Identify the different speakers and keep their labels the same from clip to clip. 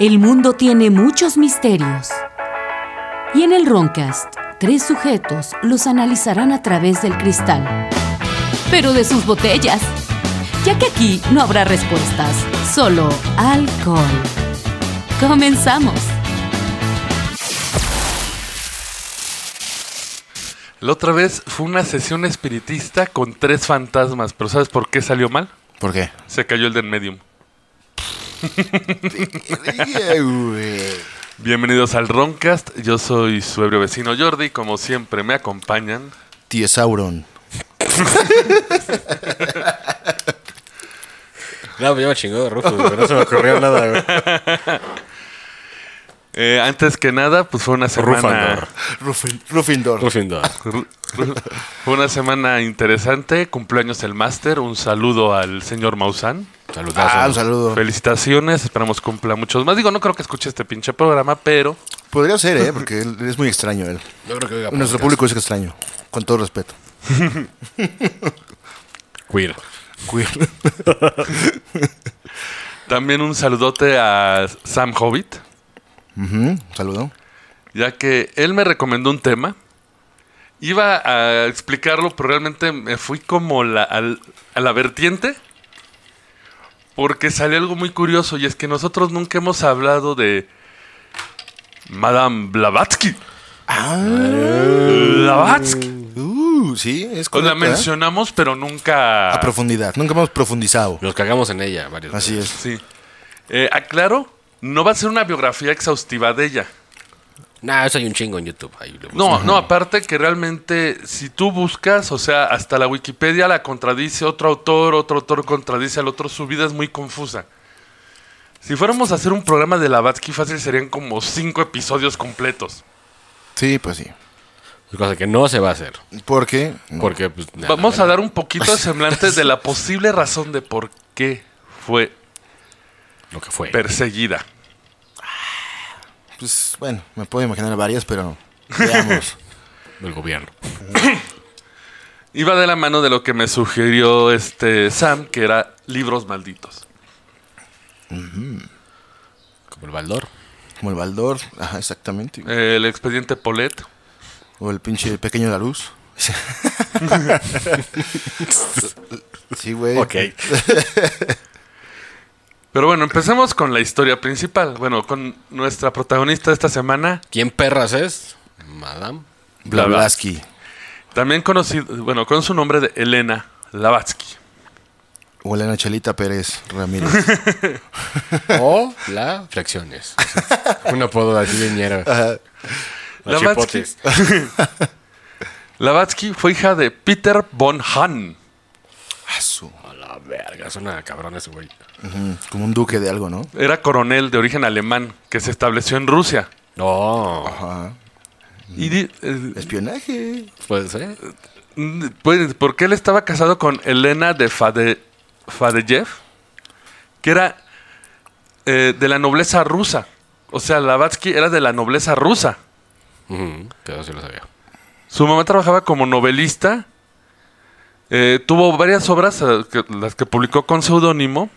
Speaker 1: El mundo tiene muchos misterios. Y en el Roncast, tres sujetos los analizarán a través del cristal. Pero de sus botellas. Ya que aquí no habrá respuestas, solo alcohol. Comenzamos.
Speaker 2: La otra vez fue una sesión espiritista con tres fantasmas, pero ¿sabes por qué salió mal?
Speaker 3: ¿Por qué?
Speaker 2: Se cayó el del medium. Bienvenidos al Roncast, yo soy su ebrio vecino Jordi, como siempre me acompañan.
Speaker 3: Tío Sauron.
Speaker 4: No, pues ya me chingó Rufus, güey, no se me ocurrió nada, güey.
Speaker 2: Eh, antes que nada, pues fue una semana...
Speaker 4: Rufandor.
Speaker 3: Rufin- Rufindor.
Speaker 4: Rufindo.
Speaker 2: Ru- ru- Fue una semana interesante, cumpleaños el máster, un saludo al señor Maussan.
Speaker 4: Saludazo.
Speaker 3: Ah, un saludo.
Speaker 2: Felicitaciones, esperamos cumpla muchos más. Digo, no creo que escuche este pinche programa, pero
Speaker 3: Podría ser, ¿eh? Porque él- es muy extraño él.
Speaker 4: Yo creo que oiga
Speaker 3: Nuestro público es extraño. Con todo respeto.
Speaker 4: Queer.
Speaker 3: Queer.
Speaker 2: también un saludote a Sam Hobbit.
Speaker 3: Ujú, un saludo.
Speaker 2: ya que él me recomendó un tema. Iba a explicarlo, pero realmente me fui como la- al- a la vertiente. Porque salió algo muy curioso y es que nosotros nunca hemos hablado de Madame Blavatsky. Blavatsky.
Speaker 3: Uh, sí,
Speaker 2: Pues
Speaker 3: es
Speaker 2: Ah. la
Speaker 3: correcto, ¿eh?
Speaker 2: mencionamos, pero nunca...
Speaker 3: A profundidad. Nunca hemos profundizado.
Speaker 4: Nos cagamos en ella varios.
Speaker 3: Así es.
Speaker 2: Sí. Eh, aclaro, no va a ser una biografía exhaustiva de ella.
Speaker 4: Nah, eso hay un chingo en YouTube. ahí lo
Speaker 2: No,
Speaker 4: buscan.
Speaker 2: no, aparte que realmente si tú buscas, o sea, hasta la Wikipedia la contradice otro autor, otro autor contradice al otro, su vida es muy confusa. Si fuéramos a hacer un programa de Lavatsky fácil serían como cinco episodios completos.
Speaker 3: Sí, pues sí.
Speaker 4: Cosa que no se va a hacer.
Speaker 3: Porque mm, no.
Speaker 4: Porque, pues. nah,
Speaker 2: Vamos
Speaker 4: nah,
Speaker 2: a dar un poquito de semblante de la posible razón de por qué fue
Speaker 4: nah, Lo que fue.
Speaker 2: perseguida.
Speaker 3: pues, bueno, me puedo imaginar varias, pero veamos.
Speaker 4: Del gobierno.
Speaker 2: Iba de la mano de lo que me sugirió este Sam, que era libros malditos.
Speaker 4: Como el Baldor.
Speaker 3: Como el Baldor, ajá, exactamente.
Speaker 2: El expediente Polet.
Speaker 3: O el pinche pequeño Larus. sí, güey.
Speaker 2: Pero bueno, empecemos con la historia principal. Bueno, con nuestra protagonista de esta semana,
Speaker 4: ¿Quién perras es? Madame.
Speaker 3: Blavatsky.
Speaker 2: también conocido, bueno, con su nombre de Elena Lavatsky.
Speaker 3: O Elena Chelita Pérez Ramírez.
Speaker 4: O la Flexiones. Un apodo así de ñero. La
Speaker 2: Blavatsky.
Speaker 4: chipotes.
Speaker 2: Lavatsky fue hija de Peter von Hahn.
Speaker 3: Ah, su-
Speaker 4: A la verga, suena cabrón ese güey.
Speaker 3: Ujú, Como un duque de algo, ¿no?
Speaker 2: Era coronel de origen alemán que se estableció en Rusia.
Speaker 4: No.
Speaker 3: Ajá.
Speaker 2: Y di- eh,
Speaker 3: Espionaje.
Speaker 4: Pues, ¿eh?
Speaker 2: mm, pues, porque él estaba casado con Elena de Fade, Fadeyev, que era eh, de la nobleza rusa. O sea, Lavatsky era de la nobleza rusa.
Speaker 4: Ujú, Pero sí lo sabía.
Speaker 2: Su mamá trabajaba como novelista. Eh, tuvo varias obras, eh, que- las que publicó con seudónimo.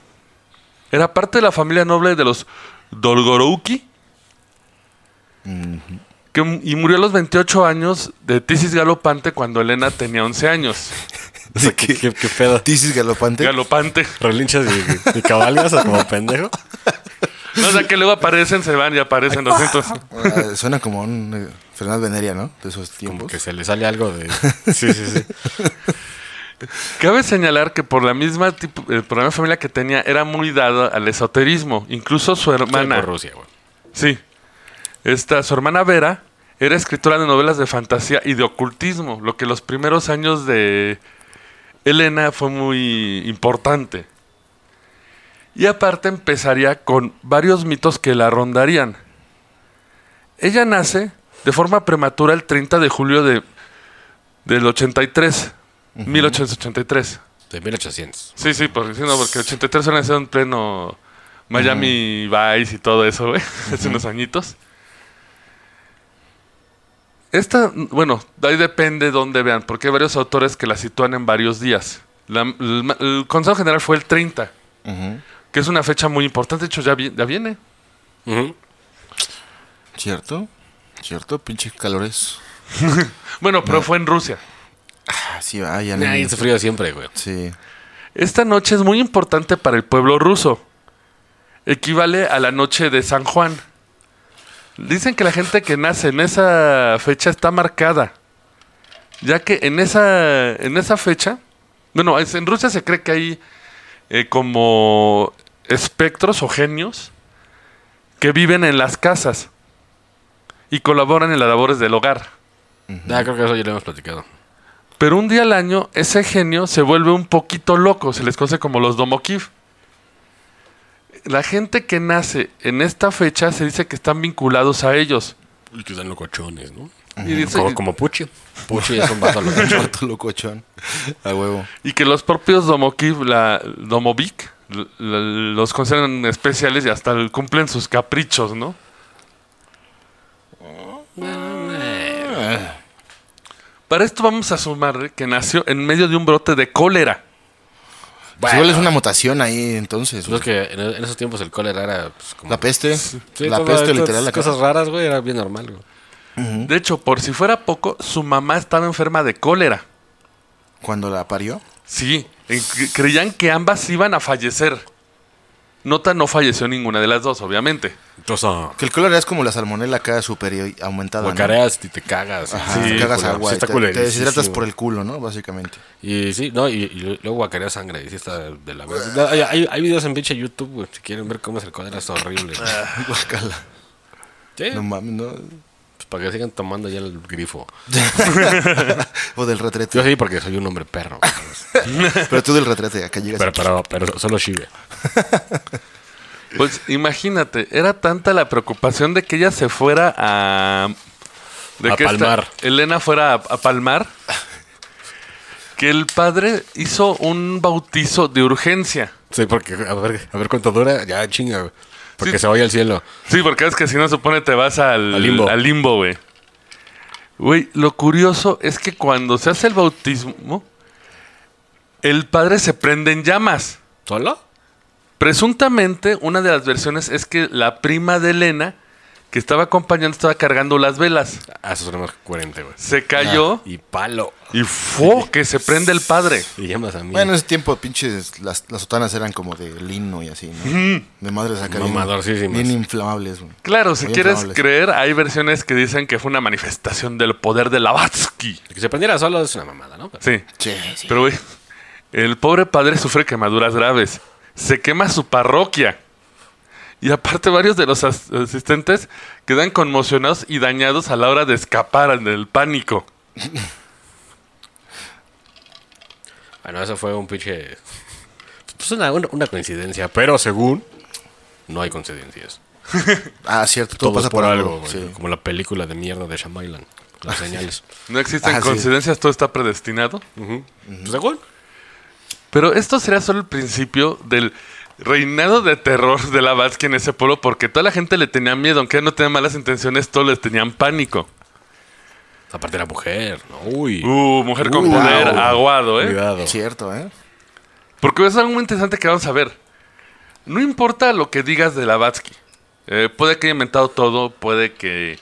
Speaker 2: Era parte de la familia noble de los Dolgorouki. que mu- y murió a los 28 años de tisis galopante cuando Elena tenía 11 años.
Speaker 4: ¿Qué, qué- qué pedo?
Speaker 3: Tisis galopante.
Speaker 2: Galopante.
Speaker 4: ¿Relinchas y, y cabalgas o como pendejo?
Speaker 2: No, o sea, que luego aparecen, se van y aparecen 200.
Speaker 3: Ah, suena como un eh, Fernández Veneria, ¿no? De esos tiempos.
Speaker 4: Que se le sale algo de. Sí, sí, sí.
Speaker 2: Cabe señalar que por la misma, tipo- eh, por la misma familia que tenía, era muy dada al esoterismo. Incluso su hermana.
Speaker 4: Por Rusia, güey.
Speaker 2: Sí. Esta, su hermana Vera era escritora de novelas de fantasía y de ocultismo, lo que los primeros años de Elena fue muy importante. Y aparte empezaría con varios mitos que la rondarían. Ella nace de forma prematura el 30 de julio de, del 83, 1883.
Speaker 4: De 1800.
Speaker 2: Sí, sí, porque, sí, no, porque 83 suena ser en pleno Miami Vice y todo eso, güey. Hace unos añitos. Esta, bueno, de ahí depende dónde vean, porque hay varios autores que la sitúan en varios días. La- el, ma- el Consejo General fue el 30,
Speaker 3: Ujú.
Speaker 2: que es una fecha muy importante. De hecho, ya, vi- ya viene.
Speaker 4: Ujú.
Speaker 3: ¿Cierto? ¿Cierto? Pinche calores.
Speaker 2: Bueno, pero fue en Rusia.
Speaker 3: Ah, sí, vayan.
Speaker 4: Nah, hizo frío siempre, güey.
Speaker 3: Sí.
Speaker 2: Esta noche es muy importante para el pueblo ruso. Equivale a la noche de San Juan. Dicen que la gente que nace en esa fecha está marcada. Ya que en esa, en esa fecha, bueno, es- en Rusia se cree que hay eh, como espectros o genios que viven en las casas y colaboran en las labores del hogar.
Speaker 4: Ah, creo que eso ya lo hemos platicado.
Speaker 2: Pero un día al año, ese genio se vuelve un poquito loco, se les conoce como los Domokif. La gente que nace en esta fecha se dice que están vinculados a ellos.
Speaker 4: Y que están locochones, ¿no?
Speaker 2: Y, dice-
Speaker 4: Como, como Puchi. Puchi es un vato locochón.
Speaker 3: Harto locochón. A huevo.
Speaker 2: y que los propios Domokif, la Domovic, l- l- los consideran especiales y hasta cumplen sus caprichos, ¿no? Para esto vamos a sumar que nació en medio de un brote de cólera.
Speaker 3: Pues Igual es una mutación ahí entonces.
Speaker 4: Pues es que en, en esos tiempos el cólera era pues, como...
Speaker 3: La peste.
Speaker 4: Sí,
Speaker 3: la
Speaker 4: todas
Speaker 3: peste
Speaker 4: estas
Speaker 3: literal. La
Speaker 4: cosas raras, güey, era bien normal, güey.
Speaker 2: De hecho, por si fuera poco, su mamá estaba enferma de cólera.
Speaker 3: Cuando la parió.
Speaker 2: Sí, en- cre- creían que ambas iban a fallecer. Nota no falleció ninguna de las dos, obviamente.
Speaker 4: Entonces, ah,
Speaker 3: Que el cólera es como la salmonela acá super y- aumentada. ¿no?
Speaker 4: guacareas y te cagas.
Speaker 3: Ajá,
Speaker 4: Sí,
Speaker 3: te cagas
Speaker 4: culero.
Speaker 3: agua.
Speaker 4: Sí
Speaker 3: y
Speaker 4: está
Speaker 3: te, te deshidratas
Speaker 4: culerísimo.
Speaker 3: por el culo, ¿no? Básicamente.
Speaker 4: Y sí, no, y, y luego guacareo sangre. Y sí está de la verga. No, hay, hay- hay videos en pinche YouTube, güey. Si quieren ver cómo es el cólera, es horrible. güey.
Speaker 2: Ah.
Speaker 3: Guácala.
Speaker 4: Sí,
Speaker 3: No mames, ¿no?
Speaker 4: pues para que sigan tomando ya el grifo.
Speaker 3: O del retrete.
Speaker 4: Yo sí, porque soy un hombre perro.
Speaker 3: Pero tú del retrete, acá llegas.
Speaker 4: pero, pero, pero solo Shive.
Speaker 2: Pues imagínate, era tanta la preocupación de que ella se fuera a. de
Speaker 4: A
Speaker 2: que esta
Speaker 4: palmar.
Speaker 2: Elena fuera a, a palmar. Que el padre hizo un bautizo de urgencia.
Speaker 4: Sí, porque a ver, a ver cuánto dura. Ya chinga, güey. Porque
Speaker 2: Sí.
Speaker 4: se vaya al cielo.
Speaker 2: Sí, porque es que si no supone te vas al,
Speaker 4: Al limbo.
Speaker 2: al limbo, güey. Güey, lo curioso es que cuando se hace el bautismo, el padre se prende en llamas.
Speaker 4: ¿Solo?
Speaker 2: Presuntamente, una de las versiones es que la prima de Elena, que estaba acompañando, estaba cargando las velas.
Speaker 4: Ah, eso suena más coherente, güey.
Speaker 2: Se cayó
Speaker 4: Ah, Y palo.
Speaker 2: y ¡fo! ¿Ah, Oh, que se prende el padre.
Speaker 4: Y llamas a mí.
Speaker 3: Bueno, en ese tiempo, pinches, las, las sotanas eran como de lino y así, ¿no? De madres acá. bien-
Speaker 4: Mamadorcísimas.
Speaker 3: Bien inflamables, güey.
Speaker 2: Claro, si
Speaker 3: Muy
Speaker 2: quieres
Speaker 3: inflamables.
Speaker 2: creer, hay versiones que dicen que fue una manifestación del poder de Lavatsky.
Speaker 4: que se prendiera solo es una mamada, ¿no?
Speaker 2: Sí.
Speaker 3: Che, sí.
Speaker 2: Pero, güey, el pobre padre sufre quemaduras graves. Se quema su parroquia. Y aparte, varios de los as- asistentes quedan conmocionados y dañados a la hora de escapar del pánico.
Speaker 4: Bueno, eso fue un pinche. Pues una, una, una coincidencia, pero según. No hay coincidencias.
Speaker 3: Ah, cierto, todo,
Speaker 4: Todo,
Speaker 3: pasa
Speaker 4: es por, algo, güey.
Speaker 3: Sí.
Speaker 4: Como la película de mierda de Shyamalan. Las señales.
Speaker 2: No existen
Speaker 3: Ah, sí.
Speaker 2: coincidencias, todo está predestinado.
Speaker 4: Ujú. Pues según.
Speaker 2: Pero esto sería solo el principio del reinado de terror de la Batsky en ese pueblo, porque toda la gente le tenía miedo, aunque no tenía malas intenciones, todos les tenían pánico.
Speaker 4: Aparte era mujer, ¿no? Uy.
Speaker 2: Uh, mujer con
Speaker 4: Uh,
Speaker 2: poder,
Speaker 4: wow.
Speaker 2: aguado, ¿eh?
Speaker 4: Cuidado.
Speaker 3: Cierto, ¿eh?
Speaker 2: Porque es algo muy interesante que vamos a ver. No importa lo que digas de Lavatsky. Eh, puede que haya inventado todo, puede que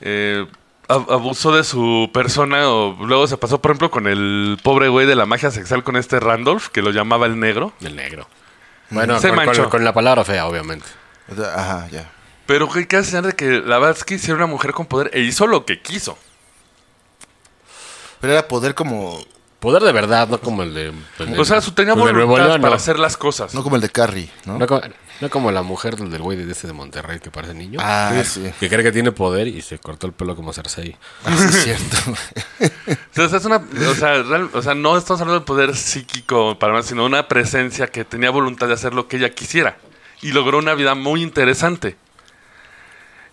Speaker 2: eh, ab- abusó de su persona o luego se pasó, por ejemplo, con el pobre güey de la magia sexual con este Randolph, que lo llamaba el negro.
Speaker 4: El negro. Bueno,
Speaker 2: Se
Speaker 4: con, con-
Speaker 2: manchó.
Speaker 4: con la palabra fea, obviamente.
Speaker 3: O sea, Mm. Ajá, ya.
Speaker 2: Pero que hay que señalar de que Lavatsky sí era una mujer con poder e hizo lo que quiso.
Speaker 3: Pero era poder como.
Speaker 4: Poder de verdad, no como el de. el de-
Speaker 2: O sea, su tenía
Speaker 4: el de Nuevo
Speaker 2: voluntad
Speaker 4: León,
Speaker 2: para
Speaker 4: no.
Speaker 2: hacer las cosas.
Speaker 3: No como el de Carrie, ¿no?
Speaker 4: No como, no como la mujer del del güey de este de Monterrey que parece niño.
Speaker 3: Ah, sí.
Speaker 4: Que cree que tiene poder y se cortó el pelo como Cersei.
Speaker 3: Ah, sí, es cierto.
Speaker 2: O sea, es una- o sea, real- o sea, no estamos hablando de poder psíquico, para más, sino una presencia que tenía voluntad de hacer lo que ella quisiera. Y logró una vida muy interesante.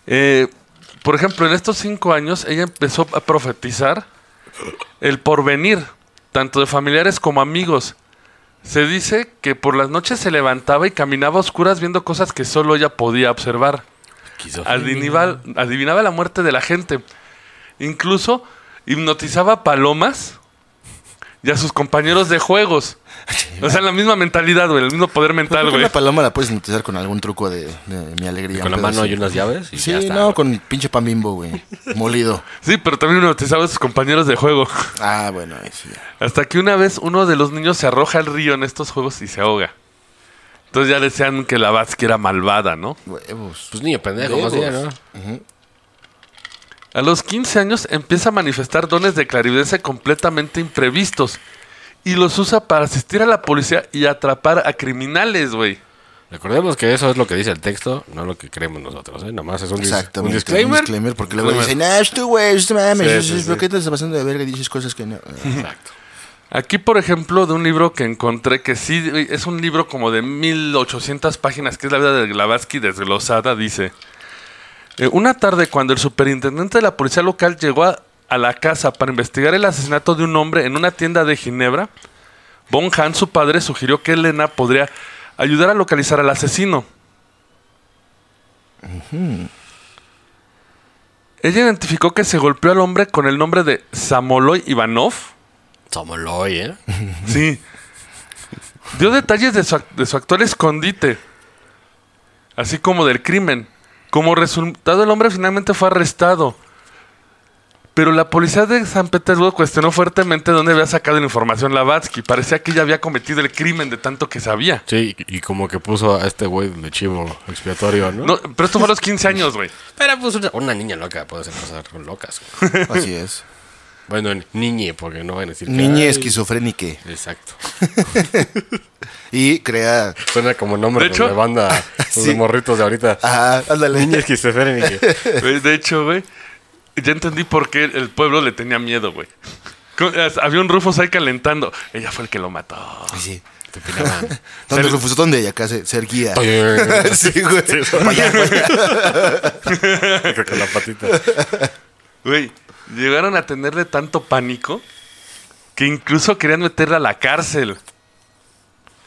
Speaker 2: Eh, por ejemplo, en estos cinco años, ella empezó a profetizar el porvenir, tanto de familiares como amigos. Se dice que por las noches se levantaba y caminaba a oscuras viendo cosas que solo ella podía observar.
Speaker 4: Esquizofrenia.
Speaker 2: Adivinaba, adivinaba la muerte de la gente. Incluso hipnotizaba palomas y a sus compañeros de juegos. O sea, la misma mentalidad, güey, el mismo poder mental,
Speaker 3: Creo que
Speaker 2: güey.
Speaker 3: una paloma la puedes hipnotizar con algún truco de, de mi alegría.
Speaker 4: Con la
Speaker 3: un
Speaker 4: mano
Speaker 3: pedacito.
Speaker 4: y unas llaves y
Speaker 3: Sí,
Speaker 4: ya está.
Speaker 3: no,
Speaker 4: güey.
Speaker 3: con pinche pan bimbo, güey. Molido.
Speaker 2: Sí, pero también hipnotizaba a sus compañeros de juego.
Speaker 3: Ah, bueno, ahí sí. ya.
Speaker 2: Hasta que una vez uno de los niños se arroja al río en estos juegos y se ahoga. Entonces ya decían que la Batsky era malvada, ¿no?
Speaker 3: Huevos.
Speaker 4: Pues niño pendejo, más bien, ¿no?
Speaker 3: Huevos.
Speaker 2: A los 15 años empieza a manifestar dones de clarividencia completamente imprevistos. Y los usa para asistir a la policía y atrapar a criminales, güey.
Speaker 4: Recordemos que eso es lo que dice el texto, no lo que creemos nosotros, ¿eh? Nada más es un, dis-
Speaker 3: Exactamente.
Speaker 4: un disclaimer.
Speaker 3: Un disclaimer, porque luego
Speaker 2: Disclaimer.
Speaker 3: dicen, ah, es tú, güey, es tu mames,
Speaker 2: Sí,
Speaker 3: es-
Speaker 2: sí,
Speaker 3: es-
Speaker 2: sí.
Speaker 3: ¿por qué te estás pasando de verga y dices cosas que no? Ah,
Speaker 4: Exacto.
Speaker 2: Aquí, por ejemplo, de un libro que encontré que sí güey, es un libro como de 1800 páginas, que es la vida de Glavatsky desglosada, dice. "Eh, una tarde, cuando el superintendente de la policía local llegó a, a la casa para investigar el asesinato de un hombre en una tienda de Ginebra, Von Hahn, su padre, sugirió que Elena podría ayudar a localizar al asesino. Ella identificó que se golpeó al hombre con el nombre de Samoloy Ivanov.
Speaker 4: Somos hoy, ¿eh?
Speaker 2: Sí. Dio detalles de su, ac- de su actual escondite, así como del crimen. Como resultado, el hombre finalmente fue arrestado. Pero la policía de San Petersburgo cuestionó fuertemente dónde había sacado la información Lavatsky. Parecía que ella había cometido el crimen de tanto que sabía.
Speaker 4: Sí, y y como que puso a este güey de chivo expiatorio, ¿no?
Speaker 2: No, pero esto fue a los 15 años, güey.
Speaker 4: Pero pues una, una niña loca puede ser pasar con locas. güey.
Speaker 3: Así es.
Speaker 4: Bueno, ni- niñe, porque no van a decir que-
Speaker 3: Niña
Speaker 4: ay,
Speaker 3: esquizofrénica.
Speaker 4: Exacto.
Speaker 3: Y crea.
Speaker 4: Suena como nombre
Speaker 2: De
Speaker 4: de,
Speaker 2: hecho-
Speaker 4: banda los de
Speaker 3: Sí.
Speaker 4: morritos de ahorita.
Speaker 3: Ajá, ándale.
Speaker 4: Niña esquizofrénica.
Speaker 2: Güey, De hecho, güey, ya entendí por qué el pueblo le tenía miedo, güey. Co- Había un Rufus ahí calentando. Ella fue el que lo mató.
Speaker 3: Sí.
Speaker 4: Te opinaban.
Speaker 3: ¿Dónde
Speaker 2: Ser-
Speaker 3: Rufus? ¿Dónde? Y acá se, ser guía. sí, güey.
Speaker 4: Para allá, para allá. Con la patita.
Speaker 2: Güey, llegaron a tenerle tanto pánico que incluso querían meterla a la cárcel.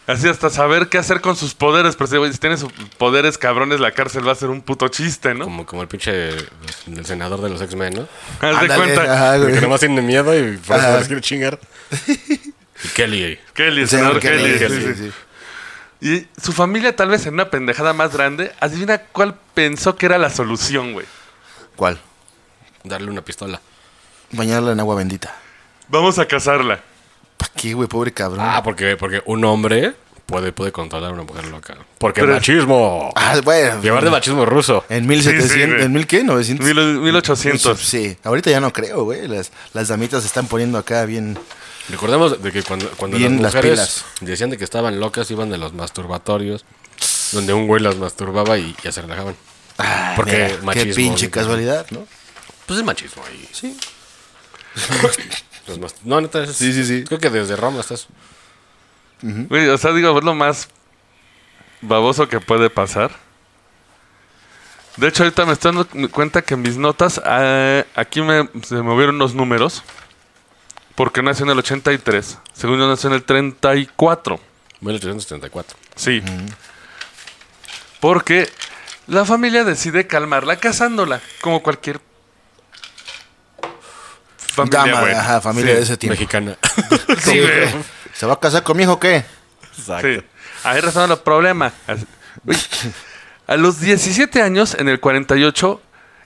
Speaker 2: Así hasta saber qué hacer con sus poderes. Pero sí, güey, si tienes sus poderes cabrones, la cárcel va a ser un puto chiste, ¿no?
Speaker 4: Como, como el pinche del senador de los X-Men, ¿no?
Speaker 2: Haz de
Speaker 3: Ándale,
Speaker 2: cuenta.
Speaker 3: ajá, Ah, güey. Ah.
Speaker 4: Porque nomás tiene miedo y por eso
Speaker 3: Ajá.
Speaker 4: les quiere chingar. Y Kelly.
Speaker 2: Kelly,
Speaker 3: El
Speaker 2: el senador
Speaker 3: señor Kelly,
Speaker 2: Kelly.
Speaker 3: sí,
Speaker 2: sí,
Speaker 3: sí, sí.
Speaker 2: sí. Y su familia, tal vez en una pendejada más grande, adivina cuál pensó que era la solución, güey.
Speaker 3: ¿Cuál?
Speaker 4: Darle una pistola.
Speaker 3: Bañarla en agua bendita.
Speaker 2: Vamos a casarla.
Speaker 3: ¿Para qué, güey? Pobre cabrón.
Speaker 4: Ah, porque, porque un hombre puede, puede controlar a una mujer loca. Porque
Speaker 2: Pero-
Speaker 4: machismo.
Speaker 3: Ah, bueno. Eh.
Speaker 4: Llevar de machismo ruso.
Speaker 3: En
Speaker 2: Sí, sí,
Speaker 3: 1700.
Speaker 2: güey.
Speaker 3: ¿En mil qué? 900.
Speaker 2: Mil- 1800.
Speaker 3: Sí. Ahorita ya no creo, güey. Las, las damitas se están poniendo acá bien.
Speaker 4: Recordemos de que cuando, cuando las
Speaker 3: Bien, las
Speaker 4: mujeres
Speaker 3: pilas.
Speaker 4: decían de que estaban locas, iban de los masturbatorios, donde un güey las masturbaba y ya se relajaban.
Speaker 3: Ah,
Speaker 4: Porque
Speaker 3: mira, Qué
Speaker 4: machismo,
Speaker 3: pinche
Speaker 4: güey.
Speaker 3: casualidad, ¿no?
Speaker 4: Pues es machismo ahí.
Speaker 3: Sí.
Speaker 4: Los mas- No, neta, es-
Speaker 3: Sí, sí, sí.
Speaker 4: Creo que desde Roma estás.
Speaker 2: Güey, o sea, digo, es lo más baboso que puede pasar. De hecho, ahorita me estoy dando cuenta que en mis notas, eh, aquí me, se me movieron los números. Porque nació en el 83. Según yo nació en el 34.
Speaker 4: 1874.
Speaker 2: Sí. Porque la familia decide calmarla casándola, como cualquier familia,
Speaker 3: Dama,
Speaker 2: güey.
Speaker 3: ajá, familia
Speaker 2: Sí,
Speaker 3: de ese tiempo.
Speaker 4: Mm, Mexicana.
Speaker 2: sí, güey.
Speaker 3: ¿Se va a casar con mi hijo o qué?
Speaker 4: Exacto.
Speaker 2: Sí. Ahí resuelven el problema. Así- Uy. A los 17 años, en el 48,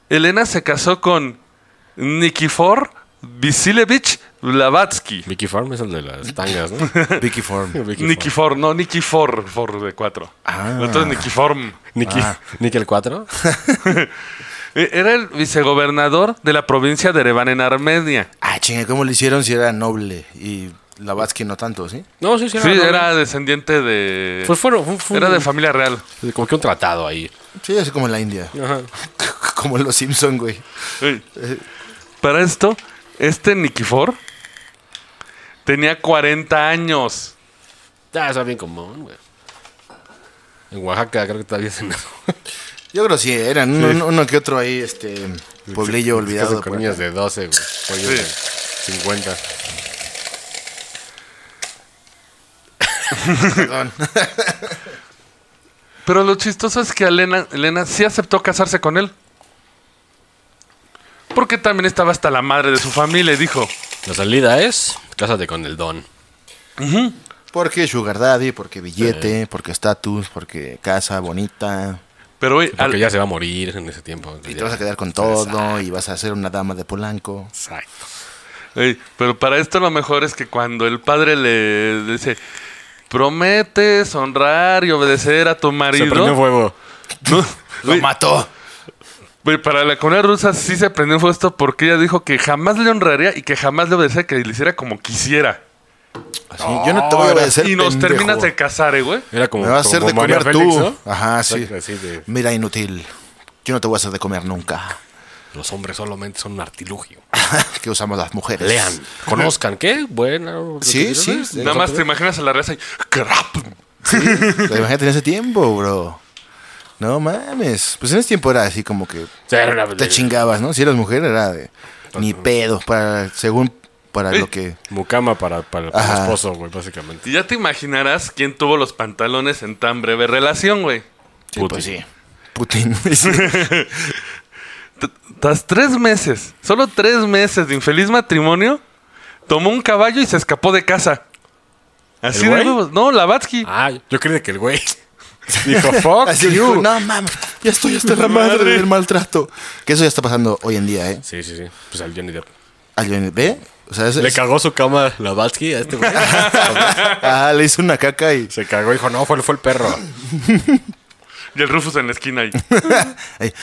Speaker 2: Elena se casó con Nikifor Visilevich Blavatsky.
Speaker 4: Vicky Farm es el de las tangas, ¿no?
Speaker 3: Vicky Form.
Speaker 4: Vicky Farm.
Speaker 2: Nikifor, no, Nikifor, for de 4.
Speaker 3: Ah.
Speaker 2: Otro es Nikiform. Ah.
Speaker 4: Nicky, Nicky el 4.
Speaker 2: Eh, Era el vicegobernador de la provincia de Ereván en Armenia.
Speaker 3: Ah, chinga, ¿cómo le hicieron si era noble? Y Lavatsky no tanto, ¿sí?
Speaker 4: No, sí, sí.
Speaker 2: Sí,
Speaker 4: no,
Speaker 2: era descendiente de...
Speaker 4: Fue, fueron- fue- fue
Speaker 2: Era
Speaker 4: un-
Speaker 2: de familia real.
Speaker 4: Como que un tratado ahí.
Speaker 3: Sí, así como en la India.
Speaker 4: Ajá.
Speaker 3: Como en los Simpson, güey.
Speaker 2: Ey. Para esto, este Nikifor tenía 40 años.
Speaker 4: Ah, eso es bien común, güey. En Oaxaca creo que todavía se me...
Speaker 3: Yo creo que sí, eran uno, uno que otro ahí, este, pueblillo olvidado.
Speaker 4: Con
Speaker 3: por
Speaker 4: niñas
Speaker 3: acá.
Speaker 4: de 12, güey. Pollos de 50.
Speaker 3: Perdón.
Speaker 2: Pero lo chistoso es que Elena, Elena sí aceptó casarse con él. Porque también estaba hasta la madre de su familia y dijo,
Speaker 4: La salida es Cásate con el don.
Speaker 3: Porque Sugar Daddy, porque billete, porque estatus, porque casa bonita.
Speaker 2: Pero, güey,
Speaker 4: Porque
Speaker 2: al-
Speaker 4: ya se va a morir en ese tiempo.
Speaker 3: Y te vas a quedar con todo y vas a ser una dama de Polanco.
Speaker 4: Exacto.
Speaker 2: Ey, pero para esto lo mejor es que cuando el padre le dice, prometes honrar y obedecer a tu
Speaker 4: Se prendió
Speaker 2: marido.
Speaker 4: fuego.
Speaker 2: No,
Speaker 3: ¡Lo
Speaker 2: güey,
Speaker 3: mató!
Speaker 2: güey, para la comunidad rusa sí se prendió fuego esto porque ella dijo que jamás le honraría y que jamás le obedecería, que le hiciera como quisiera.
Speaker 3: Así, yo no te voy a obedecer,
Speaker 2: y nos
Speaker 3: pendejo.
Speaker 2: terminas de casar, eh, güey.
Speaker 4: Era como,
Speaker 3: Me vas a hacer
Speaker 4: como
Speaker 3: de
Speaker 4: María
Speaker 3: comer
Speaker 4: Félix,
Speaker 3: tú.
Speaker 4: ¿no?
Speaker 3: Ajá, sí.
Speaker 4: Así de,
Speaker 3: Mira, inútil. Yo no te voy a hacer de comer nunca.
Speaker 4: Los hombres solamente son un artilugio.
Speaker 3: que usamos las mujeres.
Speaker 4: Pues, Lean, conozcan. ¿Qué? Bueno.
Speaker 3: Sí, sí.
Speaker 2: Nada más te imaginas a la raza y... "Crap".
Speaker 3: Pero Imagínate en ese tiempo, bro. No mames. Pues en ese tiempo era así como que te chingabas, ¿no? Si eras mujer era de ni pedo para según para
Speaker 2: Sí.
Speaker 3: lo que
Speaker 4: Mucama para, para, para el
Speaker 3: Ajá.
Speaker 4: esposo, güey, básicamente.
Speaker 2: Y ya te imaginarás quién tuvo los pantalones en tan breve relación, güey.
Speaker 3: sí,
Speaker 4: Putin.
Speaker 3: pues sí. Putin.
Speaker 2: T- Tras tres meses, solo tres meses de infeliz matrimonio, tomó un caballo y se escapó de casa. Así de
Speaker 4: ¿El güey?
Speaker 2: huevos. No, Lavatsky.
Speaker 4: Ah, yo creí que el güey dijo, fuck
Speaker 3: Así
Speaker 4: you.
Speaker 3: dijo, no mames, ya estoy hasta la madre
Speaker 2: Madre.
Speaker 3: del maltrato. Que eso ya está pasando hoy en día, ¿eh?
Speaker 4: Sí, sí, sí. Pues al Johnny Depp.
Speaker 3: ¿Alguien ve? O sea, es-
Speaker 4: Le cagó su cama Lavatsky a este güey.
Speaker 3: ah, le hizo una caca y
Speaker 4: Se cagó y dijo, no, fue, fue el perro.
Speaker 2: Y el Rufus en la esquina ahí.
Speaker 3: ay,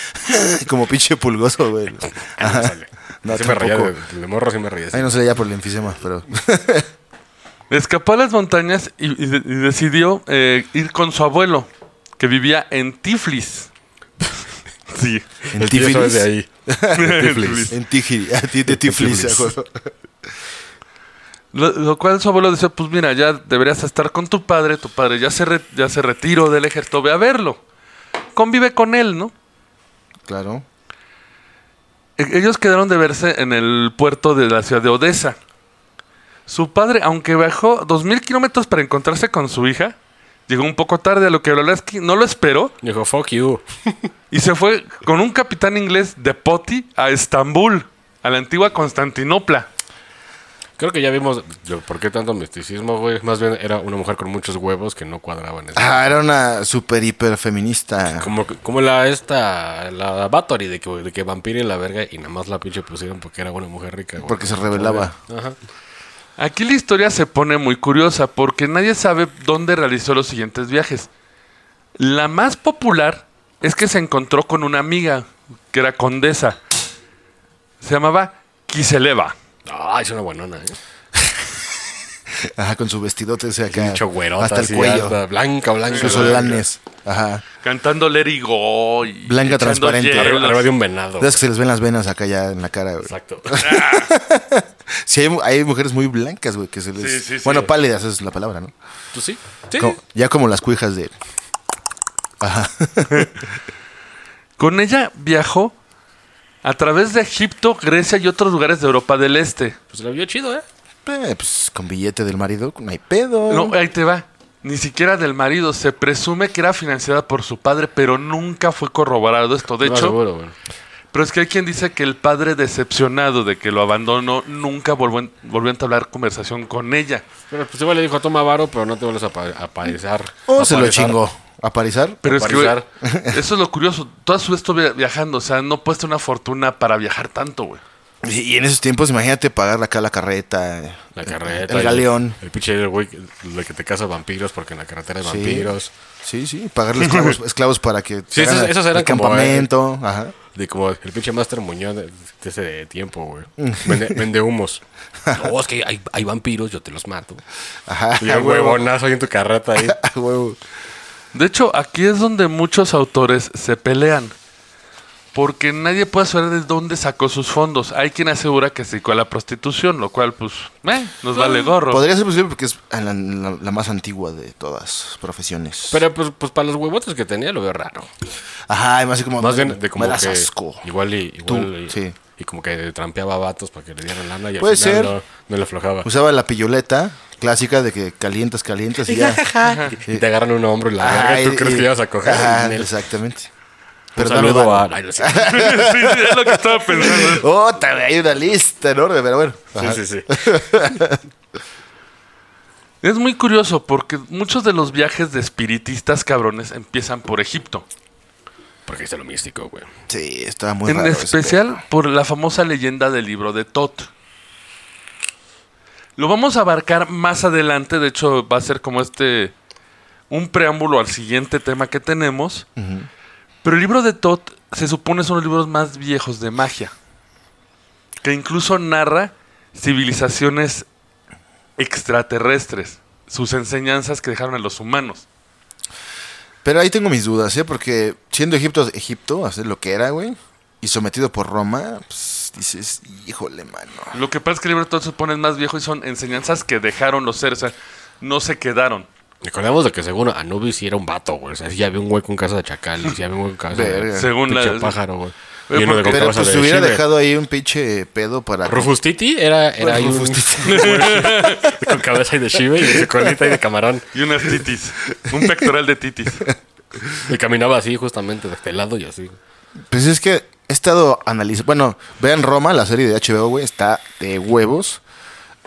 Speaker 3: como pinche pulgoso, güey.
Speaker 4: Ahí me Ah, sale.
Speaker 3: No,
Speaker 4: sí me reía
Speaker 3: tampoco.
Speaker 4: de, de morro, sí me reía. sí.
Speaker 3: Ay, no sé ya por el enfisema, pero
Speaker 2: Escapó a las montañas y, y de- y decidió eh, ir con su abuelo, que vivía en Tiflis. sí.
Speaker 3: en
Speaker 4: el tío eso es
Speaker 3: Tiflis.
Speaker 4: de ahí. De Tiflis.
Speaker 3: En Tigiri, a ti de Tiflis,
Speaker 4: Tiflis.
Speaker 3: a huevo.
Speaker 2: Lo, lo cual su abuelo decía, pues mira, ya deberías estar con tu padre, tu padre ya se, re- ya se retiró del ejército, ve a verlo. Convive con él, ¿no?
Speaker 3: Claro.
Speaker 2: E- Ellos quedaron de verse en el puerto de la ciudad de Odessa. Su padre, aunque bajó 2.000 kilómetros para encontrarse con su hija, llegó un poco tarde a lo que Blavatsky no lo esperó
Speaker 4: Dijo, fuck you.
Speaker 2: y se fue con un capitán inglés de Poti a Estambul, a la antigua Constantinopla.
Speaker 4: Creo que ya vimos yo, por qué tanto misticismo, güey. Más bien era una mujer con muchos huevos que no cuadraban. eso.
Speaker 3: Ah, era una super hiper feminista.
Speaker 4: Como, como la esta, la Bathory de que, de que vampire la verga y nada más la pinche pusieron porque era una mujer rica, güey.
Speaker 3: Porque se rebelaba.
Speaker 4: Ajá.
Speaker 2: Aquí la historia se pone muy curiosa porque nadie sabe dónde realizó los siguientes viajes. La más popular es que se encontró con una amiga que era condesa. Se llamaba Kiseleva.
Speaker 4: Ah, es una buenona, ¿eh?
Speaker 3: Ajá, con su vestidote ese acá.
Speaker 4: Mucho güerota,
Speaker 3: Hasta el
Speaker 4: así,
Speaker 3: cuello.
Speaker 4: hasta blanca, blanca.
Speaker 3: Sus
Speaker 4: blanca.
Speaker 3: olanes. Ajá.
Speaker 2: Cantando Let It Go y
Speaker 3: Blanca
Speaker 2: echando
Speaker 3: transparente.
Speaker 2: hielos.
Speaker 4: Arriba, arriba de un venado.
Speaker 3: De esas que se les ven las venas acá ya en la cara, güey.
Speaker 4: Exacto. Pues
Speaker 3: Sí, hay, mu- hay mujeres muy blancas, güey, que se les...
Speaker 2: Sí, sí, sí.
Speaker 3: Bueno, pálidas es la palabra, ¿no?
Speaker 4: Pues sí. Sí.
Speaker 3: Como- ya como las cuijas de... Ajá.
Speaker 2: Con ella viajó a través de Egipto, Grecia y otros lugares de Europa del Este.
Speaker 4: Pues la vio chido, ¿eh?
Speaker 3: Eh, pues con billete del marido, no hay pedo.
Speaker 2: No, ahí te va. Ni siquiera del marido. Se presume que era financiada por su padre, pero nunca fue corroborado esto. De
Speaker 4: No,
Speaker 2: hecho,
Speaker 4: seguro, güey.
Speaker 2: Pero es que hay quien dice que el padre decepcionado de que lo abandonó nunca volvió, en- volvió a entablar conversación con ella.
Speaker 4: Pero pues igual le dijo, toma varo, pero no te vuelves a apa- a aparecer.
Speaker 3: o Oh, se lo
Speaker 4: Aparecer.
Speaker 3: chingó. ¿Aparizar?
Speaker 2: Pero es que güey,
Speaker 4: Parizar.
Speaker 2: eso es lo curioso. Toda su esto via- viajando, o sea, no puesta una fortuna para viajar tanto, güey.
Speaker 3: Y, y en esos tiempos, imagínate pagar acá la carreta.
Speaker 4: La
Speaker 3: eh,
Speaker 4: carreta.
Speaker 3: El
Speaker 4: y
Speaker 3: galeón.
Speaker 4: El, pinche güey, el que te casa vampiros porque en la carretera hay
Speaker 3: Sí.
Speaker 4: vampiros.
Speaker 3: Sí, sí, pagarle esclavos, esclavos para que
Speaker 4: Sí, esos-
Speaker 3: hagan
Speaker 4: esos eran
Speaker 3: el
Speaker 4: como,
Speaker 3: campamento, ajá.
Speaker 4: De como el pinche Master Muñoz de, de ese tiempo, güey. Vende, vende humos. No, es que hay, hay vampiros, yo te los mato.
Speaker 3: Ajá.
Speaker 4: Y el huevonazo ahí en tu carreta ahí.
Speaker 3: a huevo.
Speaker 2: De hecho, aquí es donde muchos autores se pelean. Porque nadie puede saber de dónde sacó sus fondos. Hay quien asegura que se dedicó a la prostitución, lo cual, pues, eh, nos vale gorro.
Speaker 3: Podría ser posible porque es la, la- la más antigua de todas profesiones.
Speaker 4: Pero pues, pues para los huevotes que tenía lo veo raro.
Speaker 3: ajá, además así como
Speaker 4: Más bien de como
Speaker 3: me das
Speaker 4: que
Speaker 3: asco.
Speaker 4: igual y igual
Speaker 3: Tú,
Speaker 4: y,
Speaker 3: sí.
Speaker 4: y como que trampeaba vatos para que le dieran lana y al
Speaker 3: Puede
Speaker 4: final
Speaker 3: ser.
Speaker 4: No, no le aflojaba.
Speaker 3: Usaba la pilloleta clásica de que calientas, calientas y ya.
Speaker 4: y te agarran un hombro y la
Speaker 3: Ajá,
Speaker 4: verga, Ah, y tú
Speaker 3: y-
Speaker 4: crees
Speaker 3: y-
Speaker 4: que ibas a coger.
Speaker 3: ajá,
Speaker 4: en el-
Speaker 3: exactamente.
Speaker 4: Un
Speaker 3: dame
Speaker 4: saludo
Speaker 3: varo.
Speaker 4: a... Ay, no sé.
Speaker 2: sí, sí, es lo que estaba pensando.
Speaker 3: Otra, güey, hay una lista enorme, pero bueno. Ajá.
Speaker 4: Sí, sí, sí.
Speaker 2: Es muy curioso porque muchos de los viajes de espiritistas cabrones empiezan por Egipto.
Speaker 4: Porque está lo místico, güey.
Speaker 3: Sí, estaba muy
Speaker 2: en
Speaker 3: raro ese
Speaker 2: especial por la famosa leyenda del libro de Tot. Lo vamos a abarcar más adelante, de hecho va a ser como este un preámbulo al siguiente tema que tenemos. Pero el libro de Tot se supone es uno de los libros más viejos de magia, que incluso narra civilizaciones extraterrestres, sus enseñanzas que dejaron a los humanos.
Speaker 3: Pero ahí tengo mis dudas, ¿eh? Porque siendo Egipto, Egipto, hacer lo que era, güey, y sometido por Roma, pues, dices, híjole, mano.
Speaker 2: Lo que pasa es que el libro de Tot se supone es más viejo y son enseñanzas que dejaron los seres, o sea, no se quedaron.
Speaker 4: Recordemos de que según Anubis sí era un vato, güey. O sea, sí ya había un güey con casa de chacal. Y sí había un güey con casa
Speaker 3: Verga.
Speaker 4: de
Speaker 2: Según
Speaker 4: pinche
Speaker 2: la-
Speaker 4: pájaro, güey.
Speaker 2: Oye,
Speaker 4: Y uno
Speaker 2: porque-
Speaker 4: de con
Speaker 3: Pero
Speaker 4: cabeza
Speaker 3: pues
Speaker 4: de
Speaker 3: se hubiera
Speaker 4: Shiver.
Speaker 3: dejado ahí un pinche pedo para...
Speaker 4: Rufustiti era, era ahí un- con cabeza y de Shiva y de colita y de camarón.
Speaker 2: Y unas titis. Un pectoral de titis.
Speaker 4: Y caminaba así justamente de este lado y así.
Speaker 3: Pues es que he estado analizando... Bueno, vean Roma, la serie de HBO, güey, está de huevos.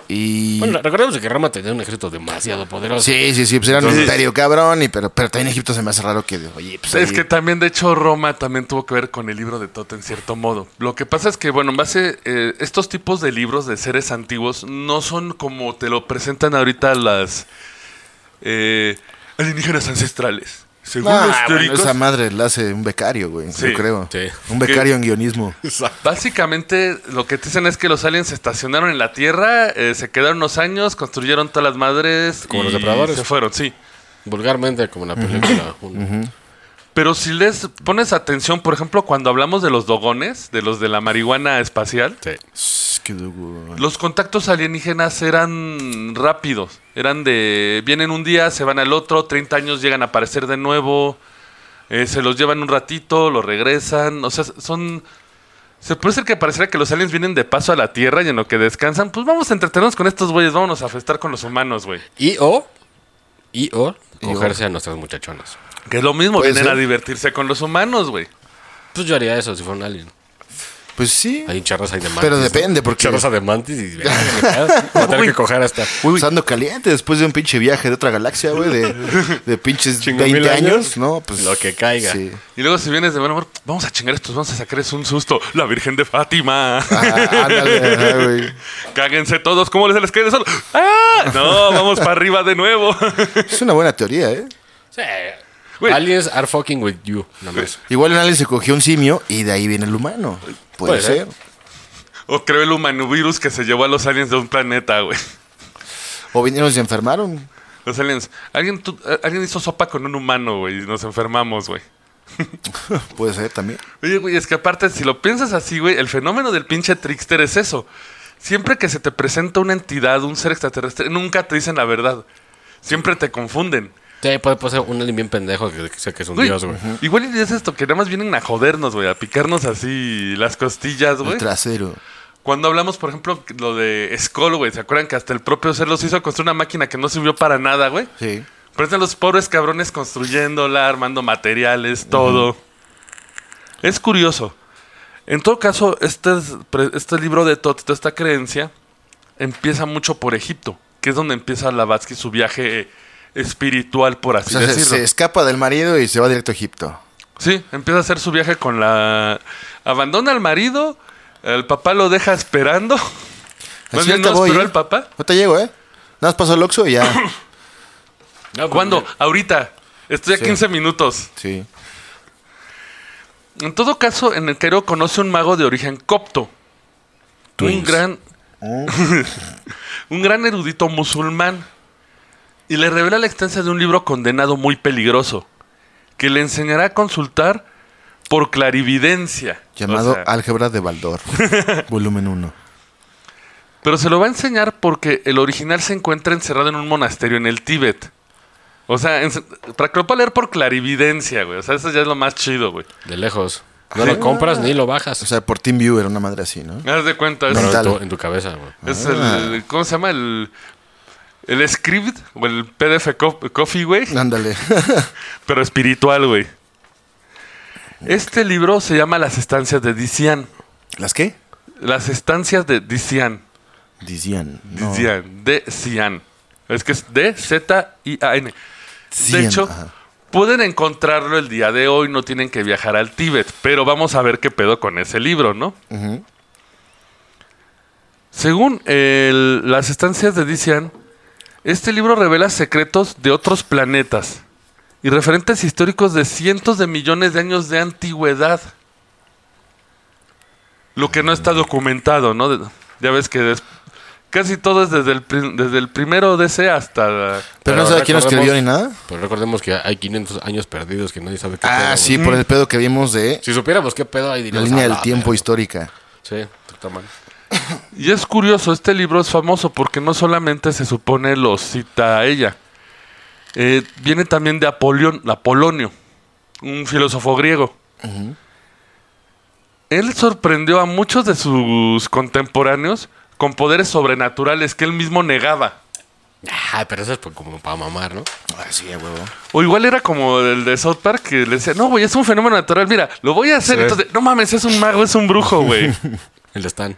Speaker 3: Y...
Speaker 4: Bueno, recordemos que Roma tenía un ejército demasiado poderoso.
Speaker 3: Sí, sí, sí, pues era un
Speaker 2: Entonces-
Speaker 3: imperio cabrón, y pero, pero también Egipto se me hace raro que, oye, pues
Speaker 2: Es
Speaker 3: ahí-
Speaker 2: que también, de hecho, Roma también tuvo que ver con el libro de Tot en cierto modo. Lo que pasa es que, bueno, en base, eh, estos tipos de libros de seres antiguos no son como te lo presentan ahorita las eh, alienígenas ancestrales. Según
Speaker 3: Ah,
Speaker 2: los
Speaker 3: bueno,
Speaker 2: teóricos,
Speaker 3: esa madre la hace un becario, güey,
Speaker 2: Sí,
Speaker 3: yo creo.
Speaker 4: sí.
Speaker 3: Un becario en guionismo.
Speaker 2: Básicamente lo que te dicen es que los aliens se estacionaron en la Tierra, eh, se quedaron unos años, construyeron todas las madres
Speaker 4: Como
Speaker 2: y
Speaker 4: los depredadores.
Speaker 2: se fueron, sí.
Speaker 4: Vulgarmente, como en la película. un-
Speaker 2: Pero si les pones atención, por ejemplo, cuando hablamos de los dogones, de los de la marihuana espacial,
Speaker 4: Sí.
Speaker 3: Es que, güey.
Speaker 2: los contactos alienígenas eran rápidos. Eran de, vienen un día, se van al otro, 30 años llegan a aparecer de nuevo, eh, se los llevan un ratito, los regresan. O sea, son... Se puede ser que pareciera que los aliens vienen de paso a la Tierra y en lo que descansan, pues vamos a entretenernos con estos güeyes, vámonos a festar con los humanos, güey.
Speaker 4: Y o... Y o... Cogerse a nuestras muchachonas.
Speaker 2: Que es lo mismo,
Speaker 3: Puede
Speaker 2: vienen
Speaker 3: ser.
Speaker 2: a divertirse con los humanos, güey.
Speaker 4: Pues yo haría eso si fuera un alien.
Speaker 3: Pues sí.
Speaker 4: Hay un charrosa de mantis.
Speaker 3: Pero
Speaker 4: ¿no?
Speaker 3: depende, porque-
Speaker 4: Charrosa de mantis y... Va a tener que coger hasta...
Speaker 3: Usando caliente después de un pinche viaje de otra galaxia, güey, de, de pinches
Speaker 4: Chingo
Speaker 3: 20
Speaker 4: mil
Speaker 3: años,
Speaker 4: años,
Speaker 3: ¿no? Pues
Speaker 4: lo que caiga.
Speaker 3: Sí.
Speaker 2: Y luego si vienes de buen humor, vamos a chingar estos, vamos a sacarles un susto. La Virgen de Fátima.
Speaker 3: Ah, ándale, ajá, güey.
Speaker 2: Cáguense todos, ¿cómo les les quede solo? ¡Ah! No, vamos para arriba de nuevo.
Speaker 3: Es una buena teoría, ¿eh?
Speaker 4: Sí.
Speaker 2: Güey.
Speaker 4: Aliens are fucking with you. Nada más.
Speaker 3: Igual un alien se cogió un simio y de ahí viene el humano. Puede
Speaker 4: Puede
Speaker 3: ser.
Speaker 4: ser.
Speaker 2: o creo el humanovirus que se llevó a los aliens de un planeta, güey.
Speaker 3: O vinieron y se enfermaron.
Speaker 2: Los aliens. Alguien, tu- eh, alguien hizo sopa con un humano, güey, y nos enfermamos, güey.
Speaker 3: Puede ser también.
Speaker 2: Oye, güey, es que aparte, si lo piensas así, güey, el fenómeno del pinche trickster es eso. Siempre que se te presenta una entidad, un ser extraterrestre, nunca te dicen la verdad. Siempre te confunden.
Speaker 4: Sí, puede puede ser un alien bien pendejo que, que sea que es un
Speaker 2: Güey,
Speaker 4: dios, güey.
Speaker 2: Igual y es esto, que nada más vienen a jodernos, güey, a picarnos así las costillas,
Speaker 3: El
Speaker 2: Pues, güey.
Speaker 3: trasero.
Speaker 2: Cuando hablamos, por ejemplo, lo de Skull, güey, ¿se acuerdan que hasta el propio ser los hizo construir una máquina que no sirvió para nada, güey?
Speaker 3: Sí.
Speaker 2: Pero están los pobres cabrones construyéndola, armando materiales, todo. Es curioso. En todo caso, este, es- pre- este libro de Tot, toda esta creencia, empieza mucho por Egipto, que es donde empieza Blavatsky su viaje espiritual, por
Speaker 3: O
Speaker 2: así
Speaker 3: sea, se,
Speaker 2: decirlo.
Speaker 3: se escapa del marido y se va directo a Egipto.
Speaker 2: Sí, empieza a hacer su viaje con la... Abandona al marido, el papá lo deja esperando. Más
Speaker 3: Así
Speaker 2: bien
Speaker 3: ahorita
Speaker 2: no
Speaker 3: voy,
Speaker 2: esperó
Speaker 3: ¿eh?
Speaker 2: al papá.
Speaker 3: No te llego, ¿eh? Nada más paso al Oxxo y ya.
Speaker 4: No,
Speaker 2: ¿Cuándo?
Speaker 4: pues,
Speaker 2: Ahorita. Estoy a
Speaker 3: Sí.
Speaker 2: 15 minutos.
Speaker 3: Sí.
Speaker 2: En todo caso, en el Cairo conoce un mago de origen copto. Un
Speaker 4: Twins.
Speaker 2: gran... un gran erudito musulmán. Y le revela la extensa de un libro condenado muy peligroso. Que le enseñará a consultar por clarividencia.
Speaker 3: Llamado
Speaker 2: O sea,
Speaker 3: Álgebra de Baldor. volumen 1.
Speaker 2: Pero se lo va a enseñar porque el original se encuentra encerrado en un monasterio en el Tíbet. O sea, en- para que lo pueda leer por clarividencia, güey. O sea, eso ya es lo más chido, güey.
Speaker 4: De lejos. No lo compras ni lo bajas.
Speaker 3: O sea, por Team Viewer, una madre así, ¿no?
Speaker 2: Haz de cuenta, es,
Speaker 4: pero en
Speaker 3: mental. Ah.
Speaker 4: tu, en tu cabeza, güey.
Speaker 2: es el. ¿Cómo se llama? El. El script o el PDF co- coffee, güey.
Speaker 3: Ándale.
Speaker 2: Pero espiritual, güey. Este libro se llama Las estancias de Dician.
Speaker 3: ¿Las qué?
Speaker 2: Las estancias de Dician.
Speaker 3: Dizian. no.
Speaker 2: Dician. De Cian. Es que es D, Z, I, A, N.
Speaker 3: Cien,
Speaker 2: De hecho,
Speaker 3: ajá.
Speaker 2: pueden encontrarlo el día de hoy, no tienen que viajar al Tíbet, pero vamos a ver qué pedo con ese libro, ¿no?
Speaker 3: Ujú.
Speaker 2: Según el- las estancias de Dician, este libro revela secretos de otros planetas y referentes históricos de cientos de millones de años de antigüedad. Lo que no está documentado, ¿no? De- Ya ves que des- casi todo es desde el, prim- desde el primero DC hasta...
Speaker 3: Pero no sabe quién lo escribió
Speaker 4: recordemos-
Speaker 3: ni nada.
Speaker 4: Pero recordemos que hay 500 años perdidos que nadie sabe qué pedo,
Speaker 3: Ah,
Speaker 4: güey.
Speaker 3: sí, por el pedo que vimos de
Speaker 4: Si supiéramos qué pedo hay,
Speaker 3: la
Speaker 4: diríamos,
Speaker 3: línea
Speaker 4: "Ah,
Speaker 3: del
Speaker 4: la
Speaker 3: tiempo histórica.
Speaker 4: Sí, está mal.
Speaker 2: Y es curioso, este libro es famoso porque no solamente se supone lo cita a ella, Eh, viene también de Apolión, Apolonio, un filósofo griego. Él sorprendió a muchos de sus contemporáneos con poderes sobrenaturales que él mismo negaba.
Speaker 4: Ah, pero eso es por- como para mamar, ¿no?
Speaker 3: Ah, sí, a huevo.
Speaker 2: O igual era como el de South Park que le decía, no, güey, es un fenómeno natural, mira, lo voy a hacer.
Speaker 4: Sí.
Speaker 2: Entonces, no mames, es un mago, es un brujo, güey.
Speaker 4: El Stan.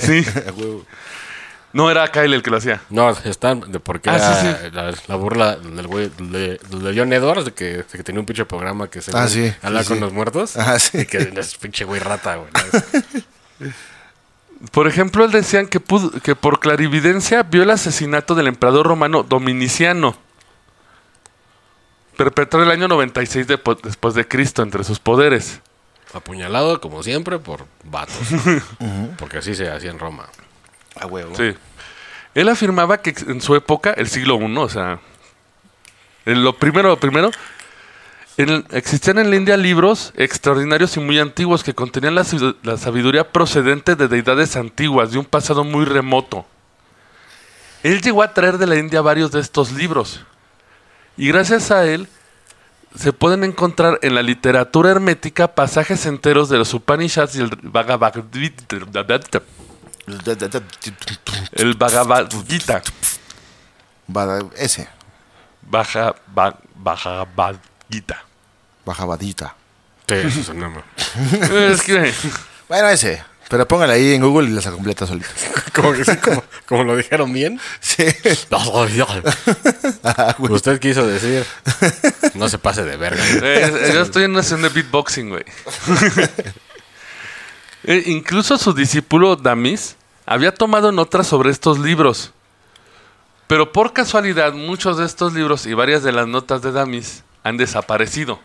Speaker 2: sí. No era Kyle el que lo hacía.
Speaker 4: No, Stan, de porque
Speaker 2: Ah,
Speaker 4: era
Speaker 2: sí,
Speaker 4: La, la burla del güey de, de John Edwards, de que, de que tenía un pinche programa que se
Speaker 3: Ah, sí,
Speaker 4: habla
Speaker 3: sí,
Speaker 4: con
Speaker 3: sí.
Speaker 4: los muertos.
Speaker 3: Ah, sí.
Speaker 4: Y que es pinche güey rata, güey. ¿no?
Speaker 2: Por ejemplo, él decían que, pudo- que por clarividencia vio el asesinato del emperador romano Dominiciano, perpetrado el año 96 de- después de Cristo entre sus poderes.
Speaker 4: Apuñalado, como siempre, por vatos. porque así se hacía en Roma.
Speaker 3: A huevo.
Speaker 2: Sí. Él afirmaba que en su época, el siglo I, o sea, en lo primero, lo primero, en el- existían en la India libros extraordinarios y muy antiguos que contenían la, sabidu- la sabiduría procedente de deidades antiguas, de un pasado muy remoto. Él llegó a traer de la India varios de estos libros. Y gracias a él se pueden encontrar en la literatura hermética pasajes enteros de los Upanishads y el Bhagavad Gita. El Bhagavad Gita.
Speaker 3: Bada- ese,
Speaker 2: Baja, ba- Bhagavad Gita.
Speaker 3: bajabadita.
Speaker 4: Sí, eso es un nombre.
Speaker 2: es que
Speaker 3: Bueno, ese. Pero póngala ahí en Google y la completa solita.
Speaker 4: como, que sí, como, como lo dijeron bien.
Speaker 3: Sí. Ah,
Speaker 4: Usted quiso decir, no se pase de verga.
Speaker 2: eh, yo estoy en una sesión de beatboxing, güey. Eh, incluso su discípulo Damis había tomado notas sobre estos libros. Pero por casualidad, muchos de estos libros y varias de las notas de Damis han desaparecido.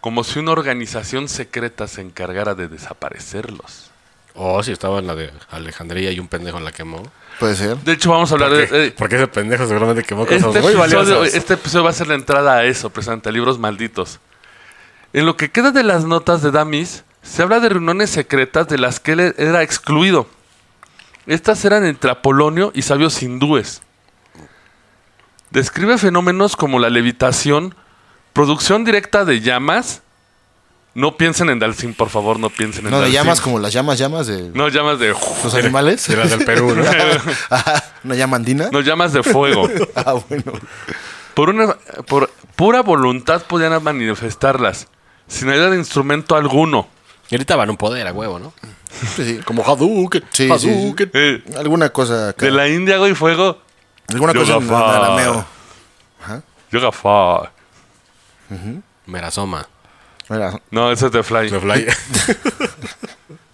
Speaker 2: Como si una organización secreta se encargara de desaparecerlos.
Speaker 4: O si estaba en la de Alejandría y un pendejo la quemó.
Speaker 3: Puede ser.
Speaker 2: De hecho, vamos a hablar
Speaker 4: Porque,
Speaker 2: de... eh,
Speaker 4: porque ese pendejo seguramente quemó cosas
Speaker 2: Este
Speaker 4: muy
Speaker 2: episodio,
Speaker 4: valiosas.
Speaker 2: este episodio va a ser la entrada a eso, presente, libros malditos. En lo que queda de las notas de Damis, se habla de reuniones secretas de las que él era excluido. Estas eran entre Apolonio y sabios hindúes. Describe fenómenos como la levitación, producción directa de llamas. No piensen en Dalsim, por favor, no piensen en
Speaker 3: No, de
Speaker 2: Dalsim.
Speaker 3: llamas como las llamas, llamas de
Speaker 2: No, llamas de...
Speaker 3: los animales.
Speaker 4: De las del Perú, ¿no?
Speaker 3: Ajá, Una llama andina.
Speaker 2: No, llamas de fuego.
Speaker 3: Ah, bueno.
Speaker 2: Por, una, por pura voluntad podían manifestarlas, sin ayuda de instrumento alguno.
Speaker 4: Y ahorita van un poder a huevo, ¿no?
Speaker 3: Sí,
Speaker 4: Como Hadouken.
Speaker 3: Sí, sí, sí.
Speaker 4: Hadouken.
Speaker 2: Eh,
Speaker 3: sí. Alguna cosa. acá.
Speaker 2: de la India, güey, fuego.
Speaker 3: Alguna cosa en en
Speaker 2: Yogafa.
Speaker 3: arameo.
Speaker 2: Yoga fa.
Speaker 4: Merasoma.
Speaker 3: Mira,
Speaker 2: No, eso es de Fly.
Speaker 4: The Fly.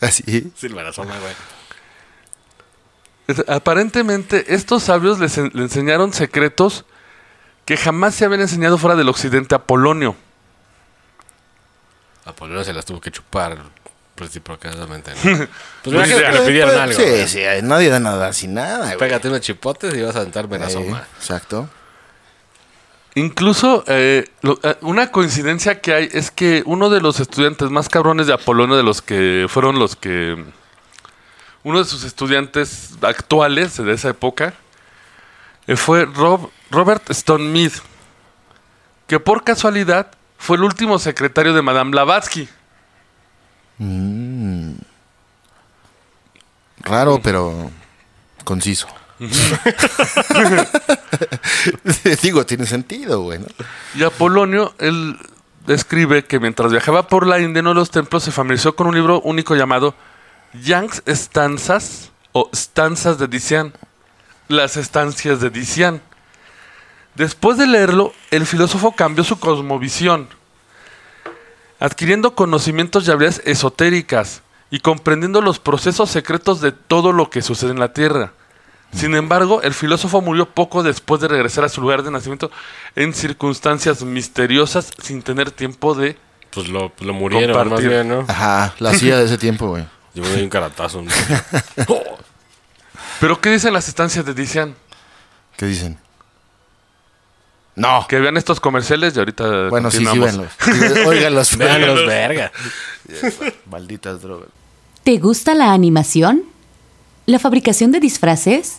Speaker 3: así.
Speaker 4: sí, el Merasoma, güey.
Speaker 2: Es- Aparentemente, estos sabios les en- le enseñaron secretos que jamás se habían enseñado fuera del occidente a Polonio.
Speaker 4: Apolonio se las tuvo que chupar recíprocamente. ¿no? Pues
Speaker 2: Pues
Speaker 4: mira que
Speaker 2: ya.
Speaker 4: le pidieron
Speaker 3: Pues,
Speaker 4: algo.
Speaker 3: Sí,
Speaker 4: güey.
Speaker 3: sí, nadie da nada sin nada. güey.
Speaker 4: Pégate unos chipotes y vas a sentar Merasoma.
Speaker 3: Sí, Exacto.
Speaker 2: Incluso, eh, lo- eh, una coincidencia que hay es que uno de los estudiantes más cabrones de Apolonio, de los que fueron los que. Uno de sus estudiantes actuales de esa época eh, fue Rob- Robert Stone Mead, que por casualidad fue el último secretario de Madame Blavatsky.
Speaker 3: Raro, pero conciso. Digo, tiene sentido, güey. ¿no?
Speaker 2: Y Apolonio, él describe que mientras viajaba por la India en uno de los templos se familiarizó con un libro único llamado Yang's Stanzas o Stanzas de Dician, las estancias de Dician. Después de leerlo, el filósofo cambió su cosmovisión, adquiriendo conocimientos y habilidades esotéricas y comprendiendo los procesos secretos de todo lo que sucede en la Tierra. Sin embargo, el filósofo murió poco después de regresar a su lugar de nacimiento en circunstancias misteriosas sin tener tiempo de...
Speaker 4: Pues lo, pues lo murieron más
Speaker 2: Compartir.
Speaker 4: bien, ¿no?
Speaker 3: Ajá, la hacía de ese tiempo, güey.
Speaker 4: Yo me doy un caratazo. ¿no? Oh,
Speaker 2: ¿Pero qué dicen las estancias de Dician?
Speaker 3: ¿Qué dicen? No.
Speaker 2: Que vean estos comerciales y ahorita
Speaker 3: Bueno, sí, sí,
Speaker 2: continuamos.
Speaker 3: venlos. Óiganlos.
Speaker 4: vean los verga.
Speaker 3: Malditas drogas.
Speaker 1: ¿Te gusta la animación? ¿La fabricación de disfraces?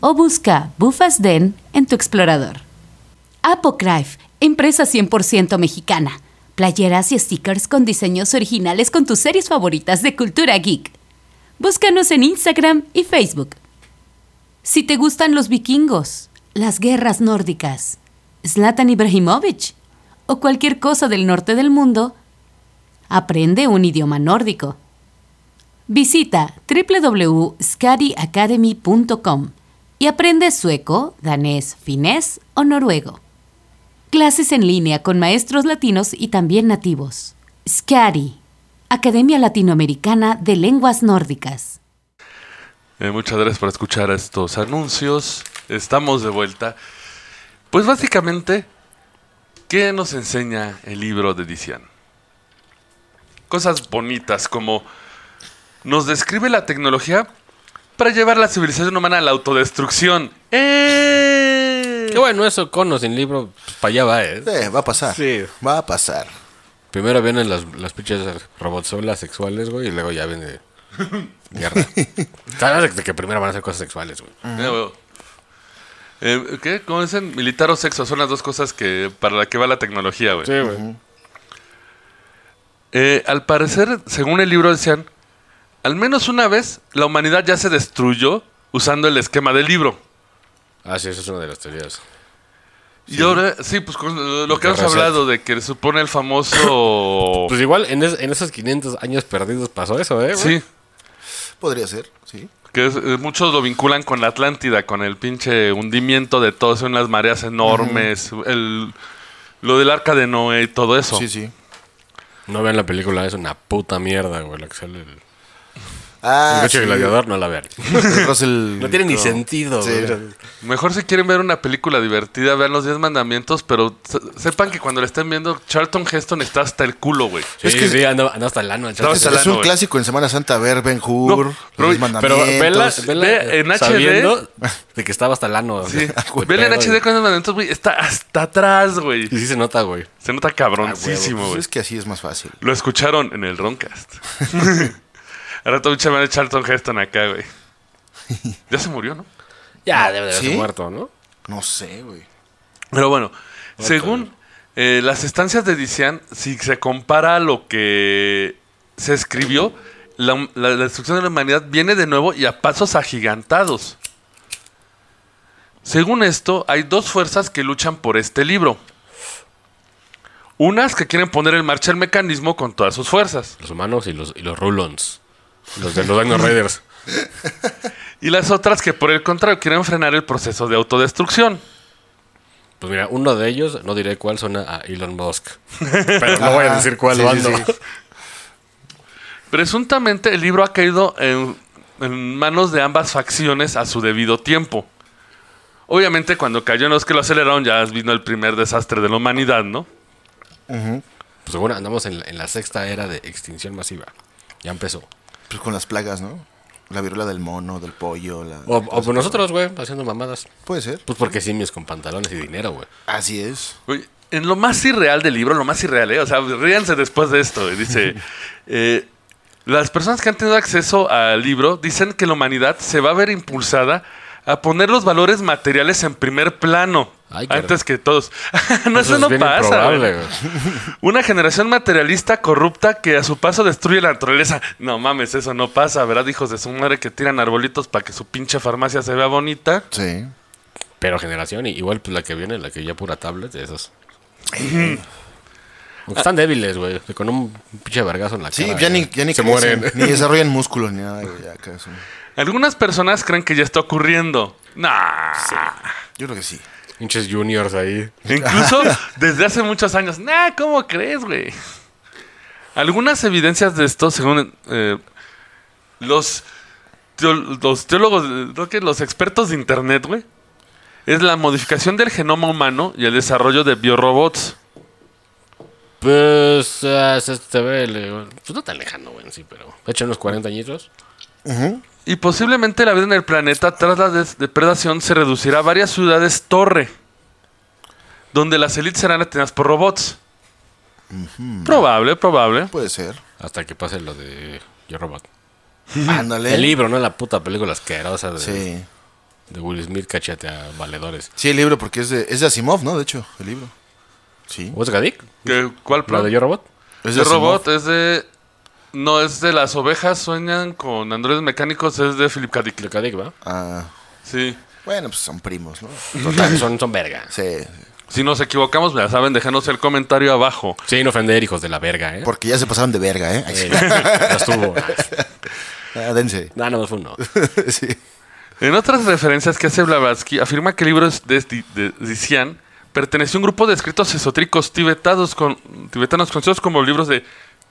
Speaker 1: o busca Bufas Den en tu explorador. Apocryph, empresa 100% mexicana. Playeras y stickers con diseños originales con tus series favoritas de cultura geek. Búscanos en Instagram y Facebook. Si te gustan los vikingos, las guerras nórdicas, Zlatan Ibrahimovic o cualquier cosa del norte del mundo, aprende un idioma nórdico. Visita www.skadiacademy.com y aprende sueco, danés, finés o noruego. Clases en línea con maestros latinos y también nativos. SCADI, Academia Latinoamericana de Lenguas Nórdicas.
Speaker 2: Eh, muchas gracias por escuchar estos anuncios. Estamos de vuelta. Pues básicamente, ¿qué nos enseña el libro de Dician? Cosas bonitas como nos describe la tecnología para llevar la civilización humana a la autodestrucción. ¡Eh!
Speaker 4: Que bueno, eso con o sin libro, pues para allá va, ¿eh?
Speaker 3: Eh, va a pasar.
Speaker 4: Sí.
Speaker 3: Va a pasar.
Speaker 4: Primero vienen las, las pinches robotzolas sexuales, güey, y luego ya viene guerra. Sabes de que primero van a hacer cosas sexuales, güey.
Speaker 2: Ya veo. Eh, ¿Qué? ¿Cómo dicen? Militar o sexo son las dos cosas que para la que va la tecnología, güey.
Speaker 4: güey.
Speaker 2: Eh, al parecer, según el libro decían, al menos una vez la humanidad ya se destruyó usando el esquema del libro.
Speaker 4: Ah, sí, esa es una de las teorías.
Speaker 2: Y ahora, sí, pues con lo que hemos
Speaker 4: Reset.
Speaker 2: hablado de que supone el famoso...
Speaker 4: Pues igual en, es- en esos 500 años perdidos pasó eso, ¿eh? güey?
Speaker 2: sí,
Speaker 3: Podría ser, sí.
Speaker 2: que es- eh, muchos lo vinculan con la Atlántida, con el pinche hundimiento de todo eso, unas mareas enormes, el, lo del arca de Noé y todo eso.
Speaker 3: Sí, sí.
Speaker 4: No vean la película, es una puta mierda, güey. La que sale el, el
Speaker 3: Ah,
Speaker 4: coche
Speaker 3: sí.
Speaker 4: gladiador, no la vean.
Speaker 3: Russell
Speaker 4: No tiene ni
Speaker 3: Crowe.
Speaker 4: sentido,
Speaker 3: Sí.
Speaker 4: güey.
Speaker 2: Mejor si quieren ver una película divertida, vean los 10 mandamientos, pero se- sepan que cuando la estén viendo, Charlton Heston está hasta el culo, güey.
Speaker 4: Sí,
Speaker 3: Es que-
Speaker 4: sí, anda, anda hasta el ano. el chaval.
Speaker 3: Es,
Speaker 2: Está hasta el
Speaker 3: es un
Speaker 2: ano,
Speaker 3: clásico en Semana Santa ver Ben Hur,
Speaker 2: No, pero-
Speaker 3: los
Speaker 4: Pero
Speaker 3: mandamientos.
Speaker 4: vela, vela
Speaker 2: Ve en HD.
Speaker 4: sabiendo de que estaba hasta el ano.
Speaker 2: Sí.
Speaker 4: güey.
Speaker 2: Vean en
Speaker 4: Pero-
Speaker 2: HD con los mandamientos, güey. Está hasta atrás, güey.
Speaker 4: Y sí Ah, se nota, güey.
Speaker 2: Se nota cabroncísimo,
Speaker 3: Pues
Speaker 2: güey.
Speaker 3: es que así es más fácil.
Speaker 2: Lo escucharon en el Roncast. Ahora todo un chamán de Charlton Heston acá, güey. Ya se murió, ¿no?
Speaker 4: Ya debe de haberse
Speaker 3: ¿Sí?
Speaker 4: muerto, ¿no?
Speaker 3: No sé, güey.
Speaker 2: Pero bueno, según eh, las estancias de Dician, si se compara a lo que se escribió, la, la- la destrucción de la humanidad viene de nuevo y a pasos agigantados. Según esto, hay dos fuerzas que luchan por este libro. Unas que quieren poner en marcha el mecanismo con todas sus fuerzas.
Speaker 4: Los humanos y los, y los Rulons. Los de los Dino Raiders.
Speaker 2: Y las otras que por el contrario quieren frenar el proceso de autodestrucción.
Speaker 4: Pues mira, uno de ellos, no diré cuál, suena a Elon Musk. Pero no voy a
Speaker 3: Ajá,
Speaker 4: decir cuál Pues
Speaker 3: sí, sí,
Speaker 4: bando.
Speaker 3: sí.
Speaker 2: Presuntamente el libro ha caído en, en manos de ambas facciones a su debido tiempo. Obviamente cuando cayó en los que lo aceleraron ya vino el primer desastre de la humanidad, ¿no?
Speaker 4: Pues según andamos en la, en la sexta era de extinción masiva. Ya empezó.
Speaker 3: Pues con las plagas, ¿no? La viruela del mono, del pollo. La,
Speaker 4: O, o por nosotros, güey, haciendo mamadas.
Speaker 3: Puede ser.
Speaker 4: Pues porque simios con pantalones y dinero, güey.
Speaker 3: Así es.
Speaker 2: Oye, en lo más irreal del libro, lo más irreal, ¿eh? o sea, ríanse después de esto. y Dice, eh, las personas que han tenido acceso al libro dicen que la humanidad se va a ver impulsada a poner los valores materiales en primer plano.
Speaker 4: Ay, qué
Speaker 2: antes que todos. no, eso,
Speaker 4: es
Speaker 2: no
Speaker 4: bien
Speaker 2: pasa. güey.
Speaker 4: improbable, güey.
Speaker 2: Una generación materialista corrupta que a su paso destruye la naturaleza. No mames, eso no pasa, ¿verdad? Hijos de su madre que tiran arbolitos para que su pinche farmacia se vea bonita.
Speaker 3: Sí.
Speaker 4: Pero generación, y- igual pues la que viene, la que ya pura tablet, de esas. Aunque están débiles, güey. Con un pinche vergazo en la
Speaker 3: Sí,
Speaker 4: cara.
Speaker 3: ya
Speaker 4: güey.
Speaker 3: ni, ya ni
Speaker 4: Se
Speaker 3: crecen,
Speaker 4: mueren.
Speaker 3: Ni desarrollan músculos ni nada, güey, ya casi.
Speaker 2: Algunas personas creen que ya está ocurriendo. Nah.
Speaker 3: Yo creo que sí.
Speaker 4: Pinches juniors ahí.
Speaker 2: Incluso desde hace muchos años. Nah, ¿cómo crees, güey? Algunas evidencias de esto, según eh, los, teo- los teólogos, eh, creo que los expertos de Internet, güey, es la modificación del genoma humano y el desarrollo de biorobots.
Speaker 4: Pues ah, se te ve, le- pues no tan lejano, güey, en sí, pero. De hecho, unos 40 añitos.
Speaker 2: Y posiblemente la vida en el planeta tras la des- depredación se reducirá a varias ciudades torre, donde las élites serán atendidas por robots. Probable, probable.
Speaker 3: Puede ser.
Speaker 4: Hasta que pase lo de Yo Robot.
Speaker 3: Ándale.
Speaker 4: El libro, no la puta película asquerosa de,
Speaker 3: Sí.
Speaker 4: de Will Smith cachate a valedores.
Speaker 3: Sí, el libro, porque es de, es de Asimov, ¿no? De hecho, el libro. Sí.
Speaker 4: ¿Vos Gadik?
Speaker 2: ¿Qué- ¿Cuál
Speaker 4: ¿La
Speaker 2: plan?
Speaker 4: de Yo Robot?
Speaker 3: Es
Speaker 2: de
Speaker 3: Asimov.
Speaker 2: robot es de. No, es de las ovejas sueñan con androides mecánicos, es de Philip K. Dick.
Speaker 4: De Gadik, ¿va?
Speaker 3: Ah,
Speaker 2: Sí.
Speaker 3: bueno, pues son primos, ¿no?
Speaker 4: Total, son, son verga.
Speaker 3: Sí. sí.
Speaker 2: Si nos equivocamos, ya saben, déjenos el comentario abajo.
Speaker 4: Sí, no ofender hijos de la verga, ¿eh?
Speaker 3: Porque ya se pasaron de verga, ¿eh? Ay,
Speaker 4: Eh,
Speaker 3: sí.
Speaker 4: ya estuvo. Ah,
Speaker 3: Ah, dense.
Speaker 4: No, no, fue uno.
Speaker 3: sí.
Speaker 2: En otras referencias que hace Blavatsky, afirma que el libro de, Di- de Dixian perteneció a un grupo de escritos esotéricos tibetanos, con, tibetanos conocidos como libros de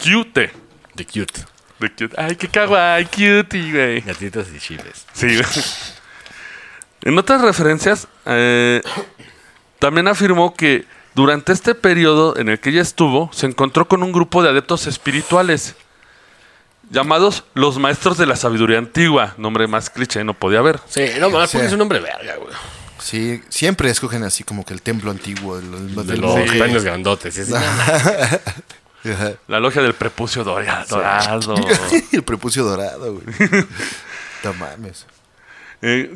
Speaker 2: Cute.
Speaker 4: The Cute.
Speaker 2: De cute. Ay, qué kawaii, cutie, güey.
Speaker 4: Gatitos y chiles.
Speaker 2: Sí. güey. En otras referencias, eh, también afirmó que durante este periodo en el que ella estuvo, se encontró con un grupo de adeptos espirituales llamados los maestros de la sabiduría antigua. Nombre más cliché, no podía haber.
Speaker 4: Sí, no mames,
Speaker 3: Sí.
Speaker 4: porque es un hombre verga, güey.
Speaker 3: Sí, siempre escogen así como que el templo antiguo. El, el-
Speaker 4: Pues De
Speaker 3: el
Speaker 4: los
Speaker 3: monje.
Speaker 4: peños grandotes. Es,
Speaker 3: Ajá.
Speaker 2: La logia del prepucio doria- dorado.
Speaker 3: el prepucio dorado, güey. no mames.
Speaker 2: Eh,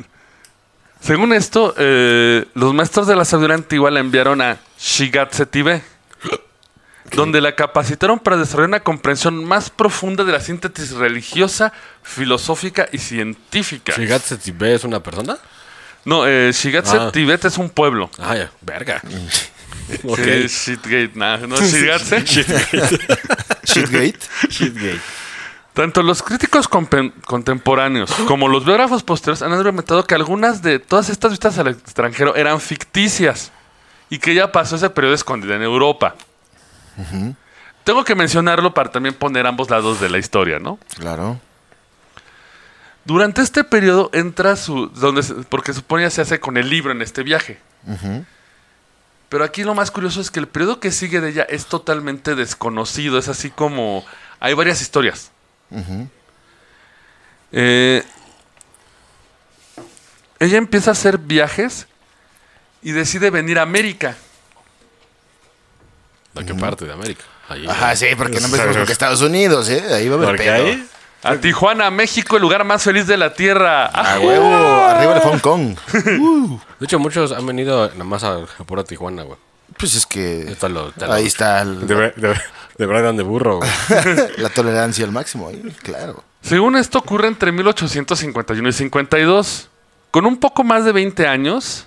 Speaker 2: según esto, eh, los maestros de la sabiduría antigua la enviaron a Shigatse Tibet, donde la capacitaron para desarrollar una comprensión más profunda de la síntesis religiosa, filosófica y científica.
Speaker 4: Shigatse Tibet es una persona.
Speaker 2: No, eh, Shigatse
Speaker 4: Ah.
Speaker 2: Tibet es un pueblo.
Speaker 4: Ah, ya, verga. ok.
Speaker 2: Sí, Shitgate, nah, no, Shigatse.
Speaker 3: Shitgate.
Speaker 4: Shitgate.
Speaker 2: Tanto los críticos compen- contemporáneos como los biógrafos posteriores han argumentado que algunas de todas estas vistas al extranjero eran ficticias y que ya pasó ese periodo escondida en Europa. Tengo que mencionarlo para también poner ambos lados de la historia, ¿no?
Speaker 3: Claro.
Speaker 2: Durante este periodo entra su. Donde, se- porque supone ya se hace con el libro en este viaje. Pero aquí lo más curioso es que el periodo que sigue de ella es totalmente desconocido. Es así como. Hay varias historias. Eh, ella empieza a hacer viajes y decide venir a América.
Speaker 4: ¿De qué parte de América? Ahí,
Speaker 3: Ajá, sí, porque no empezamos con que Estados Unidos, ¿eh? Ahí va a haber
Speaker 4: Porque
Speaker 3: pedo.
Speaker 4: ahí.
Speaker 2: A Tijuana, México, el lugar más feliz de la tierra. ¡Ah,
Speaker 3: A huevo,
Speaker 4: Ah.
Speaker 3: arriba de Hong Kong.
Speaker 4: De hecho, muchos han venido nada más a, a pura Tijuana, güey.
Speaker 3: Pues es que
Speaker 4: Esto lo- te lo-
Speaker 3: ahí está el-
Speaker 4: De, ver- de, de Brandon de burro. güey.
Speaker 3: la tolerancia al máximo. ahí, Claro.
Speaker 2: Según esto ocurre entre 1851 y 52. Con un poco más de 20 años,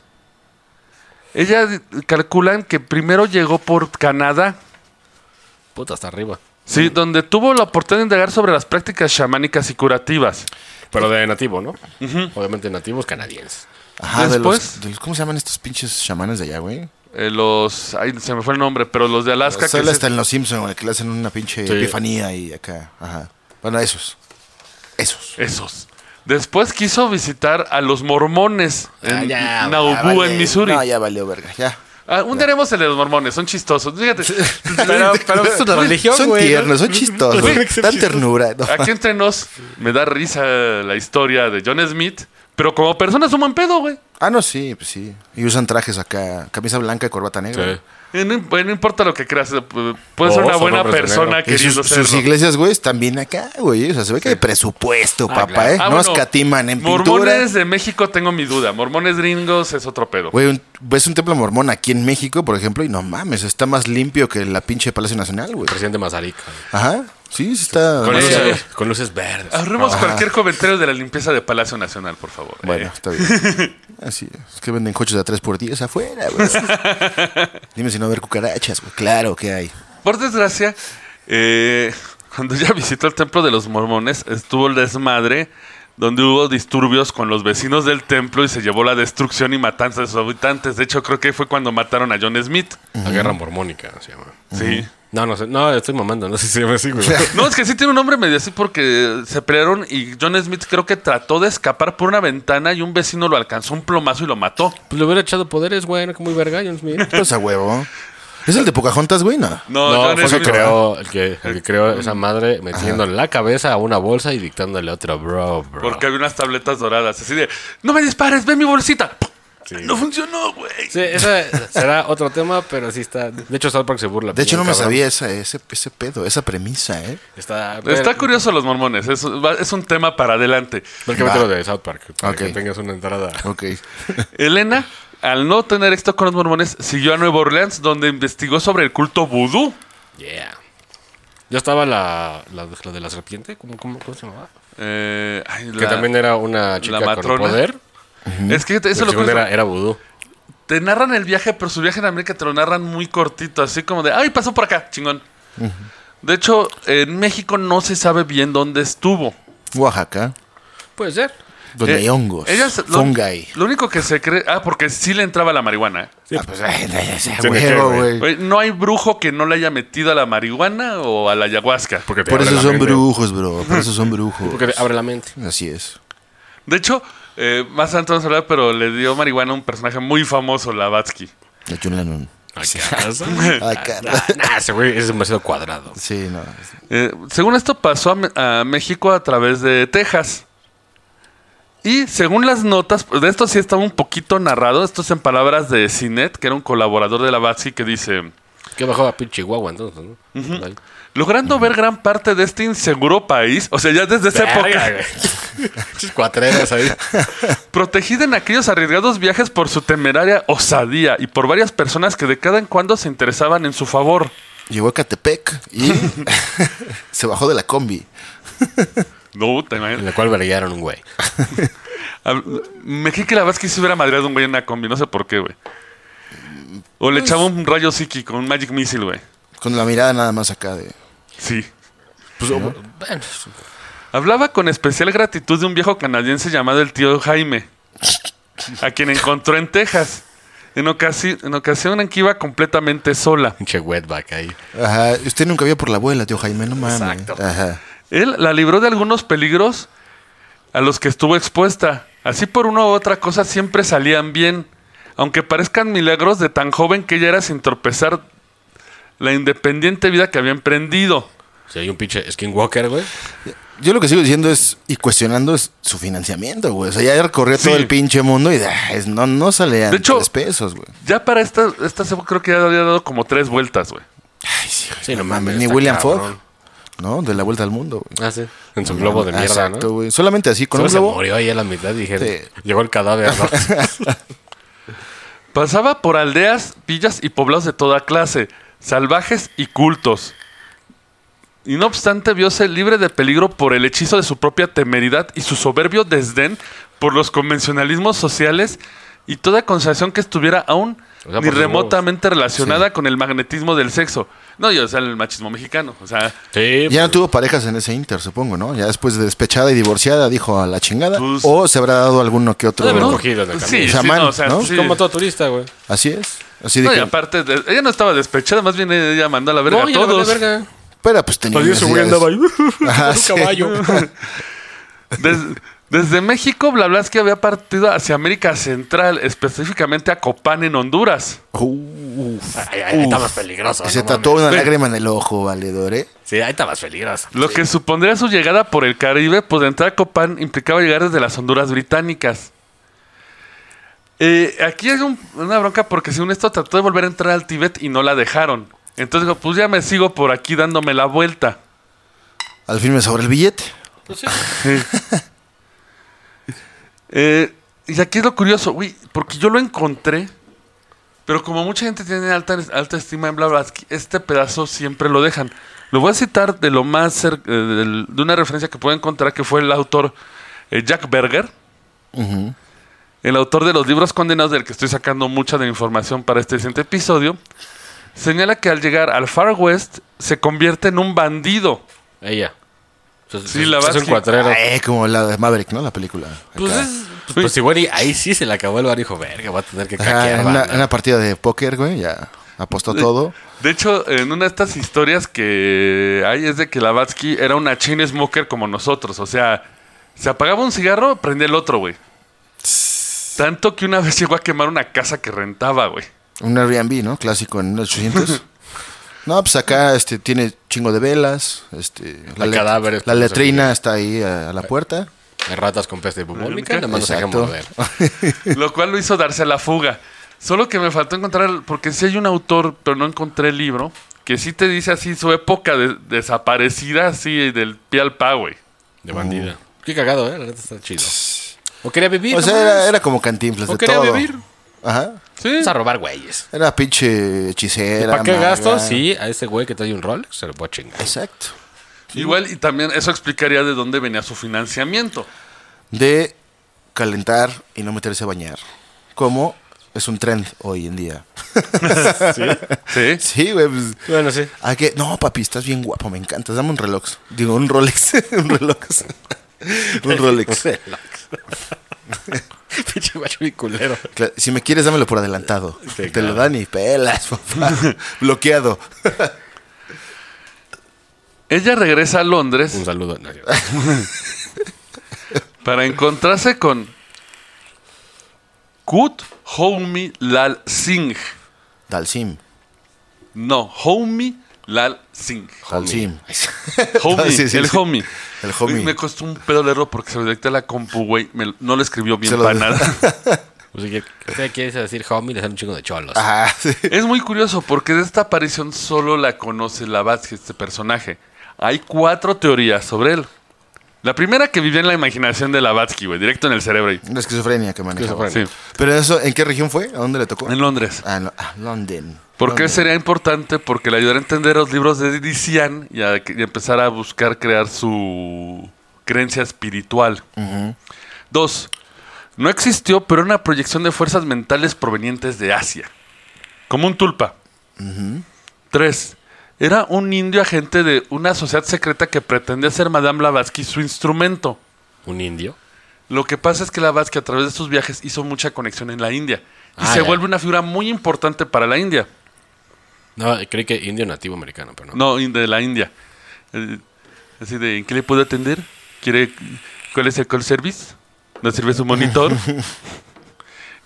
Speaker 2: ella calculan que primero llegó por Canadá,
Speaker 4: Puta, hasta arriba.
Speaker 2: sí, donde tuvo la oportunidad de indagar sobre las prácticas chamánicas y curativas.
Speaker 4: Pero de nativo, ¿no? Obviamente nativos canadienses.
Speaker 3: Ajá, de los-
Speaker 2: Después-
Speaker 3: de los- ¿Cómo se llaman estos pinches chamanes de allá, güey?
Speaker 2: Eh, los, ay, se me fue el nombre, pero los de Alaska. que
Speaker 3: Sale
Speaker 2: se-
Speaker 3: hasta en Los Simpsons, güey, que le hacen una pinche
Speaker 4: Sí.
Speaker 3: epifanía y acá. Ajá. Bueno, esos. Esos.
Speaker 2: Esos. Después quiso visitar a los mormones en
Speaker 4: Ah, ya,
Speaker 2: Nauvoo,
Speaker 3: Ya vale-
Speaker 2: en Missouri.
Speaker 3: No, ya valió verga. Ya.
Speaker 2: Ah, un día haremos el de los mormones, son chistosos. Fíjate. Pero-
Speaker 4: Pero es una religión,
Speaker 3: son
Speaker 4: güey.
Speaker 3: tiernos, son chistosos.
Speaker 4: Tienen que ser
Speaker 3: Dan
Speaker 4: chistosos.
Speaker 3: ternura. no.
Speaker 2: Aquí entre nos me da risa la historia de John Smith, pero como persona es un buen pedo, güey.
Speaker 3: Ah, no, sí, pues sí. Y usan trajes acá. Camisa blanca y corbata negra.
Speaker 4: Sí.
Speaker 2: Eh, No, imp- no importa lo que creas, eh, pu- puedes ser
Speaker 4: Oh,
Speaker 2: una
Speaker 4: son
Speaker 2: buena
Speaker 3: pues,
Speaker 4: hombres de
Speaker 2: persona
Speaker 4: negro.
Speaker 3: Y
Speaker 2: Ah, queriendo
Speaker 3: sus,
Speaker 2: ser.
Speaker 3: sus iglesias, güey, están bien acá, güey. O sea, se ve que hay presupuesto, papá,
Speaker 4: claro.
Speaker 3: ¿eh?
Speaker 2: Ah,
Speaker 3: no
Speaker 2: bueno,
Speaker 3: escatiman en pintura.
Speaker 2: Mormones de México tengo mi duda. Mormones gringos es otro pedo.
Speaker 3: Güey, un- ves un templo mormón aquí en México, por ejemplo, y no mames, está más limpio que la pinche Palacio Nacional, güey.
Speaker 4: Presidente Mazarica. güey.
Speaker 3: Ajá. Sí, sí está.
Speaker 4: Con,
Speaker 3: no sé.
Speaker 4: luces, con luces verdes.
Speaker 2: Ahorremos cualquier comentario de la limpieza de Palacio Nacional, por favor.
Speaker 3: ah. Bueno,
Speaker 2: Eh,
Speaker 3: está bien. Así es. que venden coches de a 3 por 10 afuera, güey. Dime si no va a haber cucarachas, güey. Claro que hay.
Speaker 2: Por desgracia, eh, cuando ya visitó el templo de los mormones, estuvo el desmadre donde hubo disturbios con los vecinos del templo y se llevó la destrucción y matanza de sus habitantes. De hecho, creo que fue cuando mataron a John Smith.
Speaker 4: La guerra mormónica se llama.
Speaker 2: Sí.
Speaker 4: No, no sé. No, estoy mamando. No sé si se llama así, güey. Pues
Speaker 2: No, es que sí tiene un nombre medio así porque se pelearon y John Smith creo que trató de escapar por una ventana y un vecino lo alcanzó un plomazo y lo mató.
Speaker 4: Pues le hubiera echado poderes, güey. No, que muy verga, John Smith.
Speaker 3: Pues a huevo. ¿Es el de Pocahontas, güey? No.
Speaker 2: No,
Speaker 4: No,
Speaker 2: John
Speaker 4: fue el que
Speaker 2: Smith-
Speaker 4: creó, el que, el que creó esa madre metiendo en la cabeza a una bolsa y dictándole a otra, bro, bro.
Speaker 2: Porque había unas tabletas doradas. Así de, no me dispares, ve mi bolsita. No funcionó, güey.
Speaker 4: Sí, ese será otro tema, pero sí está. De hecho, South Park se burla.
Speaker 3: De hecho, no
Speaker 4: muy
Speaker 3: me
Speaker 4: cabrón.
Speaker 3: sabía esa, ese, ese pedo, esa premisa, ¿eh?
Speaker 4: Está,
Speaker 2: Está curioso los mormones, es, va- es un tema para adelante.
Speaker 4: Ver que
Speaker 3: Va.
Speaker 4: lo de South Park. Para
Speaker 3: Ok. Ah.
Speaker 4: que tengas una entrada.
Speaker 3: Ok.
Speaker 2: Elena, al no tener éxito con los mormones, siguió a Nueva Orleans, donde investigó sobre el culto vudú.
Speaker 4: Yeah. Ya estaba la, la, la de la serpiente. ¿Cómo, cómo, cómo se llamaba?
Speaker 2: Eh, ay,
Speaker 4: que
Speaker 2: la-
Speaker 4: también era una chica con
Speaker 2: matrona.
Speaker 4: poder.
Speaker 2: Es que
Speaker 4: Eso
Speaker 2: eso lo
Speaker 4: era, era vudú.
Speaker 2: Te narran el viaje, pero su viaje en América te lo narran muy cortito, así como de, ay, pasó por acá, chingón. De hecho, en México no se sabe bien dónde estuvo.
Speaker 3: Oaxaca,
Speaker 4: Puede ser.
Speaker 3: donde
Speaker 2: Eh,
Speaker 3: hay hongos.
Speaker 2: ellas- lo-
Speaker 3: fungi.
Speaker 2: Lo, único que se cree, ah, porque sí le entraba la marihuana. ¿eh?
Speaker 3: Ah, pues, ay, ay, ay, ese
Speaker 4: Tiene
Speaker 3: huevo,
Speaker 4: que, güey.
Speaker 3: güey.
Speaker 2: Güey, No hay brujo que no le haya metido a la marihuana o a la ayahuasca.
Speaker 4: Porque te
Speaker 3: Por
Speaker 4: abre
Speaker 3: eso
Speaker 4: la
Speaker 3: son
Speaker 4: mente.
Speaker 3: brujos, bro. Por eso son brujos.
Speaker 4: Porque te abre la mente.
Speaker 3: Así es.
Speaker 2: De hecho, eh, más adelante vamos a hablar, pero le dio marihuana a un personaje muy famoso, Lavatsky.
Speaker 3: La John Lennon.
Speaker 4: Ay, casa.
Speaker 3: Ay,
Speaker 4: Ah,
Speaker 3: cara.
Speaker 4: Nah, ese güey es demasiado cuadrado.
Speaker 3: Sí, no.
Speaker 2: Eh, según esto, pasó a Me- a, México a través de Texas. Y según las notas, pues, de esto sí estaba un poquito narrado, esto es en palabras de Cinet, que era un colaborador de Lavatsky, que dice...
Speaker 4: Que bajaba a pinche Chihuahua entonces, ¿no? Ay.
Speaker 2: Logrando ver gran parte de este inseguro país, o sea, ya desde esa época,
Speaker 4: Verga, güey. Pinches cuatreras ahí.
Speaker 2: protegida en aquellos arriesgados viajes por su temeraria osadía y por varias personas que de cada en cuando se interesaban en su favor.
Speaker 3: Llegó a Catepec y se bajó de la combi.
Speaker 2: No, te
Speaker 4: En
Speaker 2: imaginas.
Speaker 4: la cual verguearon un güey.
Speaker 2: Hab- Me quedé que la Vázquez se hubiera madreado un güey en una combi, no sé por qué, güey. O le echaba un rayo psíquico, un Magic Missile, güey.
Speaker 3: Con la mirada nada más acá de.
Speaker 2: Sí.
Speaker 4: Pues, bueno,
Speaker 2: Hablaba con especial gratitud de un viejo canadiense llamado el tío Jaime, a quien encontró en Texas. En, ocasi- en ocasión en que iba completamente sola.
Speaker 4: pinche wetback ahí.
Speaker 3: Ajá. Usted nunca vio por la abuela, tío Jaime, no mames.
Speaker 4: Exacto.
Speaker 3: Ajá.
Speaker 2: Él la libró de algunos peligros a los que estuvo expuesta. Así por una u otra cosa siempre salían bien. Aunque parezcan milagros de tan joven que ella era sin tropezar la independiente vida que había emprendido.
Speaker 4: Si hay un pinche skinwalker, güey.
Speaker 3: Yo lo que sigo diciendo es, y cuestionando es su financiamiento, güey. O sea, ya recorrió todo
Speaker 2: Sí.
Speaker 3: el pinche mundo y ah, es- no, no salían
Speaker 2: De hecho-
Speaker 3: tres pesos, güey.
Speaker 2: Ya para esta, esta se- creo que ya había dado como tres vueltas, güey.
Speaker 3: Ay, sí, güey,
Speaker 4: Sí,
Speaker 3: no
Speaker 4: no mames,
Speaker 3: Ni
Speaker 4: está
Speaker 3: William Fogg,
Speaker 4: cabrón.
Speaker 3: ¿no? De la vuelta al mundo, güey.
Speaker 4: Ah, sí. En su globo de
Speaker 3: Ah,
Speaker 4: mierda,
Speaker 3: Exacto,
Speaker 4: ¿no?
Speaker 3: güey. Solamente así, con
Speaker 4: Solo
Speaker 3: un
Speaker 4: se
Speaker 3: globo.
Speaker 4: murió ahí a la mitad, dije.
Speaker 3: Sí.
Speaker 4: Llegó el cadáver, ¿no?
Speaker 2: Pasaba por aldeas, villas y poblados de toda clase, salvajes y cultos. Y no obstante, viose libre de peligro por el hechizo de su propia temeridad y su soberbio desdén por los convencionalismos sociales y toda consideración que estuviera aún
Speaker 4: O sea,
Speaker 2: ni
Speaker 4: por sus
Speaker 2: remotamente relacionada con el magnetismo del sexo. No, y, o sea, el machismo mexicano. O sea,
Speaker 4: Sí,
Speaker 3: Ya no tuvo parejas en ese inter, supongo, ¿no? Ya después de despechada y divorciada dijo a la chingada.
Speaker 2: Pues-
Speaker 3: o se habrá dado alguno que otro.
Speaker 2: de verdad.
Speaker 4: cogido de
Speaker 2: sí, sí,
Speaker 3: Chamán,
Speaker 2: no, o sea,
Speaker 3: ¿no?
Speaker 2: sí.
Speaker 4: pues, como todo turista, güey.
Speaker 3: Así es. Así de
Speaker 2: No, y
Speaker 3: que-
Speaker 2: aparte, de- ella no estaba despechada, más bien ella mandó a la verga
Speaker 4: ya
Speaker 2: a
Speaker 4: le valió
Speaker 2: todos.
Speaker 4: verga.
Speaker 3: Pero pues tenía.
Speaker 4: Adiós, güey,
Speaker 3: necesidades.
Speaker 4: andaba ahí.
Speaker 3: Ajá,
Speaker 4: Un
Speaker 3: sí.
Speaker 4: caballo.
Speaker 2: Des- desde México, Blablaski había partido hacia América Central, específicamente a Copán, en Honduras.
Speaker 3: Uf.
Speaker 4: Ay, ay, ahí está más peligroso.
Speaker 3: Y se
Speaker 4: no
Speaker 3: tatuó
Speaker 4: mames.
Speaker 3: una lágrima en el ojo, valedor, ¿eh?
Speaker 4: Sí, ahí está más peligroso.
Speaker 2: Lo que supondría su llegada por el Caribe, pues de entrar a Copán implicaba llegar desde las Honduras británicas. Eh, aquí hay un- una bronca porque según esto trató de volver a entrar al Tíbet y no la dejaron. Entonces dijo, pues ya me sigo por aquí dándome la vuelta.
Speaker 3: Al fin me sobra el billete.
Speaker 4: Pues
Speaker 2: Eh, y aquí es lo curioso, güey, porque yo lo encontré, pero como mucha gente tiene alta, alta estima en Blavatsky, este pedazo siempre lo dejan. Lo voy a citar de lo más cer- eh, del- de una referencia que puedo encontrar que fue el autor eh, Jack Berger, el autor de los libros condenados del que estoy sacando mucha de la información para este siguiente episodio. Señala que al llegar al Far West se convierte en un bandido.
Speaker 4: Ella.
Speaker 2: Sí, la
Speaker 4: vas
Speaker 2: vas-
Speaker 4: un cuatrero.
Speaker 3: Ah, eh, como la de Maverick, ¿no? La película.
Speaker 4: Pues,
Speaker 3: Acá.
Speaker 4: es, pues, pues igual y ahí sí se le acabó el bar y dijo, verga, va a tener que
Speaker 3: Ajá,
Speaker 4: caquear.
Speaker 3: en una,
Speaker 4: banda".
Speaker 3: en una partida de póker, güey, ya apostó todo.
Speaker 2: De hecho, en una de estas historias que hay es de que Lavatsky era una chain smoker como nosotros. O sea, se apagaba un cigarro, prendía el otro, güey. Tanto que una vez llegó a quemar una casa que rentaba, güey.
Speaker 3: Un Airbnb, ¿no? Clásico en 1800. No, pues acá este, tiene chingo de velas. Este, la,
Speaker 4: Hay
Speaker 3: let-
Speaker 4: cadáveres,
Speaker 3: la
Speaker 4: pues,
Speaker 3: letrina está ahí a, a la puerta.
Speaker 4: De ratas con peste bubónica, nada más nos dejan
Speaker 3: Exacto.
Speaker 4: morder.
Speaker 2: Lo cual lo hizo darse a la fuga. Solo que me faltó encontrar, porque sí hay un autor, pero no encontré el libro, que sí te dice así su época de- desaparecida, así del pie al pa, güey.
Speaker 4: De bandida. Qué cagado, ¿eh? La neta está chido. O quería vivir.
Speaker 3: Oh. O
Speaker 4: no
Speaker 3: sea,
Speaker 4: mames.
Speaker 3: era, era como cantinflas
Speaker 4: ¿O
Speaker 3: de
Speaker 4: quería
Speaker 3: todo.
Speaker 4: vivir?
Speaker 3: Ajá.
Speaker 2: Sí.
Speaker 4: Vamos a robar güeyes.
Speaker 3: Era pinche hechicera.
Speaker 4: ¿Para qué
Speaker 3: maga.
Speaker 4: gasto? Sí, a ese güey que trae un Rolex se lo voy a chingar.
Speaker 3: Exacto.
Speaker 2: Igual, y también eso explicaría de dónde venía su financiamiento.
Speaker 3: De calentar y no meterse a bañar. Como es un trend hoy en día.
Speaker 2: Sí.
Speaker 3: Sí, güey. pues,
Speaker 4: Bueno, sí.
Speaker 3: ¿A qué? No, papi, estás bien guapo, me encantas. Dame un reloj. Digo, un Rolex. un Rolex. un Rolex.
Speaker 4: Pinche macho bien culero.
Speaker 3: Cla- Si me quieres, dámelo por adelantado.
Speaker 4: Sí,
Speaker 3: Te lo
Speaker 4: claro.
Speaker 3: dan y pelas, papá. Bloqueado.
Speaker 2: Ella regresa a
Speaker 4: Un
Speaker 2: Londres
Speaker 4: saludo. No, yo- Pues
Speaker 2: para encontrarse con Kut Homi Lal Singh.
Speaker 3: Dalsim.
Speaker 2: No, Homi Lal Singh.
Speaker 3: Dalsim.
Speaker 2: Homie,
Speaker 3: Sí, sí,
Speaker 2: el
Speaker 3: sí.
Speaker 2: homie.
Speaker 3: El homie.
Speaker 2: Uy, Me costó un pedo leerlo porque se lo dicté a la compu, güey. Me- No lo escribió bien
Speaker 3: Se lo-
Speaker 2: para nada.
Speaker 4: Pues, si usted quiere decir homie, le dan un chingo de cholos.
Speaker 3: Ajá. sí.
Speaker 2: Es muy curioso porque de esta aparición solo la conoce Lavatsky, este personaje. Hay cuatro teorías sobre él. La primera que vivía en la imaginación de Lavatsky, güey, directo en el cerebro. ahí.
Speaker 3: Una esquizofrenia que manejaba.
Speaker 4: Esquizofrenia.
Speaker 2: Sí,
Speaker 3: Pero eso, ¿en qué región fue? ¿A dónde le tocó?
Speaker 2: en Londres.
Speaker 3: Ah, en Lo- ah, London.
Speaker 2: ¿Por qué
Speaker 3: London.
Speaker 2: sería importante? Porque le ayudará a entender los libros de Dician y a que- y empezar a buscar crear su creencia espiritual. Dos, no existió, pero era una proyección de fuerzas mentales provenientes de Asia, como un tulpa. Tres, era un indio agente de una sociedad secreta que pretendía ser Madame Blavatsky su instrumento.
Speaker 4: Un indio.
Speaker 2: Lo que pasa es que Blavatsky a través de sus viajes hizo mucha conexión en la India y
Speaker 4: Ah,
Speaker 2: se
Speaker 4: ya.
Speaker 2: vuelve una figura muy importante para la India.
Speaker 4: No, creí que indio nativo americano, pero no.
Speaker 2: No, in- de la India. Eh, Así de, ¿en qué le puedo atender? ¿Quiere, ¿Cuál es el call service? ¿Nos sirve su monitor?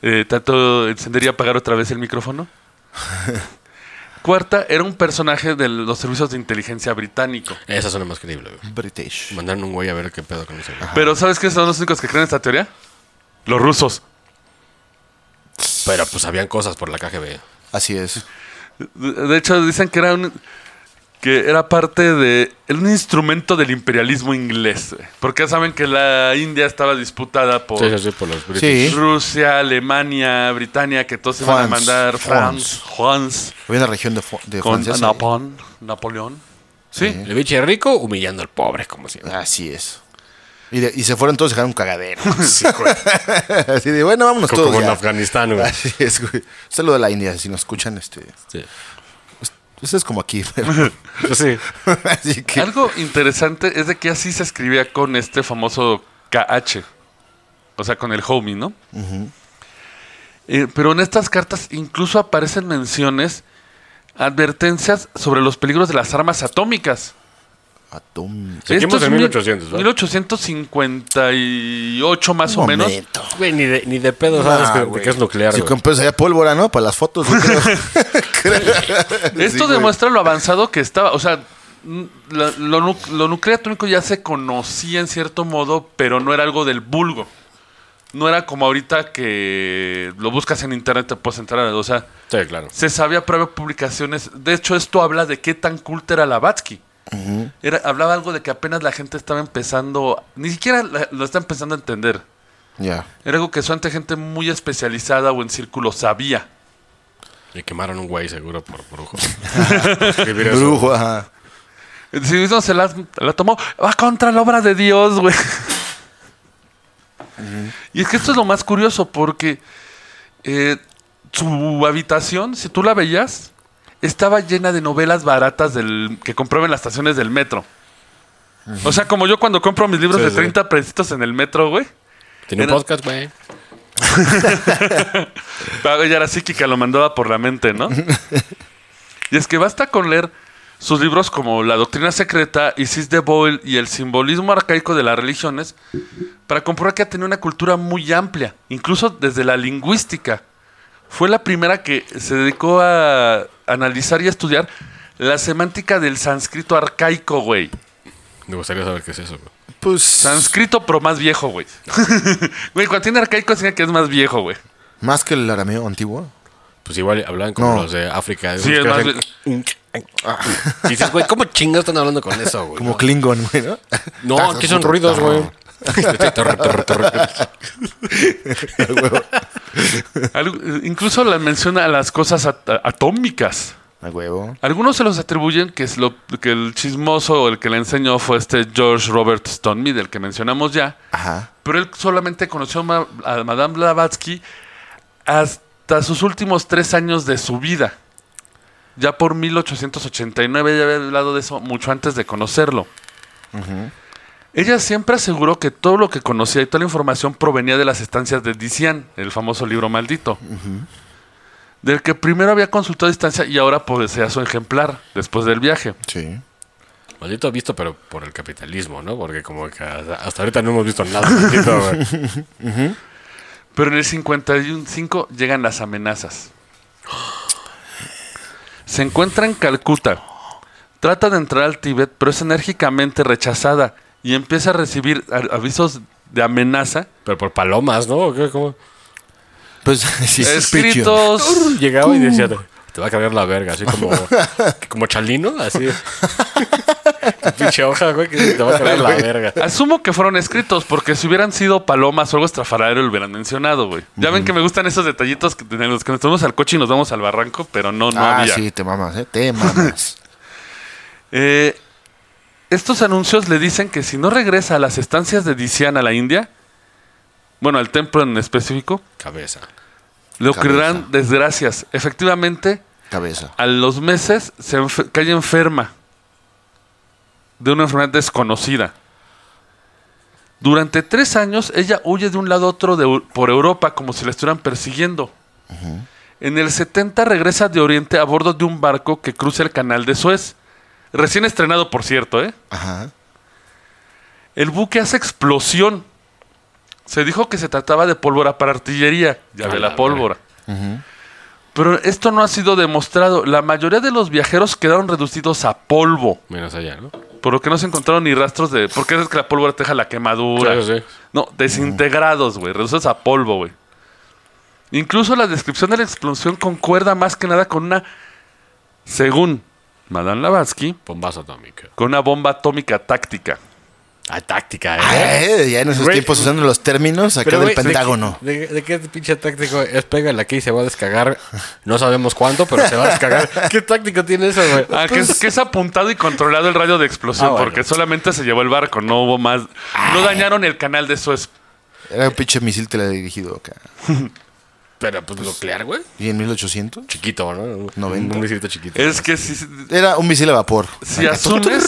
Speaker 2: Eh, ¿Tanto encender y apagar otra vez el micrófono? Cuarta, era un personaje de los servicios de inteligencia británico.
Speaker 4: Esa suena más creíble, güey.
Speaker 3: British.
Speaker 4: Mandaron un güey a ver qué pedo con ese güey.
Speaker 2: Pero ¿sabes quiénes son los únicos que creen esta teoría? Los rusos.
Speaker 4: Pero pues habían cosas por la KGB.
Speaker 3: Así es.
Speaker 2: De de hecho, dicen que era un... que era parte de un instrumento del imperialismo inglés. güey. Porque ya saben que la India estaba disputada por
Speaker 4: Sí, sí, sí, por los british.
Speaker 2: Rusia, Alemania, Britania, que todos se iban a
Speaker 3: France,
Speaker 2: mandar
Speaker 3: France.
Speaker 2: France, France,
Speaker 3: Había una región de, Fo- de
Speaker 2: con
Speaker 3: Francia, sí.
Speaker 2: Napón, Napoleón. Sí,
Speaker 4: El biche rico humillando al pobre, como siempre.
Speaker 3: Así es. Y, de- y se fueron todos y dejaron un cagadero.
Speaker 4: Sí, güey.
Speaker 3: Así de, bueno, vámonos
Speaker 4: Como
Speaker 3: todos.
Speaker 4: en
Speaker 3: ya.
Speaker 4: Afganistán, güey.
Speaker 3: Así es, güey. Un Saludo a la India, si nos escuchan, este.
Speaker 4: Sí. Pues
Speaker 3: Eso es como aquí, pero.
Speaker 4: Sí.
Speaker 3: Así que.
Speaker 2: Algo interesante es de que así se escribía con este famoso KH. O sea, con el homie, ¿no? Eh, pero en estas cartas incluso aparecen menciones, advertencias sobre los peligros de las armas atómicas.
Speaker 3: Atún.
Speaker 4: Seguimos en
Speaker 2: mil-
Speaker 4: 1800, ¿verdad?
Speaker 2: 1858 más o menos.
Speaker 3: Momento.
Speaker 4: Güey, ni de, ni de pedo sabes
Speaker 3: Ah,
Speaker 4: que- de que,
Speaker 3: güey.
Speaker 4: es nuclear,
Speaker 3: Si
Speaker 4: güey.
Speaker 3: con pedos había pólvora, ¿no? Para las fotos, yo creo. Sí,
Speaker 2: Esto
Speaker 3: güey.
Speaker 2: demuestra lo avanzado que estaba. O sea, n- la- lo, nu- lo nuclear atómico ya se conocía en cierto modo, pero no era algo del vulgo. No era como ahorita que lo buscas en internet, te puedes entrar. O sea,
Speaker 4: Sí, claro.
Speaker 2: se sabía previo a publicaciones. De hecho, esto habla de qué tan culta era Lavatsky. Era, hablaba algo de que apenas la gente estaba empezando, ni siquiera la- lo está empezando a entender.
Speaker 3: Ya.
Speaker 2: Era algo que solamente gente muy especializada o en círculo sabía.
Speaker 4: Le quemaron un güey seguro por brujo. Escribir eso.
Speaker 3: Brujo, ajá.
Speaker 2: El civismo se la, la tomó. Va contra la obra de Dios, güey. Y es que esto es lo más curioso porque eh, su habitación, si tú la veías, estaba llena de novelas baratas del, que compraba en las estaciones del metro. O sea, como yo cuando compro mis libros
Speaker 4: Sí,
Speaker 2: de
Speaker 4: sí.
Speaker 2: 30 pesitos en el metro, güey.
Speaker 4: Tiene un
Speaker 2: Era-
Speaker 4: podcast, güey.
Speaker 2: Ah, Ella era psíquica, lo mandaba por la mente, ¿no? y es que basta con leer sus libros como La Doctrina Secreta, Isis de Boyle y El Simbolismo Arcaico de las Religiones para comprobar que ha tenido una cultura muy amplia, incluso desde la lingüística. Fue la primera que se dedicó a analizar y a estudiar la semántica del sánscrito arcaico, güey.
Speaker 4: Me gustaría saber qué es eso, güey.
Speaker 3: Pues.
Speaker 2: Sánscrito, pero más viejo, güey. Güey, cuando tiene arcaico, significa que es más viejo, güey.
Speaker 3: Más que el arameo antiguo.
Speaker 4: Pues igual hablaban como
Speaker 3: No.
Speaker 4: los de África.
Speaker 2: Sí,
Speaker 4: esos que
Speaker 2: es más
Speaker 4: hacen- Ah. Y dices, güey, ¿cómo chingados están hablando con eso, güey?
Speaker 3: Como Klingon, güey, ¿no?
Speaker 4: No, aquí son ruidos, güey. Torre, torre, torre.
Speaker 2: Algo- eh, incluso la menciona a las cosas at- atómicas.
Speaker 3: A huevo.
Speaker 2: Algunos se los atribuyen que, es lo, que el chismoso o el que le enseñó fue este George Robert Stonemead, el que mencionamos ya.
Speaker 3: Ajá.
Speaker 2: Pero él solamente conoció ma- a Madame Blavatsky hasta sus últimos tres años de su vida. Ya por 1889 ya había hablado de eso mucho antes de conocerlo. Ella siempre aseguró que todo lo que conocía y toda la información provenía de las estancias de Dician, el famoso libro maldito, del que primero había consultado a distancia y ahora poseía su ejemplar después del viaje.
Speaker 3: Sí.
Speaker 4: Maldito visto, pero por el capitalismo, ¿no? Porque como que hasta hasta ahorita no hemos visto nada. maldito, güey.
Speaker 2: Pero en el 51.5 llegan las amenazas. Se encuentra en Calcuta. Trata de entrar al Tíbet, pero es enérgicamente rechazada y empieza a recibir a- avisos de amenaza.
Speaker 4: Pero por palomas, ¿no? ¿O qué? ¿Cómo?
Speaker 3: Pues sí, sí, pigeon.
Speaker 2: escritos.
Speaker 4: Llegaba y decía, te va a cargar la verga, así como, como chalino, así. Pinche hoja, güey, que te va a cargar la verga.
Speaker 2: Asumo que fueron escritos, porque si hubieran sido palomas o algo estrafalario, lo hubieran mencionado, güey. Ya ven que me gustan esos detallitos que, en los que nos tomamos al coche y nos vamos al barranco, pero no, no
Speaker 3: ah,
Speaker 2: había.
Speaker 3: sí, te mamas, ¿eh? Te mamas.
Speaker 2: Eh, estos anuncios le dicen que si no regresa a las estancias de Dician a la India, bueno, al templo en específico,
Speaker 4: Cabeza.
Speaker 2: le ocurrirán
Speaker 3: Cabeza.
Speaker 2: desgracias. Efectivamente,
Speaker 3: Cabeza.
Speaker 2: a los meses se enfe- cae enferma de una enfermedad desconocida. Durante tres años ella huye de un lado a otro de Eu- por Europa como si la estuvieran persiguiendo. En el 70 regresa de Oriente a bordo de un barco que cruza el canal de Suez. Recién estrenado, por cierto, ¿eh?
Speaker 3: Ajá.
Speaker 2: El buque hace explosión. Se dijo que se trataba de pólvora para artillería. Ya
Speaker 4: A
Speaker 2: ve
Speaker 4: la
Speaker 2: la pólvora. Pero esto no ha sido demostrado. La mayoría de los viajeros quedaron reducidos a polvo.
Speaker 4: Menos allá, ¿no?
Speaker 2: Por lo que no se encontraron ni rastros de. Porque es que la pólvora te deja la quemadura.
Speaker 4: Claro, sí.
Speaker 2: No, desintegrados, güey. Reducidos a polvo, güey. Incluso la descripción de la explosión concuerda más que nada con una. Según Madame Lavatsky
Speaker 4: Bombazo atómica.
Speaker 2: con una bomba atómica táctica.
Speaker 4: Ah, táctica,
Speaker 3: Ah,
Speaker 4: ¿eh?
Speaker 3: eh, ya en esos
Speaker 4: Güey.
Speaker 3: tiempos usando los términos acá del
Speaker 4: güey,
Speaker 3: Pentágono.
Speaker 4: ¿De, qué- de, de qué pinche táctico es? Pégale aquí y se va a descargar. No sabemos cuánto, pero se va a descargar. ¿Qué táctico tiene eso, güey?
Speaker 2: Ah, que, es, que es apuntado y controlado el radio de explosión,
Speaker 4: Pues Ah, bueno.
Speaker 2: porque solamente se llevó el barco, no hubo más. No dañaron el canal de Suez.
Speaker 3: Era un pinche misil teledirigido acá.
Speaker 4: Pero pues nuclear, güey.
Speaker 3: ¿Y en 1800?
Speaker 4: Chiquito, ¿no? Un,
Speaker 3: 90.
Speaker 4: un misilito chiquito.
Speaker 2: Es que si,
Speaker 3: Era un misil a vapor.
Speaker 2: si asumes.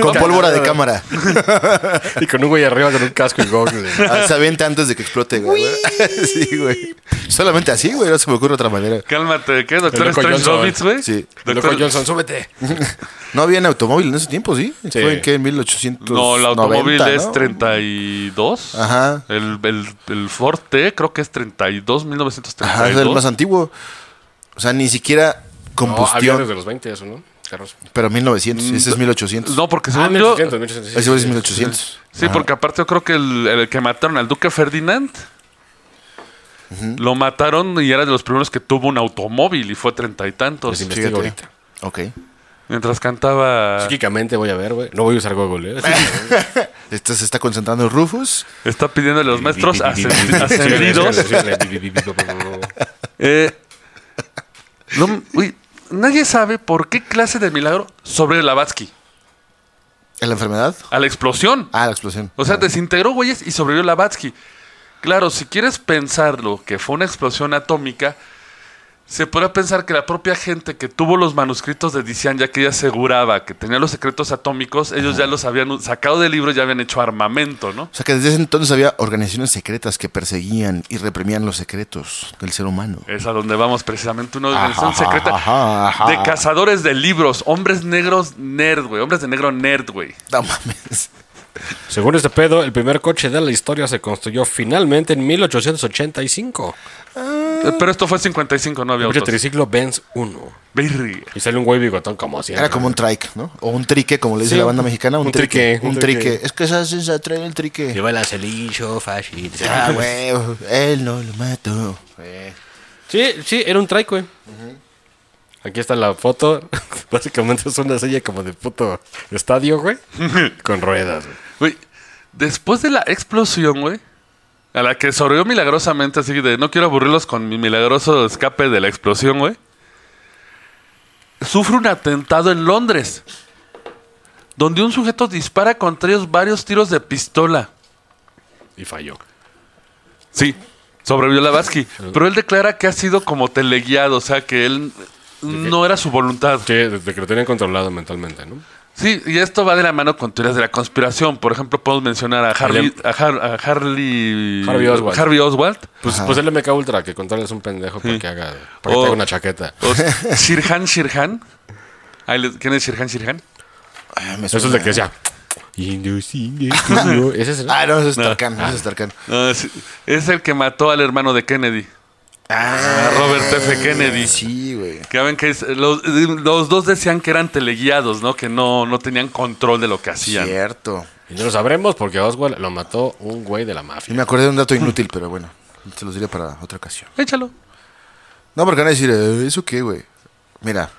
Speaker 3: Con pólvora de cámara.
Speaker 4: Y con un güey arriba con un casco y gogles.
Speaker 3: Ah, Se avienta antes de que explote, güey. Sí, güey. Solamente así, güey. No se me ocurre otra manera.
Speaker 2: Cálmate, ¿qué? Doctor
Speaker 4: El loco
Speaker 2: Strange
Speaker 4: Johnson.
Speaker 2: Lovitz, güey.
Speaker 3: Sí.
Speaker 4: Doctor...
Speaker 2: Doctor-
Speaker 4: Loco Johnson, súbete.
Speaker 3: No había en automóvil en ese tiempo, ¿sí? ¿Fue en qué? En 1800.
Speaker 2: No, el automóvil es 32.
Speaker 3: Ajá.
Speaker 2: El, el, el Ford T creo que es 32,
Speaker 3: Ajá, es el
Speaker 2: 1932.
Speaker 3: más antiguo. O sea, ni siquiera
Speaker 4: No, había
Speaker 3: combustión.
Speaker 4: desde los 20 eso, ¿no? Carros.
Speaker 3: Pero 1900. Ese es 1800.
Speaker 2: no, porque
Speaker 4: Ah,
Speaker 2: según yo.
Speaker 4: 1800, 1800.
Speaker 3: Ese güey es 1800.
Speaker 2: Sí, porque aparte yo creo que el, el que mataron al Duque Ferdinand. Lo mataron y era de los primeros que tuvo un automóvil y fue treinta y tantos.
Speaker 4: Pues investigo
Speaker 3: Fíjate.
Speaker 4: ahorita.
Speaker 3: Ok.
Speaker 2: Mientras cantaba.
Speaker 4: Psíquicamente voy a ver, güey. No voy a usar Google, ¿eh?
Speaker 3: Este se está concentrando Rufus.
Speaker 2: Está pidiéndole a los maestros ascen- ascendidos. Eh, no, uy, nadie sabe por qué clase de milagro sobre Lavatsky.
Speaker 3: ¿En la enfermedad?
Speaker 2: A la explosión.
Speaker 3: Ah, la explosión.
Speaker 2: O sea, desintegró güeyes y sobrevivió Lavatsky. Claro, si quieres pensarlo, que fue una explosión atómica, se podría pensar que la propia gente que tuvo los manuscritos de Dician, ya que ella aseguraba que tenía los secretos atómicos, ellos ya los habían sacado del libro y ya habían hecho armamento, ¿no?
Speaker 3: O sea que desde ese entonces había organizaciones secretas que perseguían y reprimían los secretos del ser humano.
Speaker 2: Es a donde vamos precisamente, una organización
Speaker 3: Ajá,
Speaker 2: secreta
Speaker 3: ajá, ajá.
Speaker 2: de cazadores de libros, hombres negros nerd, güey, hombres de negro nerd, güey.
Speaker 3: No mames.
Speaker 4: Según este pedo, el primer coche de la historia se construyó finalmente en 1885.
Speaker 2: Eh, Pero esto fue 55, no había
Speaker 4: Un
Speaker 2: autos.
Speaker 4: triciclo Benz 1
Speaker 2: Birri.
Speaker 4: y sale un güey bigotón como siempre.
Speaker 3: Era como un trike, ¿no? O un trique, como le dice
Speaker 4: Sí,
Speaker 3: la banda mexicana. Un,
Speaker 4: un
Speaker 3: trique,
Speaker 4: trique,
Speaker 3: Un
Speaker 4: un
Speaker 3: trique.
Speaker 4: trique.
Speaker 3: Es que esa se trae el trique.
Speaker 4: Lleva el acelillo, fascista.
Speaker 3: Ah, güey. Él no lo mato. Eh.
Speaker 4: Sí, sí, era un trike, güey. Aquí está la foto. Básicamente es una silla como de puto estadio, güey. con ruedas, güey.
Speaker 2: Güey, después de la explosión, güey, a la que sobrevivió milagrosamente, así de no quiero aburrirlos con mi milagroso escape de la explosión, güey, sufre un atentado en Londres, donde un sujeto dispara contra ellos varios tiros de pistola.
Speaker 4: Y falló.
Speaker 2: Sí, sobrevivió Lavatsky, pero él declara que ha sido como teleguiado, o sea, que él no era su voluntad.
Speaker 4: Sí, desde que lo tenían controlado mentalmente, ¿no?
Speaker 2: Sí, y esto va de la mano con teorías de la conspiración. Por ejemplo, podemos mencionar a Harley, a Har- a Harley,
Speaker 4: Harvey Oswald.
Speaker 2: Harvey Oswald,
Speaker 4: Pues, pues el MK Ultra, que controles un pendejo para que haga. Para que
Speaker 2: O-
Speaker 4: te haga una chaqueta.
Speaker 2: o
Speaker 3: Pues-
Speaker 2: Sirhan Sirhan. Ahí les- ¿Quién es Sirhan Sirhan?
Speaker 3: Ay, Ah, me
Speaker 4: Eso es
Speaker 3: suena.
Speaker 4: lo que decía. Inducine, estudio. Ese es
Speaker 3: Ah, no, ese es Tarkan. Ese es Tarkan.
Speaker 2: No, es, es el que mató al hermano de Kennedy, a
Speaker 3: Ah,
Speaker 2: Robert F. Kennedy.
Speaker 3: Sí, güey.
Speaker 2: Que ven que es- los, los dos decían que eran teleguiados, ¿no? Que no, no tenían control de lo que hacían.
Speaker 3: Cierto.
Speaker 4: Y no lo sabremos porque a Oswald lo mató un güey de la
Speaker 3: Y
Speaker 4: mafia.
Speaker 3: me acordé de un dato inútil, pero bueno. Se los diré para otra ocasión.
Speaker 2: Échalo.
Speaker 3: No, porque van a decir, "Eh, ¿eso qué, güey? Mira,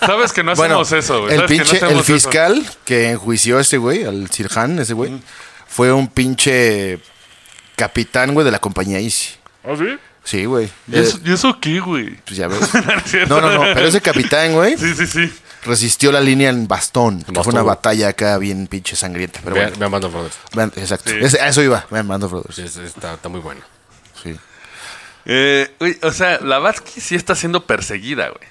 Speaker 2: Sabes que no
Speaker 3: bueno,
Speaker 2: hacemos eso, güey.
Speaker 3: el
Speaker 2: Sabes que no
Speaker 3: pinche, el
Speaker 2: hacemos eso.
Speaker 3: fiscal que enjuició a ese güey, al Sirhan, ese güey, fue un pinche capitán, güey, de la compañía Easy.
Speaker 4: ¿Ah, sí?
Speaker 3: Sí, güey.
Speaker 2: ¿Y eso, ¿Y eso qué, güey?
Speaker 3: Pues ya ves.
Speaker 2: es cierto.
Speaker 3: No, no, no, pero ese capitán, güey,
Speaker 2: Sí, sí, sí.
Speaker 3: resistió la línea en bastón. que fue
Speaker 4: bastón.
Speaker 3: una batalla acá bien pinche sangrienta. Pero
Speaker 4: Vean,
Speaker 3: bueno,
Speaker 4: vean Band of Brothers.
Speaker 3: vean, exacto.
Speaker 2: Sí.
Speaker 3: Ese- a eso iba, vean, Mando Brothers.
Speaker 4: Sí, es- está, está muy bueno.
Speaker 3: Sí.
Speaker 2: Eh, güey, o sea, Lavatsky sí está siendo perseguida, güey.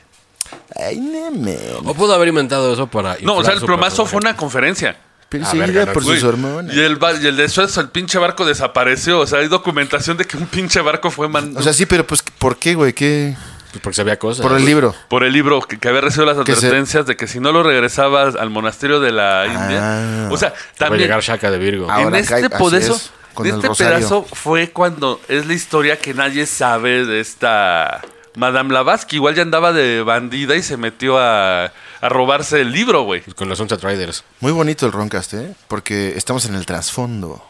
Speaker 3: Ay, neme.
Speaker 4: O pudo haber inventado eso para.
Speaker 2: No, o sea, el plomazo
Speaker 4: promazo
Speaker 2: fue una conferencia.
Speaker 3: Perseguida por
Speaker 2: Güey,
Speaker 3: sus hormonas.
Speaker 2: Y el, ba- y el de Suez, el pinche barco desapareció. O sea, hay documentación de que un pinche barco fue mandado
Speaker 3: O sea, sí, pero pues, ¿por qué, güey? ¿Qué?
Speaker 4: Pues Porque sabía cosas.
Speaker 3: Por el libro.
Speaker 2: por el libro que, que había recibido las
Speaker 3: Que se-
Speaker 2: advertencias de que si no lo regresabas al monasterio de la India. O sea,
Speaker 4: También.
Speaker 2: también
Speaker 4: llegar Shaka de Virgo.
Speaker 3: Ah,
Speaker 2: en
Speaker 3: Ahora
Speaker 2: este,
Speaker 3: cae- así
Speaker 2: podezo-
Speaker 3: es, con
Speaker 2: en
Speaker 3: el
Speaker 2: este
Speaker 3: rosario.
Speaker 2: pedazo fue cuando es la historia que nadie sabe de esta Madame Lavatsky. Igual ya andaba de bandida y se metió a, a robarse el libro, güey.
Speaker 4: Con los Sunset Riders.
Speaker 3: Muy bonito el Roncast, ¿eh? Porque estamos en el trasfondo,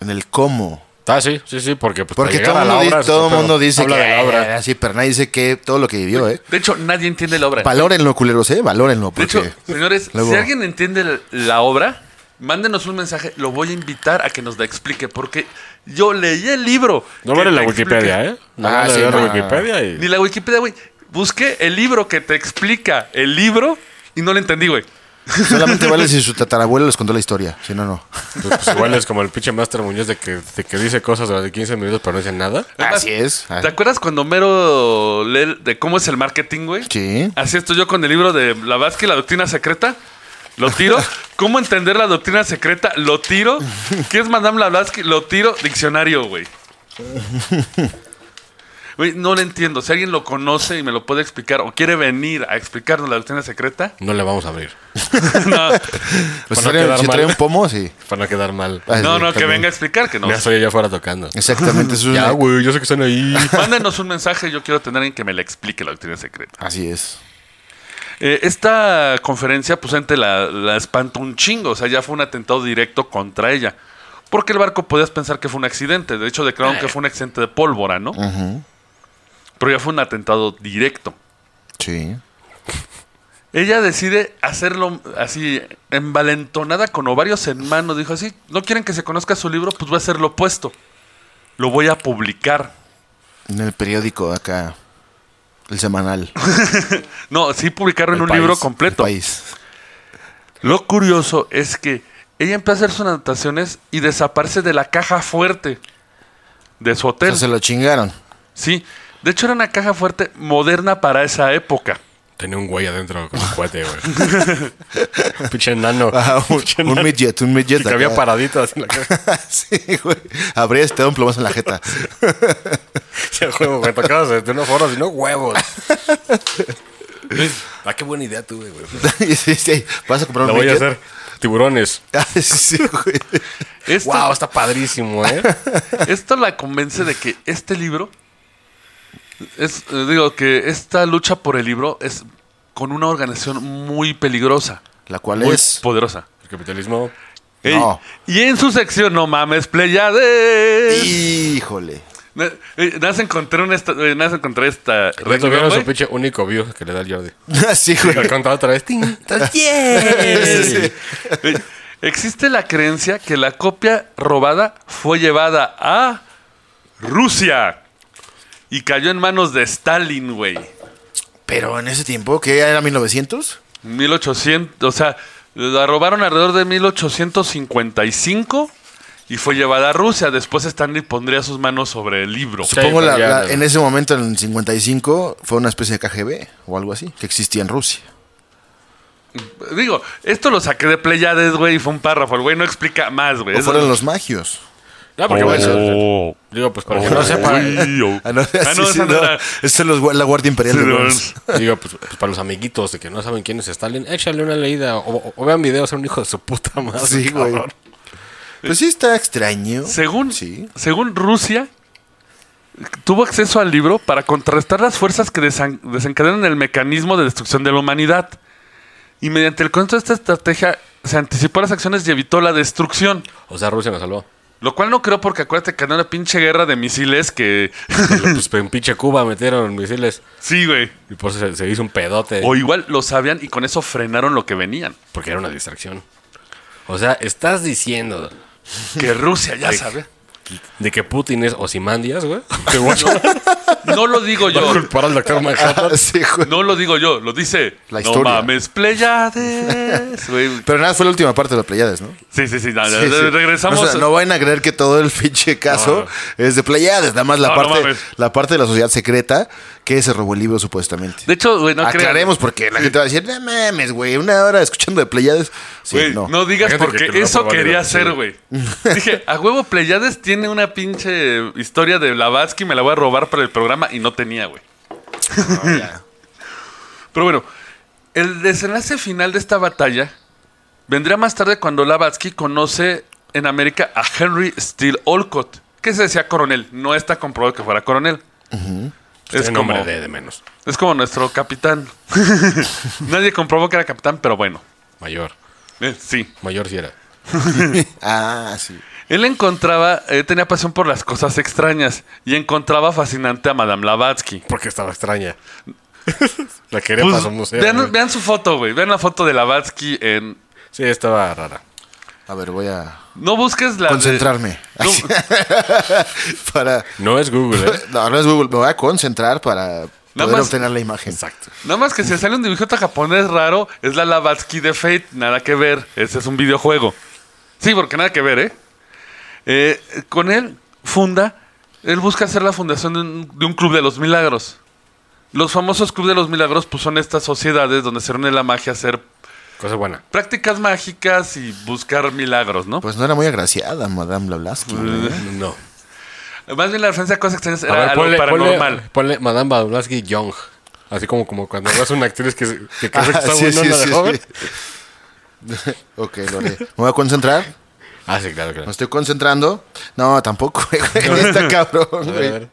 Speaker 3: en el cómo,
Speaker 4: Ah, sí, sí, sí, porque pues,
Speaker 3: Porque
Speaker 4: para
Speaker 3: todo
Speaker 4: llegar a la
Speaker 3: mundo di-
Speaker 4: obra,
Speaker 3: todo el
Speaker 4: pero
Speaker 3: mundo dice que.
Speaker 4: habla de la obra.
Speaker 3: eh, Así, pero nadie dice que todo lo que vivió, ¿eh?
Speaker 2: De hecho, nadie entiende la obra.
Speaker 3: Valórenlo, culeros, ¿eh? Valórenlo.
Speaker 2: De
Speaker 3: Porque...
Speaker 2: hecho, señores,
Speaker 3: Luego-
Speaker 2: si alguien entiende la- la obra, mándenos un mensaje. Lo voy a invitar a que nos la explique, porque yo leí el libro.
Speaker 4: No
Speaker 2: que
Speaker 4: vale la
Speaker 2: te explica.
Speaker 4: Wikipedia, ¿eh? No
Speaker 3: Ah,
Speaker 4: vale
Speaker 3: sí,
Speaker 4: la
Speaker 3: no.
Speaker 4: Wikipedia y...
Speaker 2: Ni la Wikipedia, güey. Busqué el libro que te explica el libro y no lo entendí, güey.
Speaker 3: Solamente vale si su tatarabuelo les contó la historia. Si no, no.
Speaker 4: Pues, pues, igual es como el pinche Master Muñoz de que, de que dice cosas durante 15 minutos pero no dice nada.
Speaker 2: Además,
Speaker 3: Así es. Ah,
Speaker 2: ¿Te acuerdas cuando Homero lee el- de cómo es el marketing, güey?
Speaker 3: Sí.
Speaker 2: Así estoy yo con el libro de Blavatsky, La Doctrina Secreta. Lo tiro. ¿Cómo entender la doctrina secreta? Lo tiro. ¿Qué es Madame Blavatsky? Lo tiro. Diccionario, güey. Güey, no lo entiendo. Si alguien lo conoce y me lo puede explicar o quiere venir a explicarnos la doctrina secreta,
Speaker 4: No le vamos a abrir.
Speaker 2: no,
Speaker 3: Pues,
Speaker 4: Para
Speaker 3: si
Speaker 4: no
Speaker 3: trae,
Speaker 4: quedar
Speaker 3: si
Speaker 4: mal.
Speaker 3: trae un pomo, sí.
Speaker 4: Para no quedar mal.
Speaker 3: Ah, sí,
Speaker 2: no, no, que
Speaker 3: también.
Speaker 2: venga a explicar que no.
Speaker 4: Ya estoy allá afuera tocando.
Speaker 3: Exactamente. Eso es
Speaker 4: Ya,
Speaker 3: una-
Speaker 4: güey, yo sé que están ahí.
Speaker 2: Mándenos un mensaje. Yo quiero tener a alguien que me le explique la doctrina secreta.
Speaker 3: Así es.
Speaker 2: Eh, esta conferencia, pues gente la, la espantó un chingo, o sea, ya fue un atentado directo contra ella. Porque el barco podías pensar que fue un accidente, de hecho declararon que fue un accidente de pólvora, ¿no? Pero ya fue un atentado directo.
Speaker 3: Sí.
Speaker 2: Ella decide hacerlo así, envalentonada con ovarios en mano, dijo así, no quieren que se conozca su libro, pues voy a hacer lo opuesto. Lo voy a publicar.
Speaker 3: En el periódico acá. El semanal.
Speaker 2: No, sí publicarlo en
Speaker 4: El
Speaker 2: un libro
Speaker 4: país, el
Speaker 3: El
Speaker 2: completo.
Speaker 3: país.
Speaker 2: Lo curioso es que ella empieza a hacer sus anotaciones y desaparece de la caja fuerte de su
Speaker 3: O
Speaker 2: hotel.
Speaker 3: sea, se lo chingaron.
Speaker 2: Sí, de hecho era una caja fuerte moderna para esa época.
Speaker 4: Tenía un güey adentro con un cuate, güey. pinche enano.
Speaker 3: Ah, un,
Speaker 4: Pinche
Speaker 3: un
Speaker 4: enano.
Speaker 3: midget, un midget.
Speaker 4: Y que había
Speaker 3: acá.
Speaker 4: paradito así en la caja.
Speaker 3: sí, güey. Habría estado un plomazo en la jeta.
Speaker 4: Ya, huevo, me tocabas de una forma, sino huevos. ah, qué buena idea tuve, güey.
Speaker 3: Sí, sí, sí. Vas a comprar un
Speaker 4: La voy a
Speaker 3: midget?
Speaker 4: hacer. Tiburones.
Speaker 3: Ah, sí, sí, güey.
Speaker 2: Esto,
Speaker 4: Wow, está padrísimo, ¿eh?
Speaker 2: esto la convence de que este libro, es, eh, digo que esta lucha por el libro es con una organización muy peligrosa,
Speaker 3: La cual
Speaker 2: muy
Speaker 3: es.
Speaker 2: poderosa.
Speaker 4: El capitalismo.
Speaker 2: Ey,
Speaker 3: No.
Speaker 2: Y en su sección, no mames, pleyades.
Speaker 3: Híjole.
Speaker 2: Na- eh, Nada más encontré una esta, eh, nada más encontré esta
Speaker 4: Ya
Speaker 2: renglón,
Speaker 4: tuvieron
Speaker 2: güey.
Speaker 4: su pinche único view que le da el Jordi.
Speaker 3: Así, güey.
Speaker 4: Lo contaba otra vez. ¡Ting!
Speaker 3: Sí.
Speaker 2: Eh, Existe la creencia que la copia robada fue llevada a Rusia y cayó en manos de Stalin, güey.
Speaker 3: Pero en ese tiempo, que era 1900,
Speaker 2: 1800, o sea, la robaron alrededor de 1855 y fue llevada a Rusia. Después Stanley pondría sus manos sobre el libro.
Speaker 3: supongo
Speaker 4: pero
Speaker 3: la-
Speaker 4: ya-
Speaker 3: la- en ese momento, en el 55, fue una especie de KGB o algo así, que existía en Rusia.
Speaker 2: Digo, esto lo saqué de Pleiades, güey, y fue un párrafo. El güey no explica más, güey.
Speaker 3: O
Speaker 2: Es-
Speaker 3: fueron los magios.
Speaker 4: No, Ah, porque bueno,
Speaker 2: Oh.
Speaker 4: Digo, pues para que no sepa.
Speaker 2: Uy, oh.
Speaker 3: Ah, no, sí,
Speaker 2: Ah, no,
Speaker 3: sí,
Speaker 2: esa no
Speaker 3: no.
Speaker 2: era.
Speaker 3: Esa es los gua- la Guardia Imperial de Burns.
Speaker 4: Digo, pues, pues, para los amiguitos de que no saben quién es Stalin, échale una leída o, o- o vean videos a un hijo de su puta madre.
Speaker 3: Sí, güey.
Speaker 4: Ah, cabrón.
Speaker 3: Pues sí está extraño.
Speaker 2: Según,
Speaker 3: Sí.
Speaker 2: según Rusia, tuvo acceso al libro para contrarrestar las fuerzas que desan- desencadenan el mecanismo de destrucción de la humanidad. Y mediante el concepto de esta estrategia se anticipó las acciones y evitó la destrucción.
Speaker 4: O sea, Rusia nos salvó.
Speaker 2: Lo cual no creo porque acuérdate que era una pinche guerra de misiles que...
Speaker 4: Pero, Pues en pinche Cuba metieron misiles
Speaker 2: sí, güey.
Speaker 4: y por eso se, se hizo un pedote.
Speaker 3: Eh.
Speaker 2: O igual lo sabían y con eso frenaron lo que venían.
Speaker 4: Porque era una distracción. O sea, estás diciendo
Speaker 2: Que Rusia ya
Speaker 4: Sí.
Speaker 2: sabe.
Speaker 4: de que Putin es Osimandias, güey.
Speaker 2: No lo digo
Speaker 4: Va a
Speaker 2: yo.
Speaker 4: culpar al doctor
Speaker 3: Ah,
Speaker 4: Manhattan.
Speaker 3: sí, güey.
Speaker 2: No lo digo yo. Lo dice...
Speaker 3: La
Speaker 2: No
Speaker 3: historia.
Speaker 2: mames, Pleiades. güey.
Speaker 3: Pero nada, fue la última parte de los Pleiades, ¿no?
Speaker 2: Sí, sí, sí. no,
Speaker 3: Sí, sí.
Speaker 2: Regresamos.
Speaker 3: O sea, no van a creer que todo el pinche caso es de Pleiades, nada más la
Speaker 2: No, no
Speaker 3: parte
Speaker 2: mames.
Speaker 3: la parte de la sociedad secreta que se robó el libro supuestamente.
Speaker 2: De hecho, güey, no creas.
Speaker 3: Aclaremos porque la gente va a decir, "No mames, güey, una hora escuchando de Pleiades." Sí,
Speaker 2: Güey,
Speaker 3: no.
Speaker 2: no. digas
Speaker 4: Fíjate
Speaker 2: porque
Speaker 4: que te lo
Speaker 2: eso
Speaker 4: voy a
Speaker 2: quería
Speaker 4: validar,
Speaker 2: hacer,
Speaker 4: sí.
Speaker 2: güey. Dije, a huevo Pleiades tiene una pinche historia de Blavatsky, me la voy a robar para el programa y no tenía, güey. Pero bueno, el desenlace final de esta batalla vendría más tarde cuando Blavatsky conoce en América a Henry Steele Olcott, que se decía coronel. No está comprobado que fuera coronel.
Speaker 4: Es
Speaker 2: Es
Speaker 4: nombre
Speaker 2: como,
Speaker 4: de, de menos.
Speaker 2: es como nuestro capitán. Nadie comprobó que era capitán, pero bueno.
Speaker 4: Mayor.
Speaker 2: Eh, Sí.
Speaker 4: Mayor si era.
Speaker 3: ah, sí.
Speaker 2: Él encontraba, eh, tenía pasión por las cosas extrañas y encontraba fascinante a Madame Blavatsky.
Speaker 4: Porque estaba extraña. la quería
Speaker 2: Pues,
Speaker 4: para su museo.
Speaker 2: vean,
Speaker 4: güey.
Speaker 2: vean su foto, güey. Vean la foto de Blavatsky en...
Speaker 4: Sí, estaba rara.
Speaker 3: A ver, voy a
Speaker 2: No busques la... de-
Speaker 3: concentrarme.
Speaker 2: No,
Speaker 3: para.
Speaker 4: No es Google, ¿eh?
Speaker 3: No, no es Google, me voy a concentrar para poder
Speaker 2: más-
Speaker 3: obtener la imagen.
Speaker 4: Exacto.
Speaker 2: nada más que si sale un dibujito japonés raro, es la Blavatsky de Fate. Nada que ver. Ese es un videojuego. Sí, porque nada que ver, ¿eh? Eh, con él funda, él busca hacer la fundación de un, de un club de los milagros. Los famosos club de los milagros pues, son estas sociedades donde se reúne la magia a hacer
Speaker 4: Cosa buena.
Speaker 2: prácticas mágicas y buscar milagros, ¿no?
Speaker 3: Pues no era muy agraciada, Madame Blavatsky. ¿no?
Speaker 4: No.
Speaker 2: Pues, Más bien la referencia a cosas extrañas
Speaker 4: A
Speaker 2: era
Speaker 4: ver,
Speaker 2: algo
Speaker 4: ponle,
Speaker 2: paranormal.
Speaker 4: ponle, ponle Madame Blavatsky Young. Así como, como cuando ves una actriz que, se- que crees que
Speaker 3: Ah,
Speaker 4: está
Speaker 3: sí,
Speaker 4: buena
Speaker 3: sí,
Speaker 4: la de
Speaker 3: sí,
Speaker 4: joven.
Speaker 3: sí. ok, lo haré. Me voy a concentrar.
Speaker 4: Ah, sí, claro,
Speaker 3: Me
Speaker 4: claro.
Speaker 3: estoy concentrando. No, tampoco, güey. Está cabrón,
Speaker 4: A ver, a
Speaker 3: güey.
Speaker 4: ver.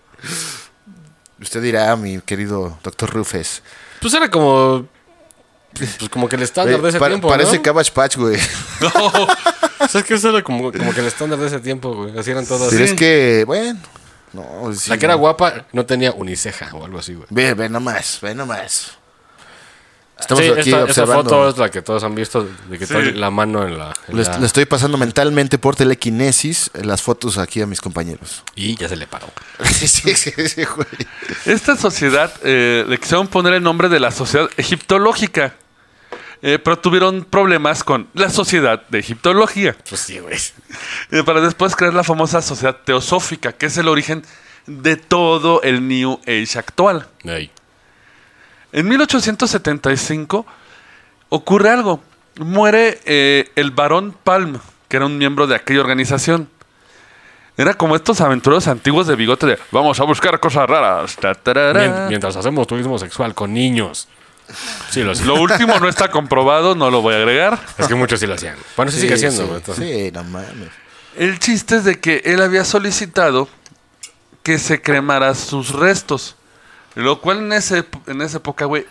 Speaker 3: Usted dirá, mi querido doctor Rufes.
Speaker 4: Pues era como. Pues como que el estándar de
Speaker 3: Güey,
Speaker 4: ese
Speaker 3: pa-
Speaker 4: tiempo.
Speaker 3: parece
Speaker 4: ¿no? Pues
Speaker 3: Cabbage Patch, güey.
Speaker 4: O sea, es que eso era como, como que el estándar de ese tiempo, güey. Así eran todas.
Speaker 3: Pero
Speaker 4: La
Speaker 3: es que, bueno. No, sí,
Speaker 4: que era
Speaker 3: no.
Speaker 4: guapa no tenía uniceja o algo así, güey.
Speaker 3: Ve, ve nomás, ve nomás. Estamos
Speaker 4: Sí,
Speaker 3: aquí
Speaker 4: esta, esta foto
Speaker 3: observando.
Speaker 4: es la que todos han visto, de que
Speaker 2: Sí.
Speaker 4: trae la mano en la... en
Speaker 3: Le,
Speaker 4: la-
Speaker 3: est- le estoy pasando mentalmente por telequinesis eh, las fotos aquí a mis compañeros.
Speaker 4: Y ya se le paró.
Speaker 3: sí, sí, sí, sí, güey.
Speaker 2: Esta sociedad eh, le quisieron poner el nombre de la Sociedad Egiptológica, eh, pero tuvieron problemas con la Sociedad de Egiptología,
Speaker 4: Pues sí, güey.
Speaker 2: eh, para después crear la famosa Sociedad Teosófica, que es el origen de todo el New Age actual.
Speaker 4: Ay.
Speaker 2: En 1875 ocurre algo. Muere eh, el barón Palm, que era un miembro de aquella organización. Era como estos aventureros antiguos de bigote de vamos a buscar cosas raras. Ta, tarara.
Speaker 4: Mien- mientras hacemos turismo sexual con niños. Sí, lo hacían.
Speaker 2: Lo último no está comprobado, no lo voy a agregar.
Speaker 4: Es que muchos sí lo hacían. Bueno, sí,
Speaker 3: Sí,
Speaker 4: sigue haciendo,
Speaker 3: sí,
Speaker 4: güey. entonces.
Speaker 3: Sí, no mames.
Speaker 2: El chiste es de que él había solicitado que se cremara sus restos. Lo cual en, ese, en esa época, güey,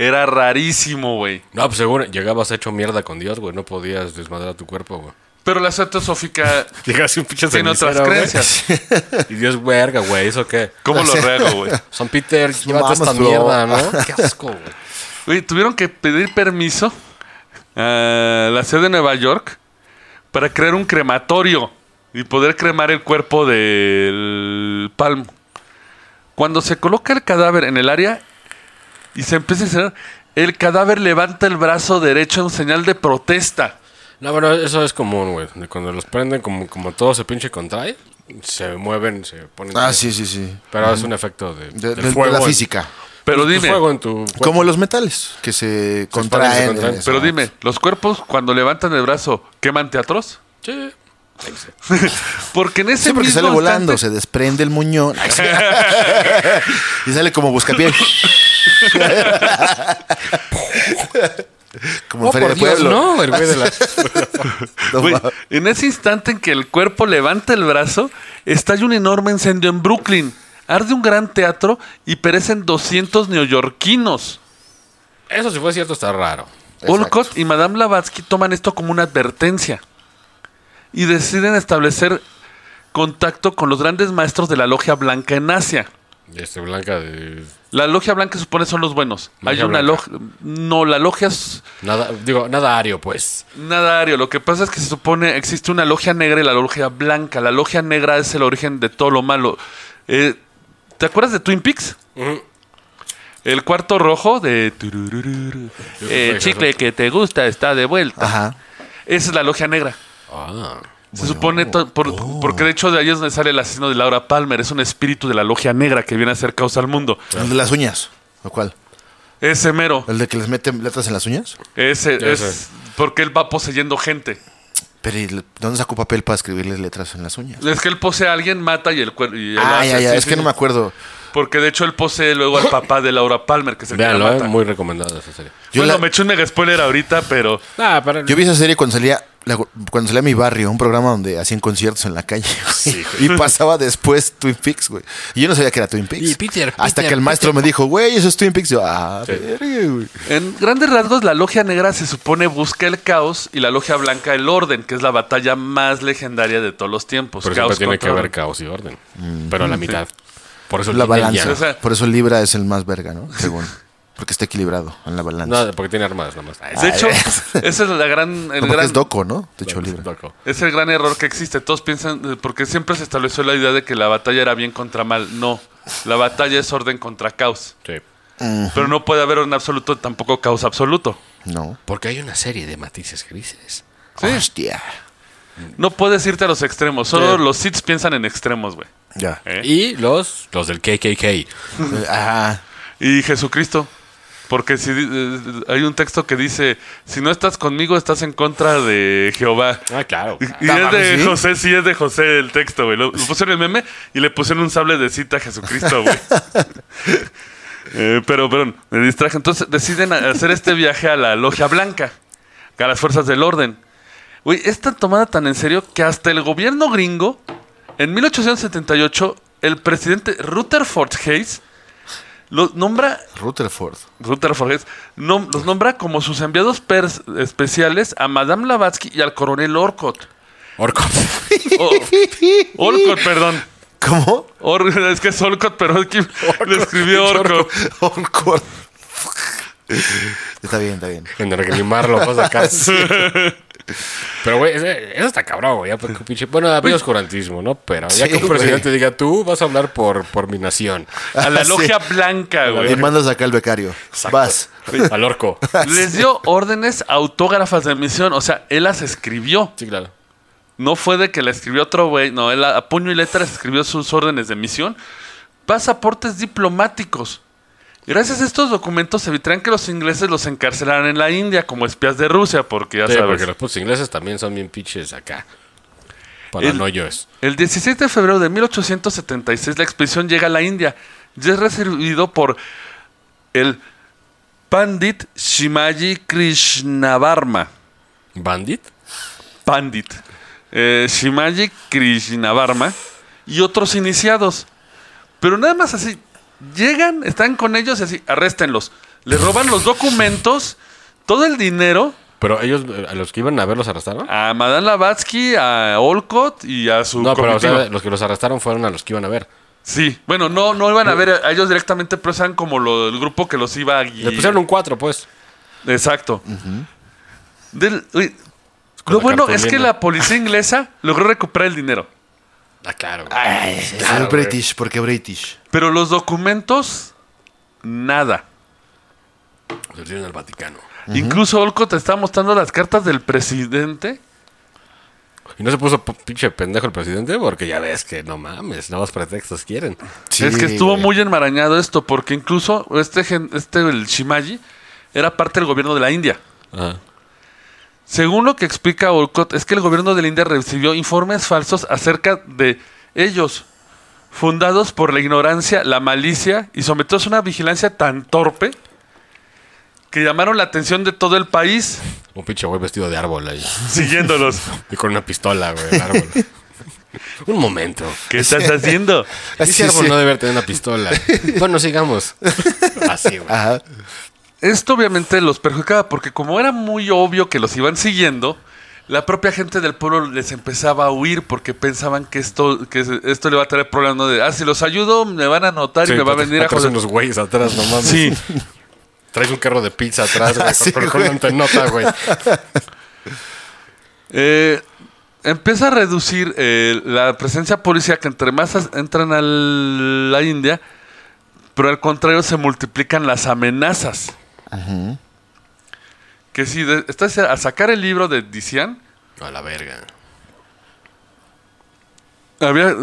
Speaker 2: era rarísimo, güey.
Speaker 4: No, pues seguro, llegabas hecho mierda con Dios, güey. No podías desmadrar tu cuerpo, güey.
Speaker 2: Pero la sociedad teosófica
Speaker 4: Llegas un pinche
Speaker 2: tiene otras
Speaker 4: cenicero, güey.
Speaker 2: creencias.
Speaker 4: Y Dios, verga, güey, ¿eso qué?
Speaker 2: ¿Cómo lo rego, güey?
Speaker 4: San Peter, llévate
Speaker 3: mames,
Speaker 4: esta
Speaker 3: bro.
Speaker 4: mierda, ¿no? Qué asco, güey.
Speaker 2: Güey, tuvieron que pedir permiso a la ciudad de Nueva York para crear un crematorio y poder cremar el cuerpo del palmo. Cuando se coloca el cadáver en el área y se empieza a cerrar, el cadáver levanta el brazo derecho en señal de protesta.
Speaker 4: No, bueno, eso es común, güey. de Cuando los prenden, como, como todo se pinche contrae, se mueven, se ponen.
Speaker 3: Ah, sí, sí, sí.
Speaker 4: Pero es un efecto de,
Speaker 3: De,
Speaker 4: del
Speaker 3: de- de
Speaker 4: fuego
Speaker 3: la
Speaker 4: en-
Speaker 3: física.
Speaker 2: Pero
Speaker 3: Pues,
Speaker 4: tu
Speaker 2: dime,
Speaker 4: fuego en tu cuerpo.
Speaker 3: Como los metales que se
Speaker 4: exponen, se
Speaker 3: contraen.
Speaker 4: contraen.
Speaker 3: en-
Speaker 2: pero dime, ¿los cuerpos cuando levantan el brazo queman teatros?
Speaker 4: Sí.
Speaker 2: Porque en ese
Speaker 3: Sí, porque
Speaker 2: mismo
Speaker 3: sale volando,
Speaker 2: instante-
Speaker 3: se desprende el muñón. y sale como buscapié. como en
Speaker 4: Oh,
Speaker 3: Feria de
Speaker 4: por Dios,
Speaker 3: Pueblo.
Speaker 4: no, el güey de la...
Speaker 3: No
Speaker 2: Güey,
Speaker 3: mames.
Speaker 2: en ese instante en que el cuerpo levanta el brazo, estalla un enorme incendio en Brooklyn. Arde un gran teatro y perecen 200 neoyorquinos.
Speaker 4: Eso si fue cierto está raro.
Speaker 3: Exacto.
Speaker 2: Olcott y Madame Blavatsky toman esto como una advertencia y deciden establecer contacto con los grandes maestros de la logia blanca en Asia.
Speaker 4: Este Blanca de...
Speaker 2: La logia blanca se supone son los buenos.
Speaker 4: Logia
Speaker 2: Hay una
Speaker 4: blanca.
Speaker 2: logia... No, la logia es
Speaker 4: Nada, digo, nada ario, pues.
Speaker 2: Nada, Ario. Lo que pasa es que se supone existe una logia negra y la logia blanca. La logia negra es el origen de todo lo malo. Eh, ¿Te acuerdas de Twin Peaks? El cuarto rojo de... tururururu.
Speaker 4: Yo
Speaker 2: Eh,
Speaker 4: soy
Speaker 2: chicle
Speaker 4: Jesús.
Speaker 2: que te gusta está de vuelta.
Speaker 3: Ajá.
Speaker 2: Esa es la logia negra.
Speaker 4: Ah.
Speaker 2: Se supone, to- por-
Speaker 3: Oh.
Speaker 2: porque de hecho de ahí es donde sale el asesino de Laura Palmer. Es un espíritu de la logia negra que viene a hacer causa al mundo.
Speaker 3: El de las uñas. ¿O cuál?
Speaker 2: Ese mero.
Speaker 3: ¿El de que les meten letras en las uñas?
Speaker 2: Ese
Speaker 4: Ya
Speaker 2: es
Speaker 4: sé.
Speaker 2: porque él va poseyendo gente.
Speaker 3: Pero ¿y le- ¿dónde sacó papel para escribirles letras en las uñas?
Speaker 2: Es que él posee a alguien, mata y el cuerpo...
Speaker 3: Ah, ya, ya. Es que no me acuerdo.
Speaker 2: Porque de hecho él posee luego al papá de Laura Palmer, que se
Speaker 4: Véanlo, eh, muy recomendada esa serie.
Speaker 3: Yo
Speaker 2: bueno,
Speaker 3: la-
Speaker 2: me eché un mega spoiler ahorita, pero
Speaker 4: Ah, pero...
Speaker 3: Yo vi esa serie cuando salía la- cuando salía a mi barrio, un programa donde hacían conciertos en la calle. güey.
Speaker 4: Sí,
Speaker 3: y pasaba después Twin Peaks, güey. Y yo no sabía que era Twin Peaks.
Speaker 4: Y Peter,
Speaker 3: Hasta
Speaker 4: Peter,
Speaker 3: que el maestro
Speaker 4: Peter.
Speaker 3: me dijo, güey, eso es Twin Peaks. Yo, ah,
Speaker 4: Sí.
Speaker 3: verga, güey.
Speaker 2: En grandes rasgos, la logia negra se supone busca el caos y la logia blanca el orden, que es la batalla más legendaria de todos los tiempos.
Speaker 4: Pero siempre tiene que
Speaker 2: contra
Speaker 4: haber
Speaker 2: orden.
Speaker 4: Pues caos y orden. Pero a la mitad. Por eso el
Speaker 3: Mm. La
Speaker 4: yin y el
Speaker 3: balanza.
Speaker 4: yang.
Speaker 2: O sea-
Speaker 3: Por eso Libra es el más verga, ¿no? Según. Porque está equilibrado en la balanza. Ah,
Speaker 4: No, porque tiene armadas nada más. Ay, eh.
Speaker 2: De hecho, esa es la gran, el
Speaker 3: No, porque
Speaker 2: gran
Speaker 3: es Doco, ¿no? De hecho,
Speaker 4: es
Speaker 3: Libra.
Speaker 4: loco.
Speaker 2: Es el gran error que existe. Todos piensan, eh, porque siempre se estableció la idea de que la batalla era bien contra mal. No, la batalla es orden contra caos.
Speaker 4: Sí.
Speaker 2: Pero no puede haber un absoluto, tampoco caos absoluto.
Speaker 3: No.
Speaker 4: Porque hay una serie de matices grises.
Speaker 3: Hostia.
Speaker 2: No puedes irte a los extremos. Solo
Speaker 4: Sí.
Speaker 2: los Sith piensan en extremos, güey.
Speaker 3: Ya.
Speaker 2: ¿Eh?
Speaker 4: Y los, los del KKK.
Speaker 3: Ajá.
Speaker 2: Y Jesucristo. Porque si di- eh, hay un texto que dice, si no estás conmigo, estás en contra de Jehová.
Speaker 4: Ah, claro.
Speaker 2: Y y
Speaker 3: Ah,
Speaker 2: es de
Speaker 3: mames, ¿sí?
Speaker 2: José, sí es de José el texto, güey. Lo, lo pusieron en el meme y le pusieron un sable de cita a Jesucristo, güey. Eh, pero, perdón, me distraje. Entonces deciden a- hacer este viaje a la Logia Blanca, a las fuerzas del orden. Güey, es tan tomada tan en serio que hasta el gobierno gringo, en 1878, el presidente Rutherford Hayes lo nombra
Speaker 3: Rutherford.
Speaker 2: Rutherford Hayes, nom- los nombra como sus enviados pers- especiales a Madame Blavatsky y al coronel Orcott. Oh,
Speaker 4: Orco.
Speaker 2: O- Olcott, perdón.
Speaker 3: ¿Cómo?
Speaker 2: Or- es que es Olcott, pero es que le escribió Orcott.
Speaker 3: Orcor. Está bien, está bien.
Speaker 4: En recrimarlo, cosas acá. Pero, güey, ese- eso está cabrón, güey. ya, porque pinche- Bueno, había oscurantismo, ¿no? Pero ya
Speaker 3: Sí,
Speaker 4: que un
Speaker 3: güey.
Speaker 4: presidente diga, tú vas a hablar por, por mi nación.
Speaker 2: A la
Speaker 3: Sí.
Speaker 2: logia blanca,
Speaker 3: Y
Speaker 2: güey.
Speaker 3: mandas acá al becario. Vas.
Speaker 4: Al orco.
Speaker 2: Les dio órdenes autógrafas de misión. O sea, él las escribió.
Speaker 4: Sí, claro.
Speaker 2: No fue de que la escribió otro güey. No, él a, a puño y letras escribió sus órdenes de misión. Pasaportes diplomáticos. Gracias a estos documentos evitarían que los ingleses los encarcelaran en la India como espías de Rusia, porque ya
Speaker 4: Sí,
Speaker 2: sabes.
Speaker 4: porque los putos ingleses también son bien pinches acá. Paranoios.
Speaker 2: El 16 de febrero de 1876 la expedición llega a la India y es recibido por el Pandit Shimaji Krishnavarma.
Speaker 4: ¿Bandit?
Speaker 2: Pandit. eh, Shimaji Krishnavarma y otros iniciados. Pero nada más así, llegan, están con ellos y así, arréstenlos. Les roban los documentos, todo el dinero
Speaker 4: Pero ellos, eh, a los que iban a ver, los arrastraron.
Speaker 2: a Madame Lavatsky, a Olcott y a su
Speaker 4: No, pero o sea,
Speaker 2: comitiva.
Speaker 4: los que los arrastraron fueron a los que iban a ver.
Speaker 2: Sí, bueno, no, no iban
Speaker 4: Eh.
Speaker 2: a ver a ellos directamente, pero eran como lo, el grupo que los iba a
Speaker 4: Les pusieron un 4, pues.
Speaker 2: Exacto. Del- uy,
Speaker 4: Con
Speaker 2: lo
Speaker 4: la
Speaker 2: bueno es que
Speaker 4: cartulina.
Speaker 2: la policía inglesa logró recuperar el dinero,
Speaker 4: Ah, claro.
Speaker 3: Soy British, porque British.
Speaker 2: pero los documentos, nada.
Speaker 4: Los pusieron al Vaticano.
Speaker 2: Incluso Olcott te está mostrando las cartas del presidente.
Speaker 4: Y no se puso p- pinche pendejo el presidente porque ya ves que no mames, no más pretextos quieren.
Speaker 2: es que estuvo
Speaker 3: güey.
Speaker 2: muy enmarañado esto, porque incluso este, gen- este el Shimaji, era parte del gobierno de la India.
Speaker 4: Ajá.
Speaker 2: Según lo que explica Olcott, es que el gobierno de la India recibió informes falsos acerca de ellos, fundados por la ignorancia, la malicia y sometidos a una vigilancia tan torpe que llamaron la atención de todo el país
Speaker 4: Un pinche güey vestido de árbol ahí.
Speaker 2: siguiéndolos.
Speaker 4: Y con una pistola, güey, el árbol. Un momento.
Speaker 2: ¿Qué estás haciendo?
Speaker 4: Ese
Speaker 3: Sí,
Speaker 4: árbol
Speaker 3: sí.
Speaker 4: no debe haber tenido una pistola. bueno, sigamos. Así, güey.
Speaker 3: Ajá.
Speaker 2: Esto obviamente los perjudicaba porque como era muy obvio que los iban siguiendo, la propia gente del pueblo les empezaba a huir porque pensaban que esto, que esto le va a traer problemas ¿no? de, ah, si los ayudo me van a notar y me va a venir a
Speaker 4: atrás
Speaker 2: joder.
Speaker 4: unos güeyes atrás, no mames.
Speaker 2: Sí.
Speaker 4: Traes un carro de pizza atrás, güey,
Speaker 3: Sí,
Speaker 4: pero con
Speaker 3: güey.
Speaker 4: una antenota, güey.
Speaker 2: Eh, empieza a reducir eh, la presencia policial que entre más as- entran a la India, pero al contrario se multiplican las amenazas. Que si de- estás a sacar el libro de Dician,
Speaker 4: A la verga.
Speaker 2: había,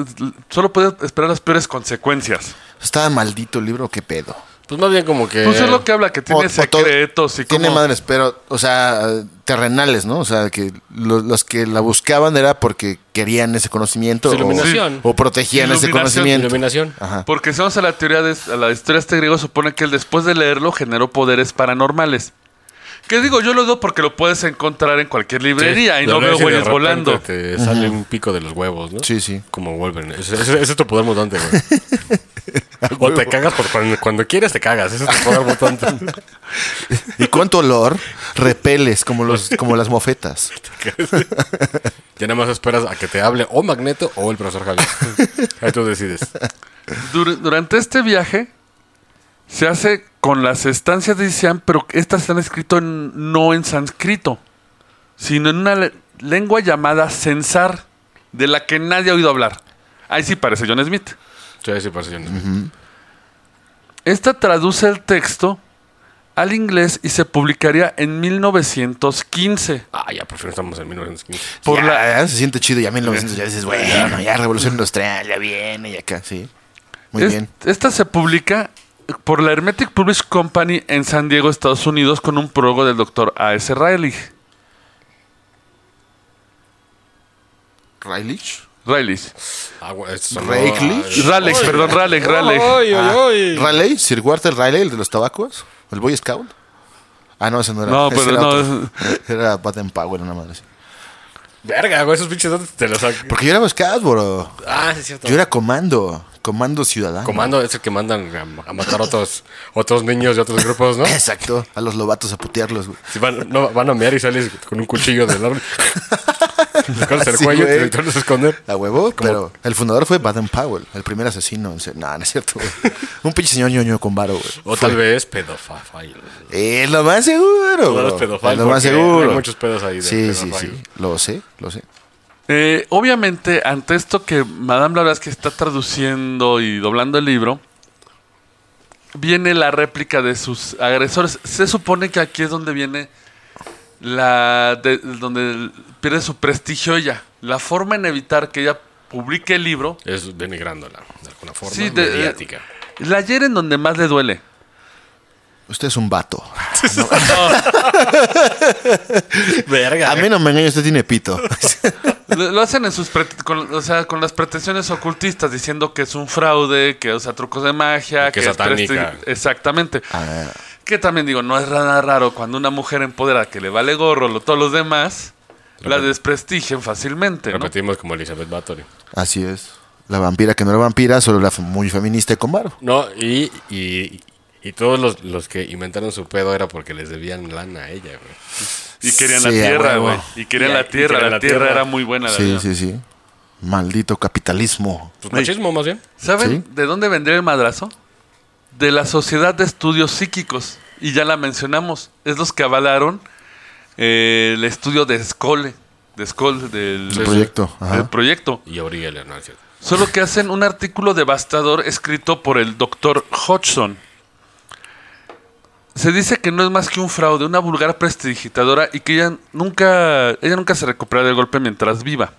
Speaker 2: solo podías esperar las peores consecuencias.
Speaker 3: Estaba maldito el libro, qué pedo.
Speaker 4: Pues más bien como que.
Speaker 2: Pues es lo que habla, que tiene
Speaker 3: O- o todo-
Speaker 2: secretos y
Speaker 3: Tiene
Speaker 2: cómo-
Speaker 3: madres, pero, o sea, terrenales, ¿no? O sea, que lo- los que la buscaban era porque querían ese conocimiento.
Speaker 4: Su
Speaker 3: o-
Speaker 4: iluminación.
Speaker 3: O, protegían ese
Speaker 2: Iluminación,
Speaker 3: conocimiento.
Speaker 4: Iluminación.
Speaker 3: Ajá.
Speaker 2: Porque si vamos a la teoría de a la historia este griego supone que él después de leerlo generó poderes paranormales. Que digo, yo lo doy porque lo puedes encontrar en cualquier librería y no veo
Speaker 4: güey
Speaker 2: güeyes volando.
Speaker 4: Te sale un pico de los huevos, ¿no?
Speaker 3: Sí, sí.
Speaker 4: Como Wolverine. Ese, ese- ese es tu poder mutante, güey. o te cagas por cuando, cuando quieres, te cagas. Ese es tu poder mutante.
Speaker 3: ¿Y cuánto olor repeles como, los, como las mofetas?
Speaker 4: ya nada más esperas a que te hable o Magneto o el profesor Javier. Ahí tú decides.
Speaker 2: Dur- durante este viaje se hace con las estancias de Isiam, pero estas están escritas en- no en sánscrito, sino en una le- lengua llamada censar, de la que nadie ha oído hablar. Ahí sí parece John Smith.
Speaker 4: Sí, sí, parece yo. no.
Speaker 2: Esta traduce el texto al inglés y se publicaría en 1915
Speaker 4: Ah, ya, por fin estamos en 1915.
Speaker 2: por
Speaker 3: ya,
Speaker 2: la
Speaker 3: ya ah, se siente chido, ya 1900, ya dices, bueno, ya revolución industrial, ya viene y acá, sí. Muy
Speaker 2: Es-
Speaker 3: bien.
Speaker 2: Esta se publica por la Hermetic Publish Company en San Diego, Estados Unidos, con un prólogo del doctor A.S. Riley.
Speaker 3: ¿Rylich?
Speaker 2: Riley.
Speaker 4: Ah, güey, esto sonó
Speaker 3: Reiklich.
Speaker 2: Ralex, perdón, Ralex, Ralex.
Speaker 5: Oy, oy, oy.
Speaker 3: Ah, ¿Raleigh? ¿Sir Walter Raleigh, el de los tabacos? ¿El Boy Scout? Ah, no, ese no era.
Speaker 2: No,
Speaker 3: ese
Speaker 2: pero
Speaker 3: era
Speaker 2: no,
Speaker 3: otro. Era Baden Powell, una madre así.
Speaker 4: Verga, güey, esos pinches datos te los sacan.
Speaker 3: Porque yo era Boy Scout, bro.
Speaker 4: Ah, sí, es cierto.
Speaker 3: Yo era comando. Comando ciudadano.
Speaker 4: Comando es el que mandan a, a matar otros, otros niños de otros grupos, ¿no?
Speaker 3: Exacto. A los lobatos a putearlos, güey.
Speaker 4: Si van, no, van a mear y sales con un cuchillo del árbol. Le cortas el
Speaker 3: Sí,
Speaker 4: cuello
Speaker 3: güey.
Speaker 4: y te tratas a esconder.
Speaker 3: A huevo, pero el fundador fue Baden Powell, el primer asesino. en ser- No, no es cierto, güey. Un pinche señor ñoño con varo, güey.
Speaker 4: O tal vez pedofafile.
Speaker 3: Es lo más seguro,
Speaker 4: Todos los
Speaker 3: bro.
Speaker 4: pedófilos,
Speaker 3: Es lo más
Speaker 4: porque
Speaker 3: seguro.
Speaker 4: hay muchos pedos ahí de
Speaker 3: Sí, sí,
Speaker 4: pedófilos.
Speaker 3: sí. Lo sé, lo sé.
Speaker 2: Eh, obviamente, ante esto que Madame Blavatsky está traduciendo y doblando el libro, viene la réplica de sus agresores. Se supone que aquí es donde viene la de- donde pierde su prestigio ella. La forma en evitar que ella publique el libro
Speaker 4: Es denigrándola, de alguna forma,
Speaker 2: Sí, de-
Speaker 4: mediática.
Speaker 2: es la ayer en donde más le duele.
Speaker 3: Usted es un vato.
Speaker 4: Verga.
Speaker 3: A
Speaker 4: eh.
Speaker 3: mí no me engaño, usted tiene pito.
Speaker 2: Lo, lo hacen en sus pret- con, o sea, con las pretensiones ocultistas, diciendo que es un fraude, que usa trucos de magia,
Speaker 4: Y que es satánica.
Speaker 2: presti- Exactamente.
Speaker 3: Ah,
Speaker 2: Que también digo, no es nada raro cuando una mujer empoderada que le vale gorro lo, todos los demás, la desprestigian fácilmente. ¿no?
Speaker 4: Repetimos como Elizabeth Bathory.
Speaker 3: Así es. La vampira que no era vampira, solo era muy feminista y con varo.
Speaker 4: No, y, y, y todos los, los que inventaron su pedo era porque les debían lana a ella, güey.
Speaker 2: Y querían
Speaker 3: Sí,
Speaker 2: la
Speaker 3: a
Speaker 2: tierra,
Speaker 3: huevo.
Speaker 2: güey. Y querían
Speaker 4: Y- y
Speaker 2: la tierra.
Speaker 4: querían
Speaker 2: la
Speaker 4: la
Speaker 2: tierra,
Speaker 4: tierra.
Speaker 2: era muy buena. la
Speaker 3: Sí,
Speaker 2: verdad.
Speaker 3: sí, sí. Maldito capitalismo.
Speaker 4: Pues machismo, más bien.
Speaker 2: ¿Saben
Speaker 3: Sí.
Speaker 2: de dónde vendría el madrazo? De la Sociedad de Estudios Psíquicos. Y ya la mencionamos. Es los que avalaron eh, el estudio de Scole. De Scole, del
Speaker 3: El proyecto, ajá.
Speaker 2: del proyecto.
Speaker 4: Y Auriel, ¿no? es cierto.
Speaker 2: Solo que hacen un artículo devastador escrito por el doctor Hodgson. Se dice que no es más que un fraude, una vulgar prestidigitadora y que ella nunca, ella nunca se recupera del golpe mientras viva.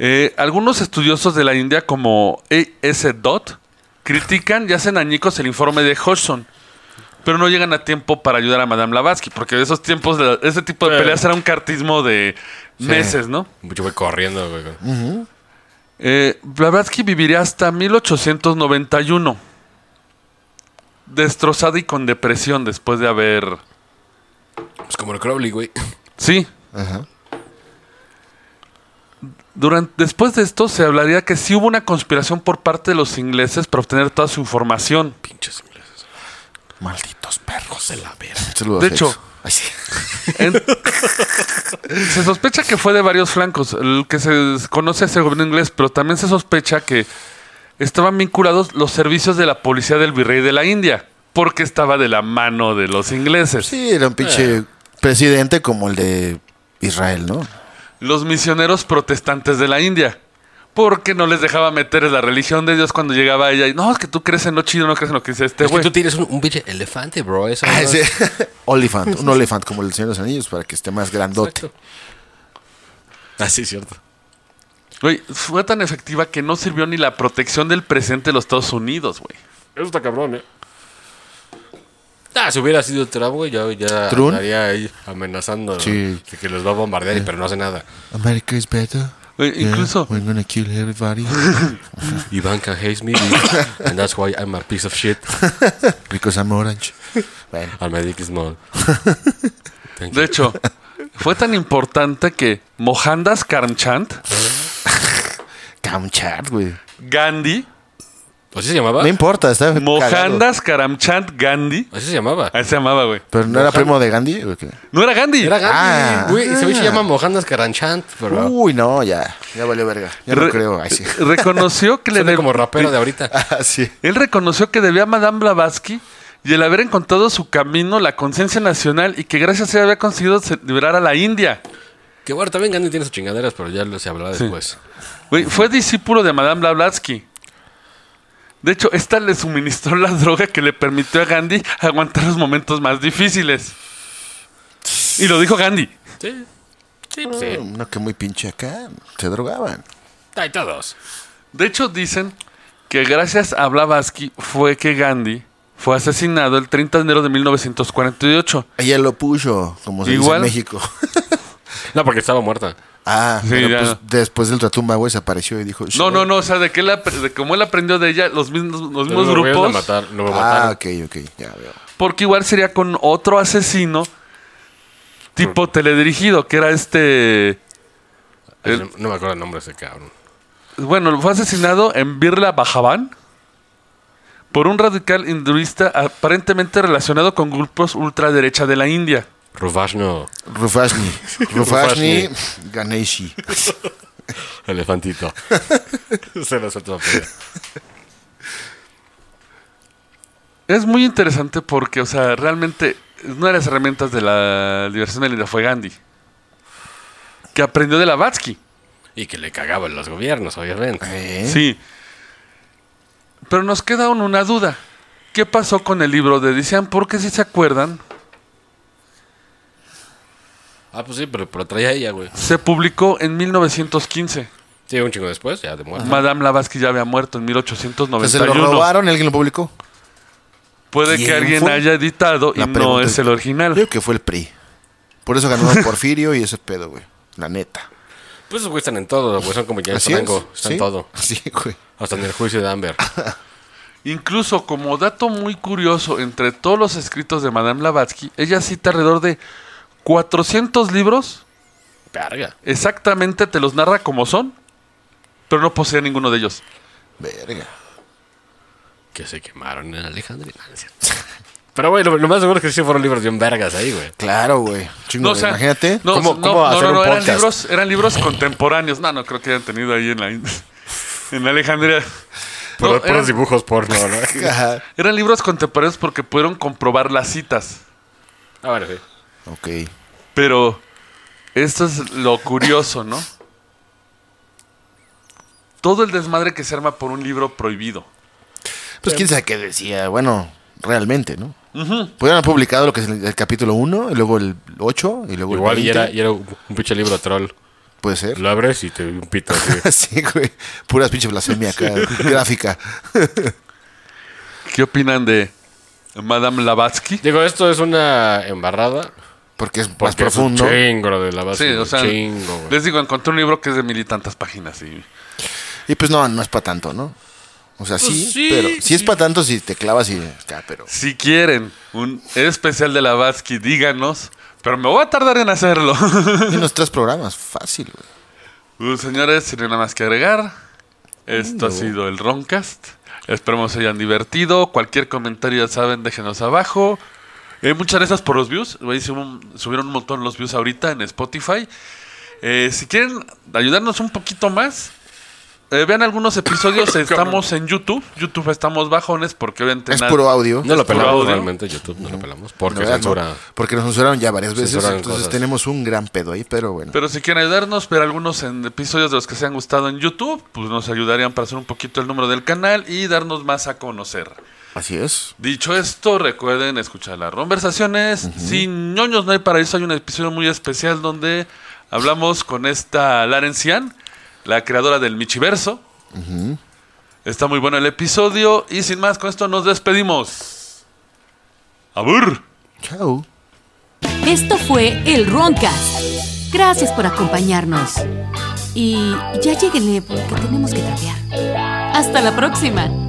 Speaker 2: Eh, algunos estudiosos de la India como A.S. Dot critican y hacen añicos el informe de Hodgson, pero no llegan a tiempo para ayudar a Madame Blavatsky, porque de esos tiempos, la- ese tipo de
Speaker 4: Sí.
Speaker 2: peleas era un cartismo de meses, ¿no?
Speaker 4: Mucho güey corriendo, güey.
Speaker 2: Eh, Blavatsky viviría hasta 1891. Destrozada y con depresión después de haber.
Speaker 4: Pues como el Crowley, güey.
Speaker 2: Sí.
Speaker 3: Ajá.
Speaker 2: Durante, después de esto se hablaría que sí hubo una conspiración por parte de los ingleses para obtener toda su información.
Speaker 4: Pinches ingleses.
Speaker 3: Malditos perros.
Speaker 4: De la verga.
Speaker 3: Saludos,
Speaker 2: De
Speaker 3: Alex.
Speaker 2: hecho-
Speaker 3: Ay, sí.
Speaker 2: En- se sospecha que fue de varios flancos, el que se conoce es el gobierno inglés, pero también se sospecha que estaban vinculados los servicios de la policía del virrey de la India, porque estaba de la mano de los ingleses.
Speaker 3: Sí, era un pinche presidente como el de Israel, ¿no?
Speaker 2: los misioneros protestantes de la India. Porque no les dejaba meter en la religión de Dios cuando llegaba ella. Y no, es que tú crees en lo chido, no crees en lo que dice este
Speaker 4: Es que
Speaker 2: güey.
Speaker 4: tú tienes un, un pinche elefante, bro. Eso
Speaker 3: Ah,
Speaker 4: no
Speaker 3: ese-
Speaker 4: es-
Speaker 3: Olifant, un olifant como el Señor de los Anillos para que esté más grandote.
Speaker 4: Exacto. Ah, sí, cierto.
Speaker 2: Güey, fue tan efectiva que no sirvió ni la protección del presidente de los Estados Unidos, güey.
Speaker 4: Eso está cabrón, eh. Ah, si hubiera sido Trump, güey, ya, ya
Speaker 3: ¿Trump?
Speaker 4: estaría ahí amenazando
Speaker 3: Sí.
Speaker 4: de que los va a bombardear, y pero no hace nada.
Speaker 3: America is better.
Speaker 2: Güey, incluso,
Speaker 3: We're gonna kill everybody.
Speaker 4: Ivanka hates me, and that's why I'm a piece of shit.
Speaker 3: Because I'm orange. Bueno.
Speaker 4: And my dick is small. Thank
Speaker 2: de
Speaker 4: you.
Speaker 2: hecho, fue tan importante que Mohandas Karamchand,
Speaker 3: Kamchat, güey.
Speaker 2: Gandhi,
Speaker 4: ¿Así se llamaba?
Speaker 3: No importa, está cagado.
Speaker 2: Mohandas Karamchand Gandhi,
Speaker 4: Así se llamaba.
Speaker 2: así se llamaba, güey.
Speaker 3: Pero no era primo de Gandhi. ¿o qué?
Speaker 2: No era Gandhi.
Speaker 4: Era Gandhi.
Speaker 3: Ah.
Speaker 4: Güey, ese güey se llama Mohandas Karanchant, pero.
Speaker 3: Uy, no, ya. Ya valió verga. Ya no
Speaker 2: Re-
Speaker 3: creo. Ay, sí.
Speaker 2: Reconoció que le
Speaker 4: Suena
Speaker 2: deb-
Speaker 4: como rapero de ahorita.
Speaker 3: Ah, sí.
Speaker 2: Él reconoció que debía a Madame Blavatsky y el haber encontrado su camino la conciencia nacional y que gracias a ella había conseguido se- liberar a la India.
Speaker 4: Que bueno, también Gandhi tiene sus chingaderas, pero ya lo- se hablará después.
Speaker 2: Güey, fue discípulo de Madame Blavatsky. De hecho, esta le suministró la droga que le permitió a Gandhi aguantar los momentos más difíciles. Y lo dijo Gandhi.
Speaker 4: Sí. Sí, pues
Speaker 3: Mm,
Speaker 4: sí.
Speaker 3: No, que muy pinche acá. Se drogaban.
Speaker 4: Hay todos.
Speaker 2: De hecho, dicen que gracias a Blavatsky fue que Gandhi fue asesinado el 30 de enero de 1948.
Speaker 3: Ella lo puso, como se
Speaker 2: Igual.
Speaker 3: dice en México.
Speaker 4: No, porque estaba muerta.
Speaker 3: Ah,
Speaker 2: Sí,
Speaker 3: pero
Speaker 2: ya.
Speaker 3: pues después del ultratumba, güey, se apareció y dijo...
Speaker 2: No,
Speaker 3: "Shit".
Speaker 2: no, no, o sea, de que él, apre- de cómo él aprendió de ella, los mismos, los mismos
Speaker 4: Lo volvieron a
Speaker 2: grupos,
Speaker 4: matar, lo
Speaker 3: Ah,
Speaker 4: mataron.
Speaker 3: ok, ok, ya veo.
Speaker 2: porque igual sería con otro asesino tipo teledirigido, que era este... el-
Speaker 4: No- No me acuerdo el nombre de ese cabrón.
Speaker 2: bueno, fue asesinado en Birla Bajabán por un radical hinduista aparentemente relacionado con grupos ultraderecha de la India.
Speaker 4: Rubashno,
Speaker 3: Rufashni. Rufashni Ganeshi.
Speaker 4: elefantito. Se lo soltó a pegar.
Speaker 2: Es muy interesante porque, o sea, realmente una de las herramientas de la liberación de la India fue Gandhi, que aprendió de Lavatsky.
Speaker 4: Y que le cagaban los gobiernos, obviamente.
Speaker 3: ¿Eh?
Speaker 2: Sí. Pero nos queda aún una duda. ¿Qué pasó con el libro de Dician? Porque si se acuerdan,
Speaker 4: Ah, pues sí, pero, pero traía ella, güey.
Speaker 2: se publicó en 1915.
Speaker 4: Sí, un chingo después, ya de muerta.
Speaker 2: Madame Blavatsky ya había muerto en
Speaker 3: Entonces se lo
Speaker 2: 1891.
Speaker 3: robaron y alguien lo publicó.
Speaker 2: Puede
Speaker 3: ¿Quién
Speaker 2: que alguien
Speaker 3: fue?
Speaker 2: haya editado y
Speaker 3: La
Speaker 2: no
Speaker 3: pregunta
Speaker 2: es el
Speaker 3: Yo
Speaker 2: original.
Speaker 3: creo que fue el PRI. Por eso ganó Porfirio y ese pedo, güey. La neta.
Speaker 4: Pues esos güeyes están en todo, güey. Son como ya en
Speaker 3: Así es.
Speaker 4: Franco. Están
Speaker 3: sí.
Speaker 4: en todo.
Speaker 3: Sí, güey.
Speaker 4: Hasta en el juicio de Amber.
Speaker 2: Incluso como dato muy curioso, entre todos los escritos de Madame Blavatsky, ella cita alrededor de 400 libros.
Speaker 4: Verga.
Speaker 2: Exactamente te los narra como son, pero no posee ninguno de ellos.
Speaker 3: Verga.
Speaker 4: Que se quemaron en Alejandría. No, no es cierto. Pero, güey, lo, lo más seguro es que sí fueron libros bien vergas ahí, güey.
Speaker 3: Claro, güey. Chingo,
Speaker 2: No, o
Speaker 3: güey.
Speaker 2: sea,
Speaker 3: imagínate.
Speaker 2: No,
Speaker 3: ¿Cómo,
Speaker 2: no,
Speaker 3: cómo
Speaker 2: no,
Speaker 3: hacer
Speaker 2: no, no,
Speaker 3: un
Speaker 2: eran
Speaker 3: podcast?
Speaker 2: libros, eran libros contemporáneos. No, no creo que hayan tenido ahí en la in- en Alejandría. No,
Speaker 4: Por,
Speaker 2: eran,
Speaker 4: los dibujos porno, ¿no?
Speaker 3: Ajá.
Speaker 2: eran libros contemporáneos porque pudieron comprobar las citas.
Speaker 4: ah, bueno, sí.
Speaker 3: Ok.
Speaker 2: Pero esto es lo curioso, ¿no? Todo el desmadre que se arma por un libro prohibido.
Speaker 3: Pues
Speaker 2: Em.
Speaker 3: quién sabe qué decía. Bueno, realmente, ¿no? Pudieron haber publicado lo que es el, el capítulo 1, y luego el 8, y luego
Speaker 4: Igual ¿Eh?
Speaker 3: el
Speaker 4: y
Speaker 3: 20.
Speaker 4: era, y era un un pinche libro troll.
Speaker 3: Puede ser.
Speaker 4: Lo abres y te un pito así.
Speaker 3: Sí, güey. Puras pinche blasfemia acá, gráfica.
Speaker 2: ¿Qué opinan de Madame Blavatsky?
Speaker 4: Digo, esto es una embarrada.
Speaker 3: Porque es más
Speaker 4: Porque es un
Speaker 3: profundo.
Speaker 4: chingo lo de la base.
Speaker 2: Sí, o sea,
Speaker 4: chingo, güey.
Speaker 2: les digo, encontré un libro que es de mil y tantas páginas. Y
Speaker 3: Y pues no, no es para tanto, ¿no? O sea, sí,
Speaker 2: Pues
Speaker 4: sí,
Speaker 3: pero sí, es para tanto si te clavas y acá, pero.
Speaker 2: si quieren un especial de Blavatsky, díganos. Pero me voy a tardar en hacerlo.
Speaker 3: En los tres programas, fácil, güey.
Speaker 2: Pues, señores, sin nada más que agregar. Esto ha sido el Roncast. Esperemos se hayan divertido. Cualquier comentario, ya saben, déjenos abajo. Eh, muchas gracias por los views. Ahí sub- Subieron un montón los views ahorita en Spotify. Eh, si quieren ayudarnos un poquito más, eh, vean algunos episodios. estamos en YouTube. YouTube estamos bajones porque obviamente
Speaker 3: es
Speaker 2: nada-
Speaker 3: puro audio.
Speaker 4: No lo
Speaker 2: puro
Speaker 4: pelamos
Speaker 2: audio.
Speaker 4: realmente, YouTube no lo pelamos.
Speaker 3: La
Speaker 4: Porque
Speaker 3: verdad, no,
Speaker 4: censura.
Speaker 3: porque nos censuraron ya varias veces,
Speaker 4: Censuraron
Speaker 3: entonces
Speaker 4: cosas.
Speaker 3: tenemos un gran pedo ahí, pero bueno.
Speaker 2: Pero si quieren ayudarnos, ver algunos en episodios de los que se han gustado en YouTube, pues nos ayudarían para hacer un poquito el número del canal y darnos más a conocer.
Speaker 3: Así es.
Speaker 2: Dicho esto, recuerden escuchar las conversaciones. Sin ñoños no hay paraíso, hay un episodio muy especial donde hablamos con esta Laren Cian, la creadora del Michiverso. Está muy bueno el episodio y sin más, con esto nos despedimos. ¡Abur!
Speaker 3: Chao.
Speaker 1: Esto fue el Roncast. Gracias por acompañarnos. eh, Y ya lléguenle porque tenemos que trapear. Hasta la próxima.